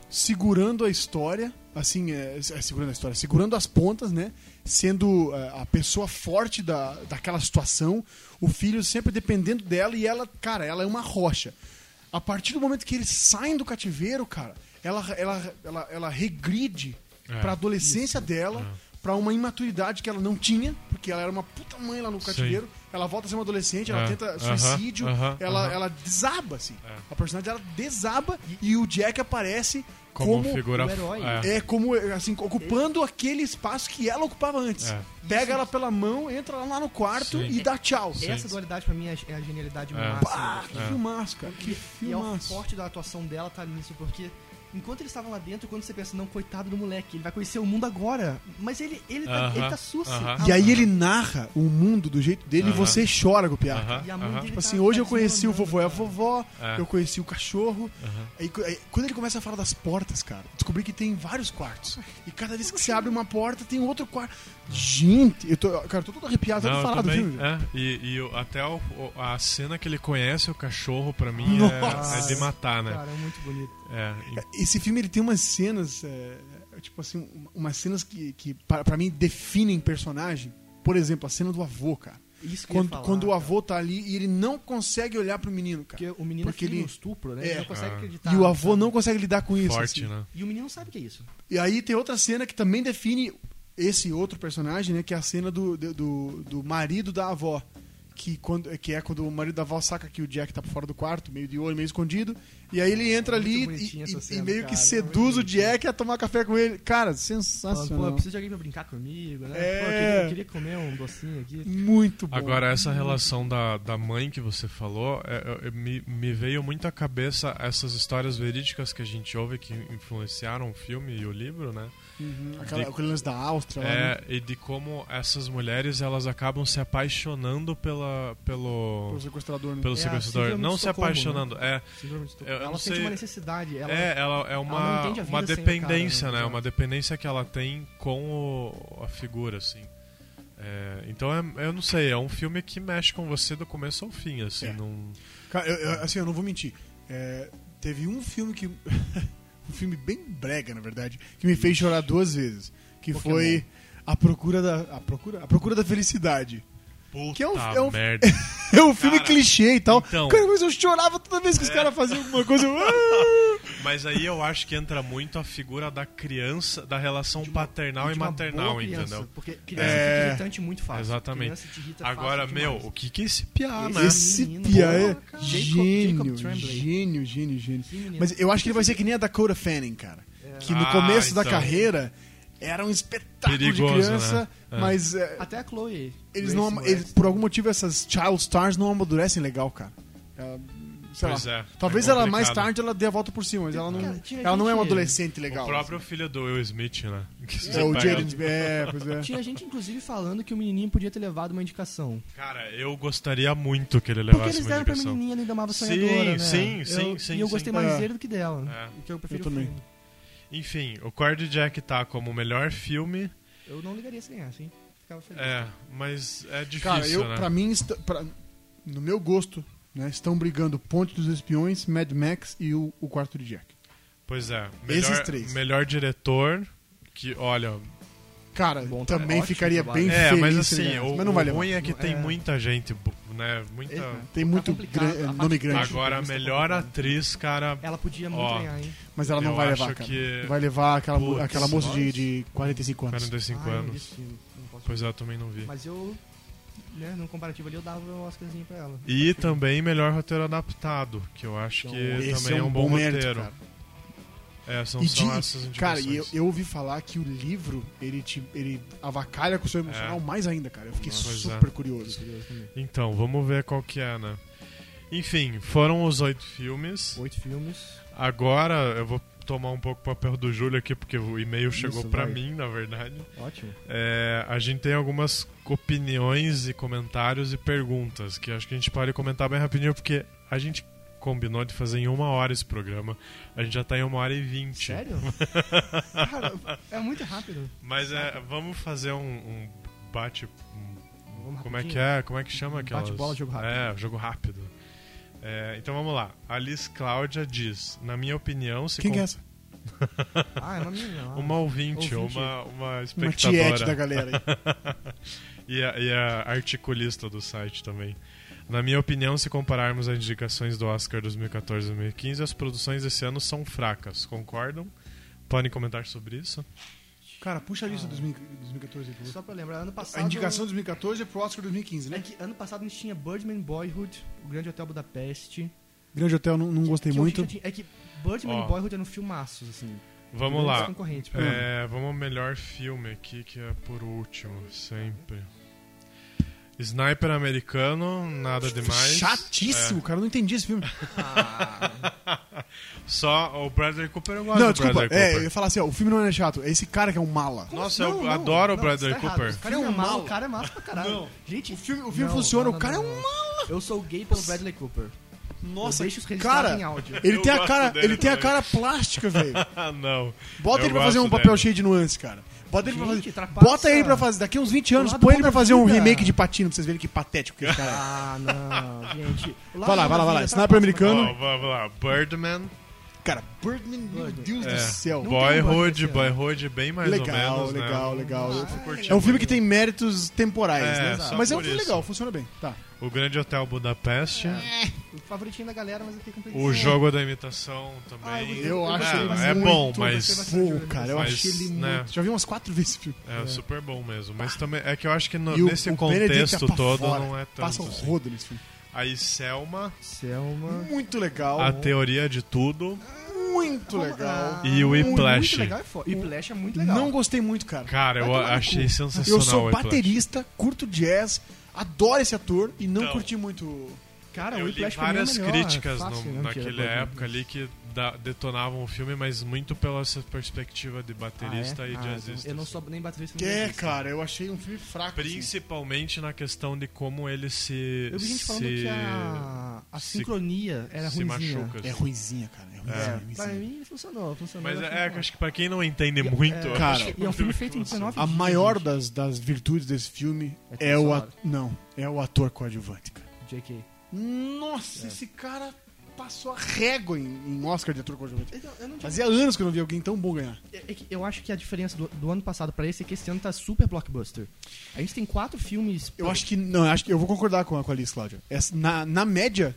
C: segurando a história, assim, é, é, segurando a história, segurando as pontas, né? Sendo é, a pessoa forte da, daquela situação, o filho sempre dependendo dela e ela, cara, ela é uma rocha. A partir do momento que eles saem do cativeiro, cara, ela, ela, ela, ela regride
D: É.
C: pra adolescência dela, pra pra uma imaturidade que ela não tinha, porque ela era uma puta mãe lá no cativeiro. Ela volta a ser uma adolescente, ela
D: É,
C: tenta
D: aham,
C: suicídio,
D: aham,
C: ela,
D: aham.
C: ela desaba, assim.
D: É.
C: A personagem dela desaba e o Jack aparece
D: Como,
C: como,
D: figura.
B: o um herói.
D: É,
C: é como assim ocupando aquele espaço que ela ocupava antes.
D: É.
C: Pega ela pela mão, entra lá no quarto
D: Sim.
C: e dá tchau.
D: Sim.
B: Essa dualidade pra mim é a é a genialidade
D: É.
C: Pá,
B: máxima.
C: que
D: É.
C: filmaço, cara.
B: E
C: Que
B: é o
C: filmaço.
B: forte da atuação dela tá nisso, porque enquanto eles estavam lá dentro, quando você pensa, não, coitado do moleque, ele vai conhecer o mundo agora. Mas ele, ele, tá,
D: Aham,
B: ele tá sucio.
D: aham.
C: E aí ele narra o mundo do jeito dele e
D: Aham.
C: você chora com o piada.
D: Aham,
B: E a mãe
D: aham.
B: dele
C: Tipo
B: tá-
C: assim, hoje
B: tá
C: eu conheci o vovô e a
B: desmandando, cara.
C: vovó,
D: É.
C: eu conheci o cachorro.
D: Aham.
C: Aí, co- aí, quando ele começa a falar das portas, cara, descobri que tem vários quartos. E cada vez que se abre uma porta, tem outro quarto. Gente, eu tô, cara, eu tô todo arrepiado só de
D: Não, eu
C: falar do
D: também,
C: filme.
D: é. E, e o- até o- o- a cena que ele conhece o cachorro, pra mim, é, é
C: Nossa.
D: de matar, né?
B: Cara, é muito bonito.
D: É, e-
C: Esse filme ele tem umas cenas, é, tipo assim, um- umas cenas que, que pa- pra mim definem personagem. Por exemplo, a cena do avô, cara.
B: Isso que eu ia
C: Quando,
B: falar,
C: quando o
B: cara.
C: avô tá ali e ele não consegue olhar pro menino, cara.
B: Porque o menino
C: Porque
B: é filho
C: ele-
B: de um estupro, né?
C: É.
B: Ele não consegue
D: Ah.
B: acreditar.
C: e o avô
B: sabe?
C: não consegue lidar com isso.
D: forte,
C: assim.
D: né?
B: E o menino não sabe o que é isso.
C: E aí tem outra cena que também define esse outro personagem, né? Que é a cena do, do, do- do marido da avó. Que, quando, que é quando o marido da avó saca que o Jack tá por fora do quarto, meio de olho, meio escondido. E aí ele entra
B: Muito
C: ali e,
B: bonitinha essa
C: e- e
B: cena,
C: meio
B: cara,
C: que
B: é
C: seduz
B: muito
C: o Jack a tomar café com ele.
B: Falando,
C: Cara,
B: pô, eu
C: sensacional.
B: preciso de alguém pra brincar comigo, né?
C: É.
B: Pô, eu queria, eu queria comer um docinho aqui.
C: Muito bom.
D: Agora, essa relação da, da mãe que você falou, é, é, me, me veio muito à cabeça essas histórias verídicas que a gente ouve que influenciaram o filme e o livro, né?
C: Uhum, aquela, aquele lance da Áustria lá, né?
D: É, e de como essas mulheres elas acabam se apaixonando pela, pelo,
C: Pelo sequestrador, né?
D: pelo
B: É a
D: sequestrador.
B: síndrome
D: Não
B: de
D: se
B: Estocolmo,
D: apaixonando, é.
B: Síndrome de Estocolmo.
D: Eu- eu
B: ela
D: não
B: sente
D: sei-
B: uma necessidade. Ela,
D: É, ela é
B: ela não
D: uma,
B: entende a vida
D: uma
B: sem o
D: dependência,
B: cara, né?
D: né? Uma dependência que ela tem com o- a figura, assim. É, então, é- eu não sei, é um filme que mexe com você do começo ao fim, assim.
C: É.
D: Não...
C: Cara, eu- eu- assim, eu não vou mentir. É, teve um filme que. um filme bem brega, na verdade, que me fez chorar duas vezes. Que
B: Pokémon.
C: foi A Procura da. A Procura, a Procura da Felicidade.
D: Puta
C: Que é um- é um-
D: merda.
C: É um filme
D: Cara,
C: clichê e tal.
D: então.
C: Cara, mas eu chorava toda vez que
B: É.
C: os caras faziam alguma coisa. Eu... "Ah!"
D: Mas aí eu acho que entra muito a figura da criança, da relação
B: uma-
D: paternal
B: de
D: e
B: uma
D: maternal,
B: boa criança,
D: entendeu?
B: Porque criança
C: É.
B: fica irritante muito fácil.
D: Exatamente.
B: Criança te irrita
D: Agora,
B: fácil
D: meu,
B: demais.
D: o que que é esse piá, né?
C: Esse
B: Ah, menino,
C: pia
B: porra,
C: é
B: cara. Jacob-
C: gênio,
B: Jacob Tremblay.
C: gênio, gênio, gênio.
B: Que menino. É.
C: Mas eu acho que ele vai ser que nem a Dakota Fanning, cara. Que no
D: Ah,
C: começo da
D: então.
C: carreira era um espetáculo
D: Perigoso,
C: de criança,
D: né? É.
C: mas é,
B: Até a Chloe.
C: Eles
B: Grace
C: não, ama-
B: Moretz.
C: eles- por algum motivo, essas child stars não amadurecem legal, cara. Ela- sei
D: Pois
C: lá.
D: é,
C: Talvez
D: é
C: ela
D: complicado.
C: mais tarde ela dê a volta por cima, mas ela não,
B: Cara, tinha
C: ela não é uma
B: gente-
C: adolescente legal.
D: O
B: assim.
D: próprio filho do Will Smith, né? Que se
C: É, o
D: pega-
C: Jared. É, pois é.
B: Tinha gente, inclusive, falando que o menininho podia ter levado uma indicação.
D: Cara, eu gostaria muito que ele
B: Porque
D: levasse
B: eles
D: uma
B: deram pra
D: indicação.
B: menininha, ainda amava
D: Sim,
B: sonhadora, né?
D: sim,
B: Eu-
D: sim, sim,
B: E eu
D: sim.
B: gostei mais
C: É.
B: dele do que dela. O
D: É.
B: que Então eu prefiro
C: Eu também.
B: filme.
D: Enfim, o Cord Jack tá como o melhor filme.
B: Eu não ligaria se ganhasse, hein? Ficava feliz.
D: É, mas é difícil,
C: Cara, eu,
D: né?
C: pra mim, est- pra- no meu gosto, né, estão brigando Ponte dos Espiões, Mad Max e o, o Quarto de Jack.
D: Pois é.
C: Esses
D: Melhor,
C: três.
D: Melhor diretor, que, olha,
C: Cara,
B: Bom, tá
C: também
B: ótimo
C: ficaria
B: trabalho.
C: bem
D: É,
C: feliz.
D: mas
C: se ele
D: assim,
C: ganhasse,
D: o,
C: mas não
D: o
C: vai levar.
D: ruim é que tem
B: É.
D: muita gente, bu- né? Muita.
C: Tem muito
B: Tá complicado,
C: gran- é
B: a
C: nome
B: parte-
C: grande.
D: Agora, a melhor atriz,
C: É,
D: cara.
B: Ela podia muito
D: Ó,
B: ganhar, hein?
C: Mas ela não
D: eu
C: vai
D: acho
C: levar, cara.
D: que-
C: Vai levar aquela, mo-
D: Putz,
C: aquela moça de,
B: nós?
C: de 45 anos.
D: 45
B: Ah, eu não vi
D: anos.
B: esse filme, não posso
D: Pois é, eu também não vi.
B: Mas eu, né, num comparativo ali, eu dava um Oscarzinho pra ela.
D: E tá também melhor roteiro adaptado, que eu acho
C: Então,
D: que também é um bom,
C: mérito,
D: roteiro.
C: cara.
D: É, são,
C: E
D: são
C: de-
D: essas
C: Cara,
D: indicações.
C: e eu, eu ouvi falar que o livro, ele te ele avacalha com o seu emocional
D: É.
C: mais ainda, cara. Eu fiquei
D: Pois é.
C: super curioso.
D: Então, vamos ver qual que é, né? Enfim, foram os oito filmes.
B: Oito filmes.
D: Agora eu vou tomar um pouco o papel do Júlio aqui, porque o e-mail chegou pra
B: vai.
D: mim, na verdade.
B: Ótimo.
D: É, a gente tem algumas opiniões e comentários e perguntas que acho que a gente pode comentar bem rapidinho, porque a gente combinou de fazer em uma hora esse programa. A gente já tá em uma hora e vinte.
B: Sério? Cara, é muito rápido.
D: Mas é, vamos fazer um, um bate. um-
B: Vamos
D: como é que
B: rapidinho. Um
D: é? Como é que chama aquelas?
B: Bate-bola, jogo rápido.
D: É, jogo rápido. É, então vamos lá. Alice Cláudia diz: Na minha opinião, se
C: Quem que
D: com-
C: é essa?
B: Ah, é uma menina. lá.
D: uma ouvinte,
B: Ouvinte.
D: uma, uma
C: Uma
D: espectadora.
C: tiete da galera. aí.
D: E a, e a articulista do site também. Na minha opinião, se compararmos as indicações do Oscar 2014 e 2015, as produções desse ano são fracas. Concordam? Podem comentar sobre isso?
C: Cara, puxa a lista de 2014 aí, por favor.
B: Só pra lembrar, ano passado.
C: A indicação de 2014 é pro Oscar 2015,
B: É
C: né?
B: que ano passado a gente tinha Birdman Boyhood, O Grande Hotel Budapeste.
C: Grande Hotel, não, não gostei
B: É. que eu
C: muito.
B: já tinha- é que Birdman
D: Ó.
B: e Boyhood eram filmaços, assim.
D: Vamos
B: grandes
D: lá.
B: Concorrentes, pra mim.
D: É, vamos ao melhor filme aqui, que é por último, sempre. Sniper americano, nada demais. é.
C: Chatíssimo, cara. Eu não entendi esse filme.
D: Só o Bradley Cooper eu gosto
C: Não,
D: do
C: desculpa.
D: Bradley
C: É, eu
D: Cooper.
C: ia falar assim, ó. O filme não é chato. É esse cara que é um mala.
D: Nossa, eu
B: Não, não,
D: adoro
B: não,
D: o Bradley
B: você tá errado.
D: Cooper.
B: O cara é
C: Filme
B: um
C: é um
B: mal,
C: mala.
B: o cara é massa pra caralho. Gente,
C: O filme, o filme
B: não,
C: funciona.
B: não,
C: o cara
B: não,
C: é um
B: não.
C: mala.
B: Eu sou gay pelo Bradley Cooper.
C: Nossa,
B: eu deixo isso registrado
C: cara.
B: em áudio.
C: Ele
D: Eu
C: tem a
D: gosto
C: cara,
D: dele
C: ele tem a
D: também.
C: cara plástica, velho.
D: Ah, não.
C: Bota
D: Eu
C: ele pra fazer um
D: gosto
C: papel
D: dele.
C: cheio de nuances, cara. Bota ele pra
B: Gente,
C: fazer.
B: trapaça.
C: Bota ele pra fazer. Daqui uns 20 anos,
B: lado
C: põe
B: bom
C: ele pra
B: da
C: fazer um
B: vida.
C: remake de patino pra vocês verem que patético que esse cara é.
B: Ah, não, gente. O
C: Vai lá,
B: Lázaro
C: vai lá, vai lá.
B: Maravilha
C: Sniper
B: trapaça,
C: americano.
D: Ó, vamos lá. Birdman.
C: Cara, Birdman, meu
B: Birdman.
C: Deus
D: É,
C: do céu.
B: Não tem
D: Boyhood,
B: um Birdman
D: Boyhood bem mais
C: assim, né? legal,
D: ou menos,
C: legal,
D: né?
C: legal.
B: Ah,
D: Eu curti
C: É um filme
D: muito.
C: que tem méritos temporais, né?
D: É, só
C: Mas é um
D: por
C: filme
D: isso.
C: legal, funciona bem. Tá.
D: O Grande Hotel Budapeste.
C: É.
B: mas- O favoritinho da galera, mas eu fiquei com preguiça.
D: O Jogo da Imitação também.
B: Ah, eu gostei-
C: Eu acho
D: é,
C: ele
D: é
C: muito-
D: bom,
B: eu
D: mas
B: gostei
C: Pô, cara, eu
D: Mas,
C: achei ele
D: né?
C: muito. Já vi umas quatro vezes esse filme.
D: é, super bom mesmo. Mas também é que eu acho que no-
C: E o-
D: nesse
C: o Benedict
D: contexto
C: é pra
D: todo
C: fora.
D: não é
C: Passa
D: tanto.
C: o
D: assim.
C: rodo nesse filme.
D: Aí Selma,
B: Selma.
C: Muito legal.
D: a teoria de tudo
C: Muito é legal.
B: Ah,
D: e o
C: muito
D: Whiplash.
B: Muito legal e foda. E Whiplash é muito legal.
C: Não gostei muito, cara.
D: Cara,
C: Vai
D: eu
C: tomar no
D: achei
C: cu.
D: sensacional
C: Eu
D: o
C: sou
D: Whiplash.
C: baterista, curto jazz, adoro esse ator e não
D: Então.
C: curti muito.
B: Cara, o
D: Eu li
B: Whiplash pra mim é o
D: várias
B: melhor,
D: críticas
B: é fácil,
D: no-
B: né,
D: naquela
B: mentira,
D: época ali que da- detonavam o filme, mas muito pela essa perspectiva de baterista
B: Ah, é?
D: e
B: Ah,
D: jazzista.
B: Eu não
D: assim.
B: sou nem baterista
C: Que
B: nem
C: é,
B: jazzista.
C: cara, eu achei um filme fraco. assim.
D: Principalmente na questão de como ele se.
B: Eu vi gente falando
D: se-
B: que a, a
D: se-
B: sincronia era
D: se
B: ruimzinha.
D: machuca.
C: É ruinzinha, cara. É ruinzinha.
B: É, pra
C: ruinzinha.
B: mim funcionou, funcionou.
D: Mas
B: eu
D: é,
B: bom.
D: acho que pra quem não entende muito. eu
C: cara,
D: acho que
B: E é um filme
D: que
B: feito em
D: funciona.
B: 19
C: A maior das, das virtudes desse filme
B: É trilha
C: é, o
B: sonora.
C: ator. Não, é o ator coadjuvante, cara.
B: JK.
C: Nossa,
D: É.
C: esse cara passou a régua em, em Oscar de ator coadjuvante.
B: Eu, eu não tinha-
C: Fazia anos que eu não vi alguém tão bom ganhar.
B: é que eu acho que a diferença do, do ano passado pra esse é que esse ano tá super blockbuster. A gente tem quatro filmes.
C: Eu acho que. Não, eu acho que eu vou concordar com a, com a Alice, Cláudia. Essa- na, na média,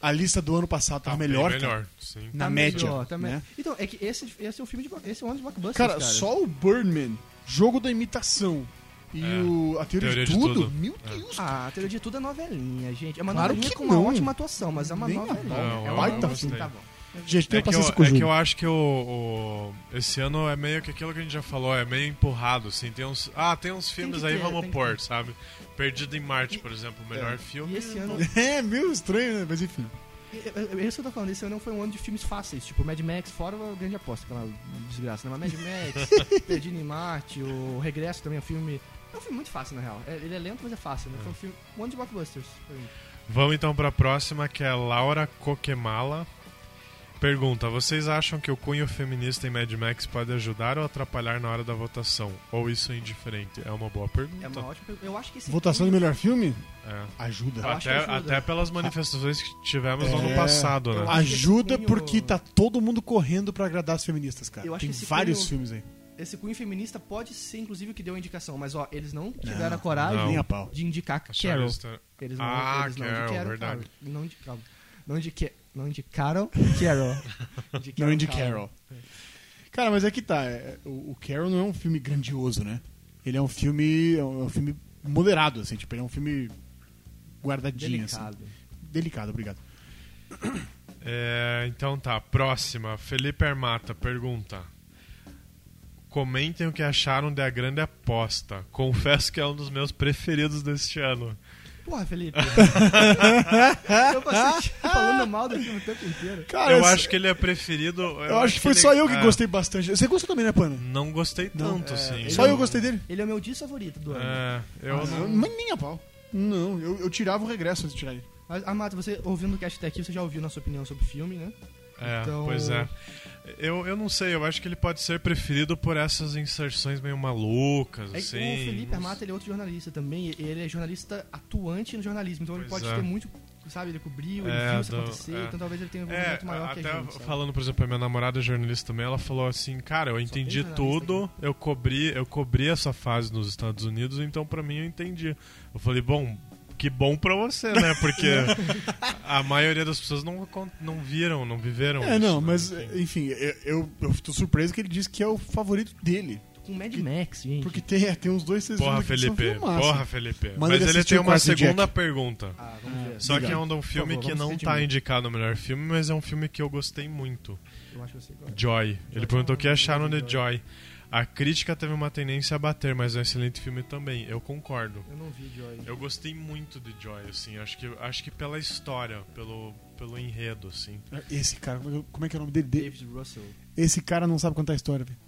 C: a lista do ano passado
D: Tá
C: tava
D: bem
C: melhor. cara.
D: melhor. Sim.
C: Na média.
B: melhor, tá me-
C: né?
B: Então, é que esse, esse é o filme de blo- esse é o ano de blockbuster.
C: Cara,
B: Cara,
C: só o Birdman, jogo da imitação e
D: É.
C: o, a teoria, de, tudo, meu
D: É.
C: Deus, cara.
B: Ah, a teoria de tudo é novelinha, gente. É uma
C: Claro
B: novelinha
C: que
B: com uma
C: não.
B: ótima atuação, mas é uma
C: Nem
B: novelinha.
D: a- Não,
B: é
D: eu
B: uma
C: baita
B: novelinha.
D: filme.
B: Tá bom.
C: Gente,
D: É
C: tenho
D: que, eu,
C: paciência com
D: é
C: o
D: que eu
C: Júlio.
D: acho que o, o- esse ano é meio que aquilo que a gente já falou, é meio empurrado, assim. Tem uns, ah, tem uns filmes
B: que
D: aí,
B: ter,
D: vamos
B: tem que
D: pôr, sabe? Perdido em Marte, por exemplo, o melhor filme.
B: E esse ano.
C: É meio estranho, né? Mas enfim.
B: Esse eu tô falando, esse ano foi um ano de filmes fáceis, tipo Mad Max, fora a grande aposta, aquela desgraça, né? Mas Mad Max, Perdido em Marte, o Regresso também é um filme. É um filme muito fácil, na real. É- Ele é lento, mas é fácil, né? Foi um filme. Um ano de blockbusters. pra mim.
D: Vamos então pra próxima, que é Laura Coquemala. Pergunta: Vocês acham que o cunho feminista em Mad Max pode ajudar ou atrapalhar na hora da votação? Ou isso é indiferente? É uma boa pergunta.
B: É uma ótima. pergunta. Eu acho que esse
C: Votação do
B: filme,
C: melhor filme?
D: É.
C: Ajuda.
B: Eu acho
D: Até,
B: que ajuda.
D: até pelas manifestações que tivemos no
C: É.
D: ano passado, né?
B: Eu acho que
C: Ajuda
B: esse cunho-
C: porque tá todo mundo correndo pra agradar as feministas, cara.
B: Eu acho
C: Tem
B: que esse
C: vários
B: cunho-
C: filmes aí.
B: esse cunho feminista pode ser, inclusive, o que deu a indicação, mas ó, eles não tiveram a coragem
D: Não.
C: Nem a pau.
B: de indicar
D: A
B: Carol.
D: Charlize-
B: Eles não,
D: Ah,
B: eles não
D: Carol,
B: indicaram.
D: verdade.
B: Carol. Não indicaram. Não indique- Não indicaram Carol.
C: Não Andy
B: Carol.
C: Carroll. Cara, mas é que tá. é, O, o Carol não é um filme grandioso, né? Ele é um filme. É um é um filme moderado, assim, tipo, ele é um filme guardadinho, assim.
B: Delicado.
C: Delicado, obrigado.
D: É, então tá, próxima. Felipe Armata pergunta. Comentem o que acharam da grande aposta. Confesso que é um dos meus preferidos deste ano.
B: Porra, Felipe. eu passei falando mal do filme o tempo inteiro.
C: Cara,
D: eu
C: Ah, esse-
D: acho que ele é preferido. Eu,
C: Eu acho que foi só
D: ele-
C: eu que
D: é,
C: gostei bastante. Você gostou também, né, Pana?
D: Não gostei
C: Não.
B: é,
D: tanto, assim.
C: Só eu gostei né? dele?
B: Ele é o meu disco favorito do ano.
D: É, eu não-
C: Mas nem a pau. Não, eu, eu tirava o regresso antes de tirar ele.
B: Mas, Amato, você ouvindo o cast até aqui, você já ouviu nossa opinião sobre o filme, né?
D: é,
B: Então-
D: pois é. Eu, eu não sei, eu acho que ele pode ser preferido por essas inserções meio malucas,
B: É que
D: assim.
B: o Felipe
D: não
B: Armato, ele é outro jornalista também. e Ele é jornalista atuante no jornalismo, então ele
D: Pois
B: pode
D: é.
B: ter muito... Sabe, ele cobriu, ele
D: É,
B: viu isso
D: do-
B: acontecer,
D: é.
B: então talvez ele tenha um
D: É,
B: envolvimento maior
D: até
B: que a gente. sabe?
D: falando, por exemplo, a minha namorada é jornalista também, ela falou assim, cara, eu entendi
B: jornalista
D: tudo, eu cobri, eu cobri essa fase nos Estados Unidos, então pra mim eu entendi. Eu falei, bom, que bom pra você, né? Porque a maioria das pessoas não, con- não viram, não viveram
C: É,
D: isso,
C: não,
D: né?
C: mas
D: Enfim.
C: enfim, eu, eu, eu tô surpreso que ele disse que é o favorito dele.
B: com Mad Max, gente.
C: Porque tem, é, tem uns dois, três
D: Porra,
C: filmes aqui que
D: Felipe.
C: são filmaço.
D: Porra, Felipe.
C: Manda
D: Mas
C: ele
D: ele
C: assistir
D: tem
C: o
D: uma
C: Quarto Jack.
D: segunda pergunta.
B: Ah, vamos ver.
D: Só que é
C: Obrigado.
D: um, um filme
B: favor,
D: que
B: vamos
D: não
B: assistir
D: tá
B: muito.
D: indicado no melhor filme, mas é um filme que eu gostei muito.
B: Eu acho que você gosta.
D: Joy. Ele perguntou o que acharam de Joy. A crítica teve uma tendência a bater, mas é um excelente filme também. Eu concordo.
B: Eu não vi Joy.
D: Eu gostei muito de Joy, assim. Acho que, acho que pela história, pelo, pelo enredo, assim.
C: Esse cara, como é que- como é que é o nome dele? De-
B: David Russell.
C: Esse cara não sabe contar a história, velho.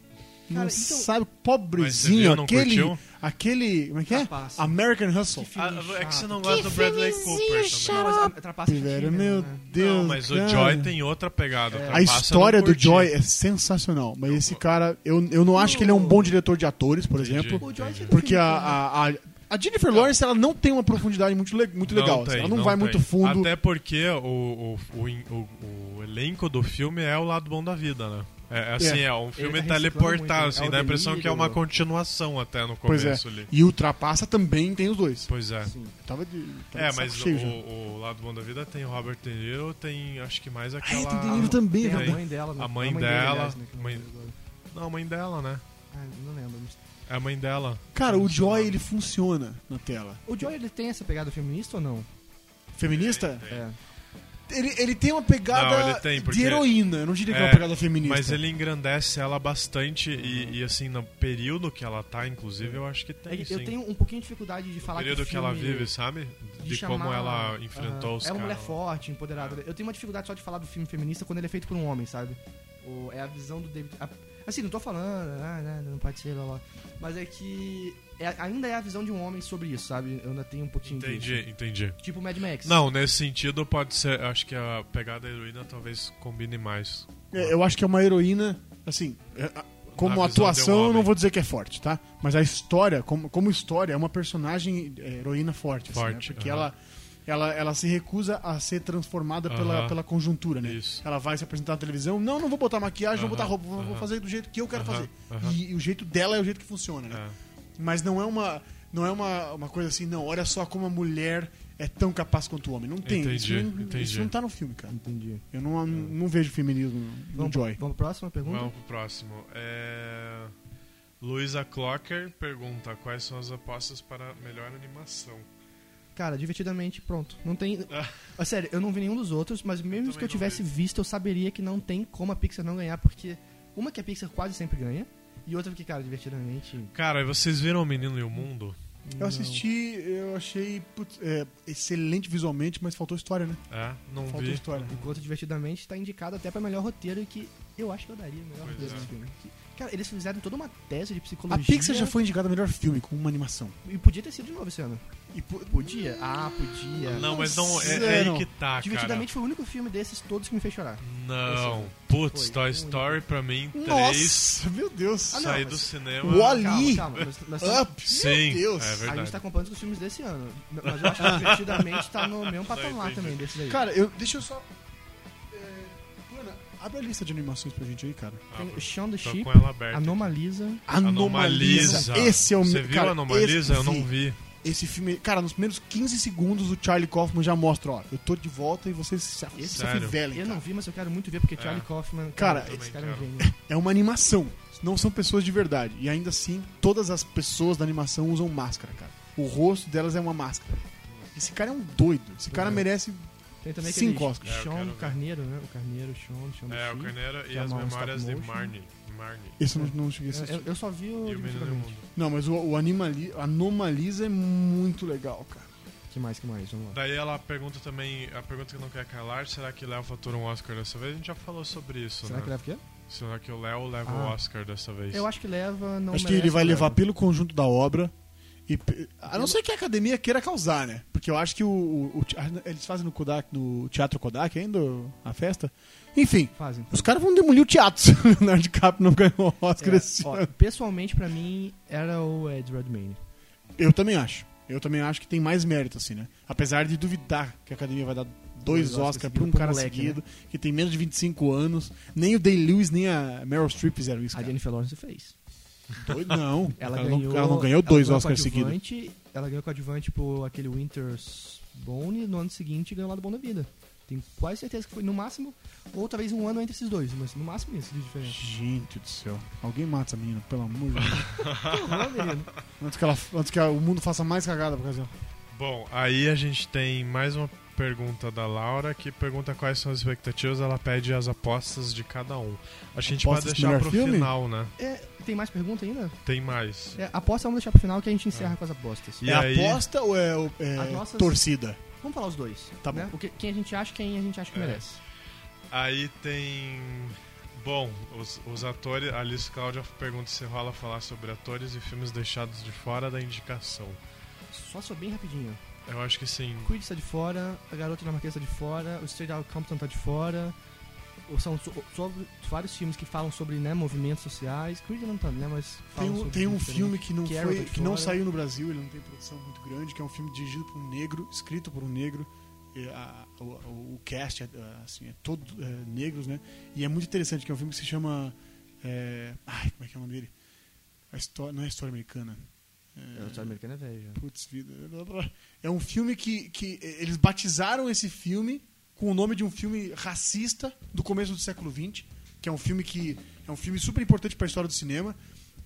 C: Não
B: Cara, então-
C: sabe,
D: Mas você viu,
C: pobrezinho,
D: não
C: aquele.
D: curtiu?
C: Aquele. Como é que é?
B: Capaz.
C: American Hustle.
B: Que filme
D: Ah, é que você
B: chato.
D: não gosta do Bradley Cooper também.
B: Não, mas a- a trapaça que
C: velho,
B: tinha,
C: meu
B: né?
C: Deus.
D: não, mas
C: cara. É.
D: o Joy tem outra pegada.
C: A
D: Trapaça eu
C: história
D: não
C: do
D: curti.
C: Joy é sensacional. Mas esse cara, eu, eu não acho que ele é um bom diretor de atores, por
D: Entendi.
C: exemplo.
B: O Joy tinha um
C: Porque
B: filme
C: a,
B: bom, né?
C: a, a- a Jennifer Lawrence ela não tem uma profundidade muito, le- muito legal. assim,
D: tem,
C: ela não, vai
D: tem.
C: muito fundo.
D: Até porque o, o, o, in- o- o elenco do filme é o lado bom da vida, né? É, assim,
C: É.
D: é, um filme
B: tá reciclando
D: teleportado,
B: muito,
D: assim,
B: é o
D: dá a impressão
B: delírio.
D: que é uma continuação até no
C: Pois é.
D: começo ali.
C: E o Trapaça também tem os dois.
D: Pois é.
B: Sim.
C: Eu tava de, tava
D: É,
C: de saco
D: mas o,
C: cheio já.
D: o lado bom da vida tem Robert De Niro, tem acho que mais
C: Ah, é,
D: aquela.
C: tem De Niro também,
B: Tem a
C: verdade.
D: velho.
B: mãe dela. né?
D: A mãe
B: dele,
D: dela,
B: aliás, né, que não
D: mãe-
B: lembro agora.
D: Não, a mãe dela, né?
B: Ah, não lembro. mas-
D: É a mãe dela.
C: Cara, o Joy ele funciona na tela.
B: O Joy, ele tem essa pegada feminista ou não?
C: Feminista?
B: É.
C: Ele, ele tem uma pegada
D: Não, ele tem, porque-
C: de heroína. Eu não diria que é
D: É,
C: uma pegada feminista.
D: Mas ele engrandece ela bastante e, e, assim, no período que ela tá, inclusive, eu acho que tem.
B: É que
D: sim.
B: eu tenho um pouquinho de dificuldade de
D: O
B: falar
D: período
B: que, o
D: que ela
B: filme-
D: vive, sabe? De,
B: chamar-
D: como ela enfrentou
B: Aham.
D: os
B: É uma mulher
D: caras.
B: forte, empoderada. Eu tenho uma dificuldade só de falar do filme feminista quando ele é feito por um homem, sabe? O- é a visão do David. a- assim, não tô falando, ah, né, não pode ser, blá, blá. Mas é que é- ainda é a visão de um homem sobre isso, sabe? Eu ainda tenho um pouquinho disso.
D: Entendi, entendi.
B: Tipo Mad Max.
D: Não, nesse sentido pode ser. Acho que a pegada da heroína talvez combine mais.
C: É, Eu acho que é uma heroína, assim, é, a- como
D: Na visão de um
C: atuação eu
D: homem.
C: não vou dizer que é forte, tá? Mas a história, como, como história, é uma personagem é, heroína forte, assim, né?
D: Forte,
C: Porque
D: aham.
C: ela, ela, ela se recusa a ser transformada pela,
D: Aham.
C: pela conjuntura, né?
D: Isso.
C: Ela vai se apresentar na televisão, não, não vou botar maquiagem, não vou botar
D: Aham,
C: roupa, vou- vou
D: aham.
C: fazer do jeito que eu quero
D: Aham,
C: fazer.
D: aham.
C: E, e o jeito dela é o jeito que funciona, né?
D: É.
C: Mas não é uma não é uma, uma coisa assim, não, olha só como a mulher é tão capaz quanto o homem. Não tem. isso
D: Entendi,
C: não- isso,
D: entendi.
C: não tá no filme, cara.
B: Entendi.
C: Eu não,
D: É.
C: não vejo feminismo no
B: Vamos,
C: Joy.
B: vamos pra próxima pergunta?
D: Vamos pro próximo. É... Luisa Clocker pergunta quais são as apostas para a melhor animação.
B: Cara, divertidamente, pronto. Não tem.
D: Ah.
B: Ah, Sério, eu não vi nenhum dos outros, mas mesmo
D: também
B: que eu
D: não
B: tivesse
D: vi.
B: visto, eu saberia que não tem como a Pixar não ganhar, porque uma que a Pixar quase sempre ganha, e outra que, cara, divertidamente.
D: Cara, vocês viram o Menino e o Mundo?
C: Eu assisti, eu achei putz, é, excelente visualmente, mas faltou história, né?
D: É, não
C: Faltou
D: vi.
C: história.
B: Enquanto divertidamente tá indicado até pra melhor roteiro, e que eu acho que eu daria o melhor
D: Pois
B: roteiro
D: é.
B: desse filme. Que- Cara, eles fizeram toda uma tese de
C: A
B: psicologia.
C: Pixar já foi indicada a melhor filme com uma animação.
B: E podia ter sido de novo esse ano.
C: E pu-
B: Podia? Ah, podia.
D: Não, mas não é,
C: Nossa,
D: é aí
C: não.
D: que tá, cara.
B: Divertidamente foi o único filme desses todos que me fez chorar.
D: Não. Putz,
B: Foi.
D: Toy Story pra mim, três.
C: Nossa, meu Deus.
B: Ah, não,
D: Saí
B: mas-
D: do cinema.
C: Wall- Ali! Ah,
B: Calma, calma. nós- nós-
C: Up,
D: Sim,
C: meu Deus.
D: é
B: A gente
D: verdade.
B: tá comparando com os filmes desse ano. Mas eu acho que divertidamente tá no mesmo patamar
D: entendi.
B: também desse daí.
C: Cara, eu, deixa eu só... é, Luana, abre a lista de animações pra gente aí, cara.
D: Ah,
B: tem Shaun the
D: tô
B: Sheep,
D: com ela aberta.
B: Anomalisa.
D: Anomalisa.
C: Esse é o
D: Você
C: meu...
D: viu
C: cara, esse-
D: Anomalisa? Eu não vi.
C: Esse filme... Cara, nos primeiros 15 segundos o Charlie Kaufman já mostra, ó. Eu tô de volta e vocês se, se, se
D: Sério?
C: afivelem,
B: Eu
C: cara.
B: não vi, mas eu quero muito ver, porque Charlie Kaufman...
C: Tá. Cara,
B: esse
D: É. também
B: cara é um
D: quero.
B: gênio.
C: É uma animação. Não são pessoas de verdade. E ainda assim, todas as pessoas da animação usam máscara, cara. O rosto delas é uma máscara. Esse cara é um doido. Esse cara merece.
B: Tem também aquele
C: Cinco Oscars.
D: É, eu
B: Sean
D: quero ver.
B: Carneiro, né? O Carneiro, o Sean, o Sean do
D: É, o
B: Chip.
D: Carneiro
B: que
D: e
B: é
D: as
B: uma
D: memórias de
B: stop motion.
D: Marnie. Marnie.
C: Esse eu não, não cheguei a
B: É, Eu,
C: assistir.
B: eu só vi o...
D: E o Menino é do
B: Divertidamente.
D: Mundo.
C: Não, mas o, o Animali... Anomaliza é muito legal, cara.
B: Que mais, que mais? Vamos lá.
D: Daí ela pergunta também, a pergunta que não quer calar, será que Léo fatura um Oscar dessa vez? A gente já falou sobre isso,
B: Será
D: né?
B: que leva o quê?
D: Será que o Léo leva o
B: Ah.
D: Oscar dessa vez?
B: Eu acho que leva... Não
C: Acho que ele
B: merece,
C: vai
B: leva.
C: levar pelo conjunto da obra. E, pe- a não ser que a academia queira causar, né? Porque eu acho que o, o- o te- ah, eles fazem no Kodak, no Teatro Kodak ainda, a festa. Enfim,
B: Fazem.
C: os caras vão demolir o teatro se o Leonardo DiCaprio não ganhou o Oscar
B: É,
C: esse
B: ó,
C: ano.
B: pessoalmente, pra mim, era o Ed Redmayne.
C: Eu também acho. Eu também acho que tem mais mérito, assim, né? Apesar de duvidar que a academia vai dar dois,
B: Dois Oscars
C: Oscars pra um
B: seguido pro
C: cara
B: moleque, né?
C: seguido, que tem menos de 25 anos. Nem o Day-Lewis, nem a Meryl Streep fizeram isso,
B: A
C: cara.
B: Jennifer Lawrence fez.
C: Doido, Não,
B: Ela,
C: ela,
B: ganhou,
C: não, ela não ganhou dois
B: ela ganhou
C: Oscars seguidos.
B: coadjuvante, Ela ganhou com advante por aquele Winter's Bone e no ano seguinte ganhou lá do Bom da Vida. Tenho quase certeza que foi, no máximo, ou talvez um ano entre esses dois, mas no máximo isso de diferença.
C: Gente do céu. Alguém mata essa menina, pelo amor de Deus.
B: Porra, menino.
C: antes, que ela, antes que o mundo faça mais cagada por causa dela.
D: Bom, aí a gente tem mais uma pergunta da Laura que pergunta quais são as expectativas. Ela pede as apostas de cada um. Acho que a gente pode
C: Apostas de
D: deixar
C: melhor
D: pro
C: filme?
D: final, né?
B: É, tem mais pergunta ainda?
D: Tem mais.
B: É, aposta, vamos deixar pro final que a gente encerra com as apostas.
D: E
C: é
D: aí-
C: aposta ou é, o- é
B: As nossas-
C: torcida?
B: Vamos falar os dois.
C: Tá
B: né? O que, quem a gente acha, quem a gente acha que
D: É.
B: merece.
D: Aí tem. Bom, os, os atores. A Alice Cláudia pergunta se rola falar sobre atores e filmes deixados de fora da indicação.
B: Só sou bem rapidinho.
D: Eu acho que sim.
B: Creed tá de fora, a garota dinamarquesa tá de fora, o Straight Outta Compton tá de fora. Ou são so- sobre vários filmes que falam sobre né, movimentos sociais. Creed não tá, né? Mas
C: Tem
B: falam
C: um,
B: sobre
C: tem um
B: isso, né?
C: filme que não,
B: Carol
C: foi,
B: tá de
C: que não
B: fora.
C: saiu no Brasil, ele não tem produção muito grande, que é um filme dirigido por um negro, escrito por um negro. E a- o, o- o cast é, assim, é todo é, negros, né? E é muito interessante, que é um filme que se chama. é, ai, como é que é o nome dele? A história, não é a história americana.
B: É, o História Americana é velho. já.
C: Putz, vida. É um filme que, que eh, eles batizaram esse filme com o nome de um filme racista do começo do século XX, que é um filme que é um filme super importante para a história do cinema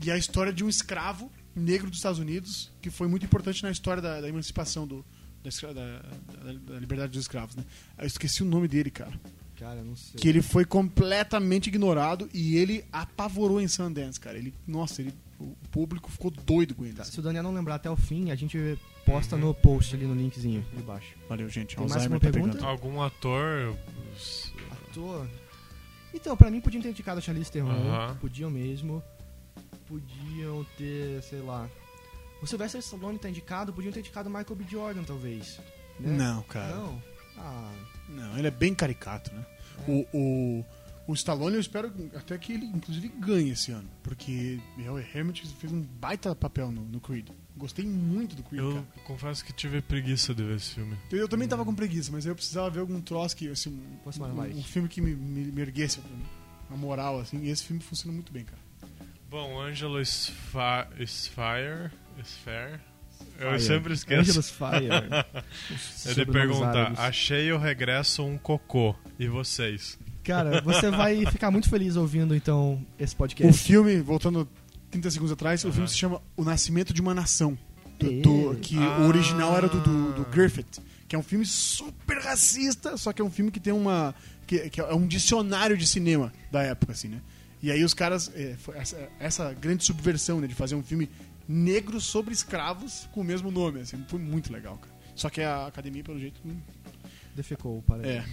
C: e é a história de um escravo negro dos Estados Unidos que foi muito importante na história da, da emancipação do da, escra- da- da- da liberdade dos escravos, né? Eu esqueci o nome dele, cara.
B: Cara, não sei.
C: Que ele foi completamente ignorado e ele apavorou em Sundance, cara. Ele, nossa, ele, o público ficou doido com ele.
B: Tá,
C: assim.
B: se o Daniel não lembrar até o fim, a gente posta
C: Uhum.
B: no post ali no linkzinho de baixo.
C: Valeu, gente.
B: Tem mais
C: Alzheimer
B: alguma
C: tá
B: pergunta?
C: pegando.
D: Algum ator. s-
B: Ator. Então, pra mim podiam ter indicado a Charlize Theron,
D: Aham.
B: podiam mesmo. Podiam ter, sei lá. O Sylvester Stallone tá indicado, podiam ter indicado o Michael B. Jordan, talvez. né?
C: Não, cara. Não.
B: Não? Ah,
C: ele é bem caricato, né? O, o, o Stallone, eu espero até que ele, inclusive, ganhe esse ano. Porque meu, o Hermit fez um baita papel no, no Creed. Gostei muito do Creed,
D: Eu
C: cara.
D: confesso que tive preguiça de ver esse filme.
C: Eu, eu também tava com preguiça, mas eu precisava ver algum troço que, assim, um,
B: Fosse mais light.
C: um, um filme que me, me, me erguesse a moral, assim. E esse filme funciona muito bem, cara.
D: Bom, Angelo Sfa Sfire. Sfire. Eu
B: Fire.
D: sempre esqueço.
B: Angelus Fire.
D: Ele
B: Sobrenomes
D: pergunta:
B: árabes.
D: Achei o regresso um cocô. E vocês?
B: Cara, você vai ficar muito feliz ouvindo então esse
C: O
B: podcast.
C: Um filme, voltando 30 segundos atrás, o
D: Aham.
C: filme se chama O Nascimento de uma Nação. do-
B: Ei.
C: do- que
D: Ah.
C: o original era do, do, do Griffith, que é um filme super racista, só que é um filme que tem uma. que, que é um dicionário de cinema da época, assim, né? E aí os caras. é, foi essa, essa grande subversão, né, de fazer um filme negro sobre escravos com o mesmo nome, assim, foi muito legal, cara. Só que a academia, pelo jeito. não-
B: Defecou, parece.
C: É.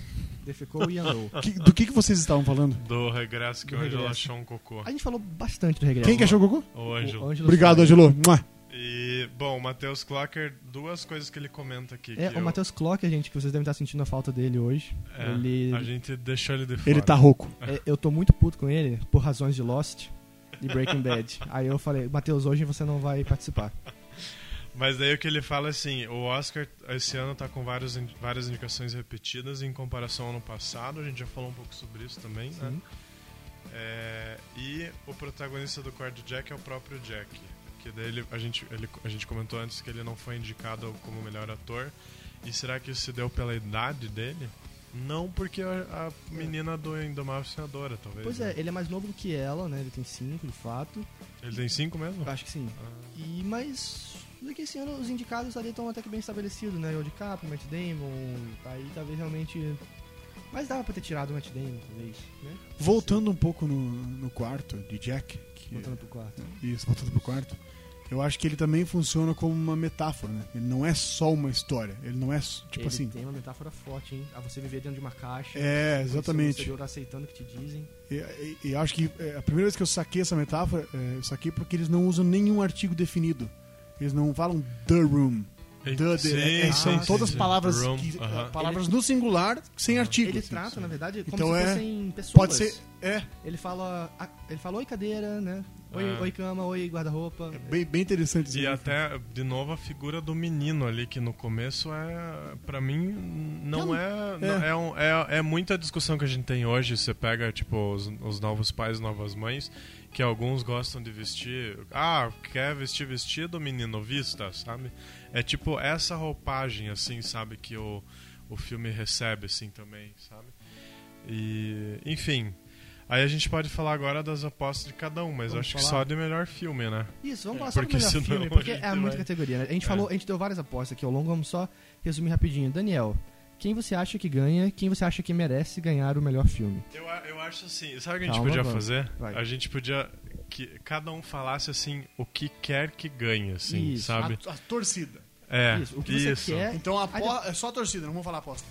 B: Defecou e andou.
C: Que- do que, que vocês estavam falando?
D: Do regresso que
B: Do
D: o Angelo
B: regresso.
D: achou um cocô.
B: A gente falou bastante do regresso.
C: Quem que achou o Cocô?
D: O
B: O
D: Ângelo.
B: Angelus
C: Obrigado,
B: Fire.
C: Angelo. Mua.
D: E, bom, o Matheus Clocker, duas coisas que ele comenta aqui.
B: É,
D: que
B: o
D: eu-
B: Matheus Clocker, gente, que vocês devem estar sentindo a falta dele hoje.
D: é,
B: ele-
D: A gente deixou ele de fora.
C: Ele tá rouco.
B: É, eu tô muito puto com ele por razões de Lost e Breaking Bad. Aí eu falei, Matheus, hoje você não vai participar.
D: Mas daí o que ele fala é assim, o Oscar esse ano tá com vários, in- várias indicações repetidas em comparação ao ano passado, a gente já falou um pouco sobre isso também, né?
B: Sim.
D: É, e o protagonista do Card Jack é o próprio Jack. Que daí ele- a, gente, ele- a gente comentou antes que ele não foi indicado como melhor ator. E será que isso se deu pela idade dele? Não porque a, a menina do Indomável é Senadora, talvez.
B: Pois
D: né?
B: é, ele é mais novo do que ela, né? Ele tem cinco, de fato.
C: é.
D: Ele tem cinco mesmo?
B: Eu acho que sim.
C: Ah.
B: E, mas daqui esse ano os indicados ali estão até que bem estabelecidos, né? O DiCaprio, Matt Damon, aí talvez realmente... Mas dava pra ter tirado o Matt Damon, talvez, né?
C: Voltando um pouco no, no quarto de Jack. Que
B: Voltando pro quarto.
C: Isso, voltando pro quarto. Eu acho que ele também funciona como uma metáfora, né? Ele não é só uma história. Ele não é, s- tipo
B: ele
C: assim.
B: tem uma metáfora forte, hein? A você viver dentro de uma caixa.
C: É,
B: conhecer o
C: exatamente.
B: exterior aceitando o que te dizem.
C: E, e- e acho que é, a primeira vez que eu saquei essa metáfora, é, eu saquei porque eles não usam nenhum artigo definido. Eles não falam the room.
D: Ele-
C: The, the, é- é- são
B: sim,
C: todas
B: sim.
C: palavras,
D: Room,
C: que-
D: aham.
C: é, palavras no singular, sem artigo.
B: Ele
C: assim.
B: trata, na verdade, como
C: Então
B: se
C: é-
B: fossem pessoas.
C: Pode ser. É,
B: Ele fala. a- Ele fala oi cadeira, né? Oi,
D: Ah.
B: oi cama, oi guarda-roupa.
C: é bem, bem interessante isso.
D: E
C: aí.
D: até, de novo, a figura do menino ali, que no começo é. pra mim, não,
C: Não,
D: é.
C: é.
D: não- É. um- é- é muita discussão que a gente tem hoje. Você pega, tipo, os, os novos pais, novas mães, que alguns gostam de vestir. Ah, quer vestir vestido, menino? Vista, sabe? É tipo essa roupagem, assim, sabe? Que o, o filme recebe, assim, também, sabe? E, enfim. Aí a gente pode falar agora das apostas de cada um, mas
B: Vamos
D: acho que
B: falar?
D: só de melhor filme, né?
B: Isso, vamos
D: É,
B: passar pro
D: porque
B: melhor
D: senão
B: filme,
D: a
B: porque
D: gente
B: é muita
D: vai-
B: categoria, né? A gente
D: É.
B: falou, a gente deu várias apostas aqui ao longo, vamos só resumir rapidinho. Daniel, quem você acha que ganha, quem você acha que merece ganhar o melhor filme?
D: Eu, a- eu acho assim, sabe o que a gente
B: Calma,
D: podia
B: vamos.
D: fazer?
B: Vai.
D: A gente podia que cada um falasse assim o que quer que ganhe, assim,
B: Isso.
D: sabe?
C: A, a torcida.
D: É,
B: isso, o que você
D: isso.
B: quer.
C: Então a
B: Aí
C: apo- é só a torcida, não vou falar aposta.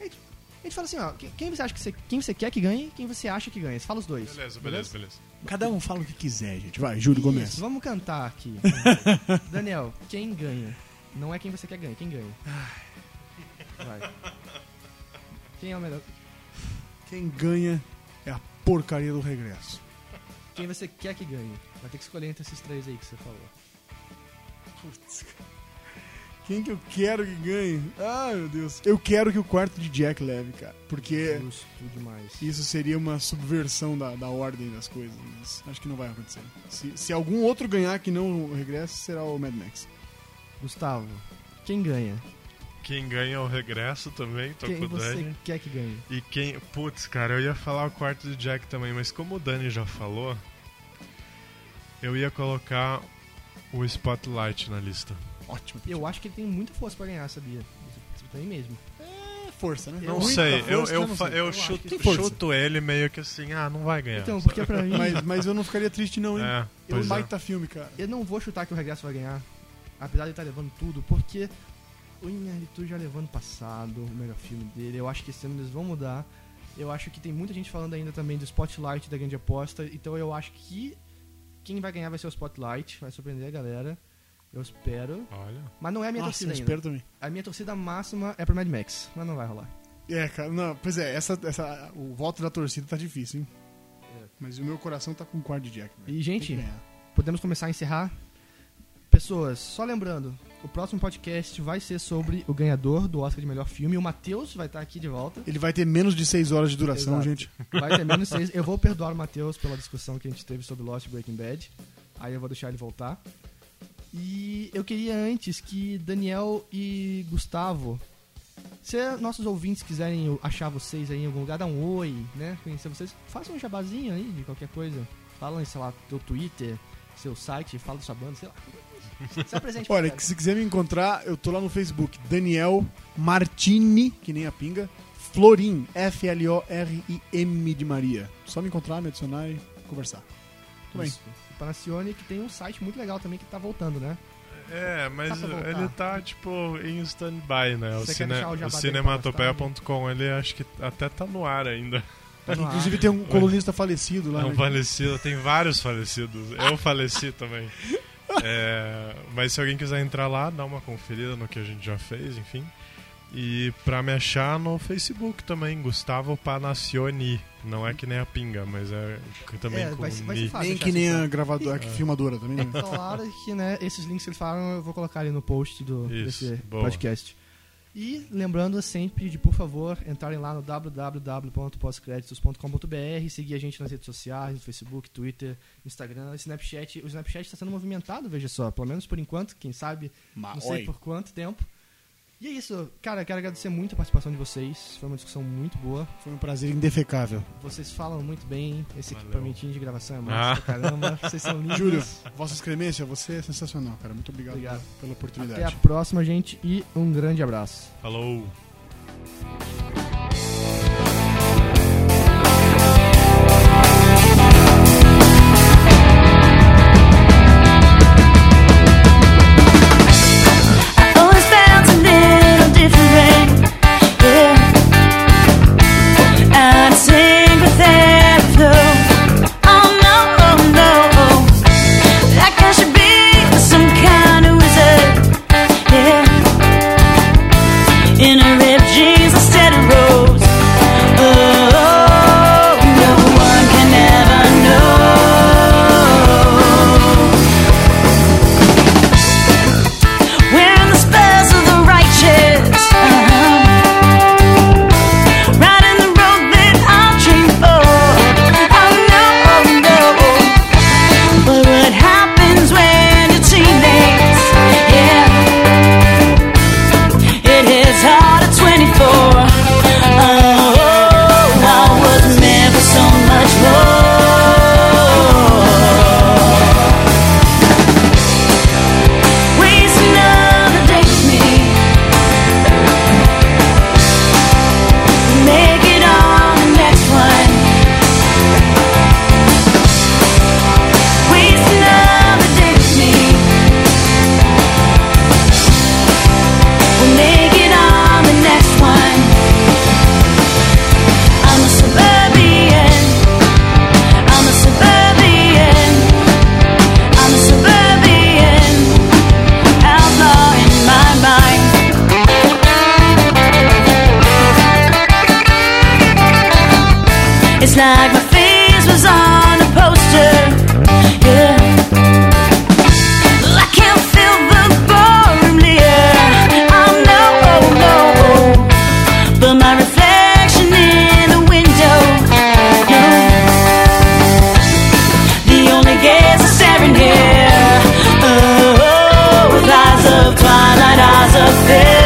B: A gente fala assim, ó, que- quem você acha que você, quem você quer que ganhe e quem você acha que ganha. Você fala os dois.
D: Beleza, beleza, beleza.
C: Cada um fala o que quiser, gente. Vai, Júlio,
B: Isso,
C: começa.
B: vamos cantar aqui. Daniel, quem ganha? Não é quem você quer ganhar, quem ganha. Vai. Quem é o melhor?
C: Quem ganha é a porcaria do regresso.
B: Quem você quer que ganhe? Vai ter que escolher entre esses três aí que você falou.
C: Putz, cara. Quem que eu quero que ganhe? Ah, meu Deus. Eu quero que o quarto de Jack leve, cara. Porque
B: Justo demais.
C: isso seria uma subversão da, da ordem das coisas. Mas acho que não vai acontecer. Se, se algum outro ganhar que não o regresso, será o Mad Max.
B: Gustavo, quem ganha?
D: Quem ganha é o regresso também, tô
B: Quem
D: com o Dani.
B: você quer que ganhe?
D: E quem. Putz, cara, eu ia falar o quarto do Jack também, mas como o Dani já falou, eu ia colocar o Spotlight na lista.
C: Ótimo.
B: Eu acho que ele tem muita força pra ganhar, sabia? Isso Tem mesmo.
C: É força, né?
B: Eu-
D: Não
C: Muita
D: sei, eu,
C: força,
D: eu,
C: não
D: fa-
C: sei.
D: eu
B: Eu acho
D: chuto,
B: que
C: tem força.
D: chuto ele meio que assim, ah, não vai ganhar.
B: Então, porque pra mim,
C: Mas, mas eu não ficaria triste, não, hein?
D: É,
C: É um
D: pois é.
C: baita filme, cara.
B: eu não vou chutar que o Regresso vai ganhar, apesar de ele estar levando tudo, porque o Inhalitu já levando o passado, o melhor filme dele. Eu acho que esse ano eles vão mudar. Eu acho que tem muita gente falando ainda também do Spotlight da grande aposta, então eu acho que quem vai ganhar vai ser o Spotlight, vai surpreender a galera. Eu espero.
D: Olha.
B: Mas não é a minha
C: Nossa, eu
B: torcida ainda.
C: espero também.
B: A minha torcida máxima é pro Mad Max, mas não vai rolar.
C: É, cara, não, pois é, essa, essa, o voto da torcida tá difícil, hein?
B: É.
C: Mas o meu coração tá com o quarto de Jack. velho.
B: E, gente,
C: Tem que ganhar.
B: podemos começar a encerrar. Pessoas, só lembrando, o próximo podcast vai ser sobre o ganhador do Oscar de melhor filme. O Matheus vai estar aqui de volta.
C: ele vai ter menos de 6 horas de duração,
B: Exato.
C: gente.
B: Vai ter menos seis. Eu vou perdoar o Matheus pela discussão que a gente teve sobre Lost e Breaking Bad. Aí eu vou deixar ele voltar. E eu queria antes que Daniel e Gustavo, se nossos ouvintes quiserem achar vocês aí em algum lugar, dá um oi, né? Conhecer vocês, faça um jabazinho aí de qualquer coisa. Fala, em, sei lá, teu Twitter, seu site, fala da sua banda, sei lá. Se apresente pra
C: Olha,
B: galera.
C: que se quiser me encontrar, eu tô lá no Facebook, Daniel Martini, que nem a pinga, Florim, F-L-O-R-I-M de Maria. Só me encontrar, me adicionar e conversar. tudo bem.
B: Isso. O Panacione, que tem um site muito legal também que tá voltando, né?
D: É, mas
B: Dá pra voltar.
D: ele tá, tipo, em stand-by, né? O,
B: Você quer
D: cine...
B: deixar o jabá
D: o
B: dele
D: cinematopeia.com, ele acho que até tá no ar ainda.
B: Tá no ar.
C: Inclusive tem um colunista falecido lá.
D: É um
C: né?
D: falecido, tem vários falecidos. Eu faleci também. É, mas se alguém quiser entrar lá, dá uma conferida no que a gente já fez, enfim. E pra me achar no Facebook também, Gustavo Panacioni. Não é que nem a pinga, mas é que também
B: É,
D: com
B: vai ser- vai ser
D: ni.
B: fácil.
C: Ah, Nem
B: deixar
C: que
B: assim,
C: nem
B: tá?
C: a gravadora, a filmadora também, né?
B: Claro que, né, esses links que eles falaram eu vou colocar ali no post do
D: Isso,
B: desse
D: boa.
B: podcast. E lembrando sempre de, por favor, entrarem lá no www.postcreditos.com.br, seguir a gente nas redes sociais, no Facebook, Twitter, Instagram, Snapchat. O Snapchat está sendo movimentado, veja só, pelo menos por enquanto, quem sabe,
C: Ah,
B: não sei por quanto tempo. E é isso, cara, quero agradecer muito a participação de vocês, foi uma discussão muito boa.
C: Foi um prazer indefecável.
B: Vocês falam muito bem, esse
D: Valeu. Ah.
B: equipamentinho de gravação é massa, pra caramba, vocês são lindos.
C: Júlio, Vossa Excremência, você é sensacional, cara. Muito obrigado,
B: Obrigado.
C: pela oportunidade.
B: Até a próxima, gente, e um grande abraço.
D: Falou!
E: Always sounds a little different, yeah. I'm singing with that flow. Oh no, oh no, like I should be some kind of Oh, wizard, yeah. In a ripped jeans, I step Oh, It's like my face was on a poster. Yeah. I can't feel the ballroom leer. Oh no, oh no. But my reflection in the window. No. The only gaze is staring here. Oh, with eyes of twilight, eyes of fear.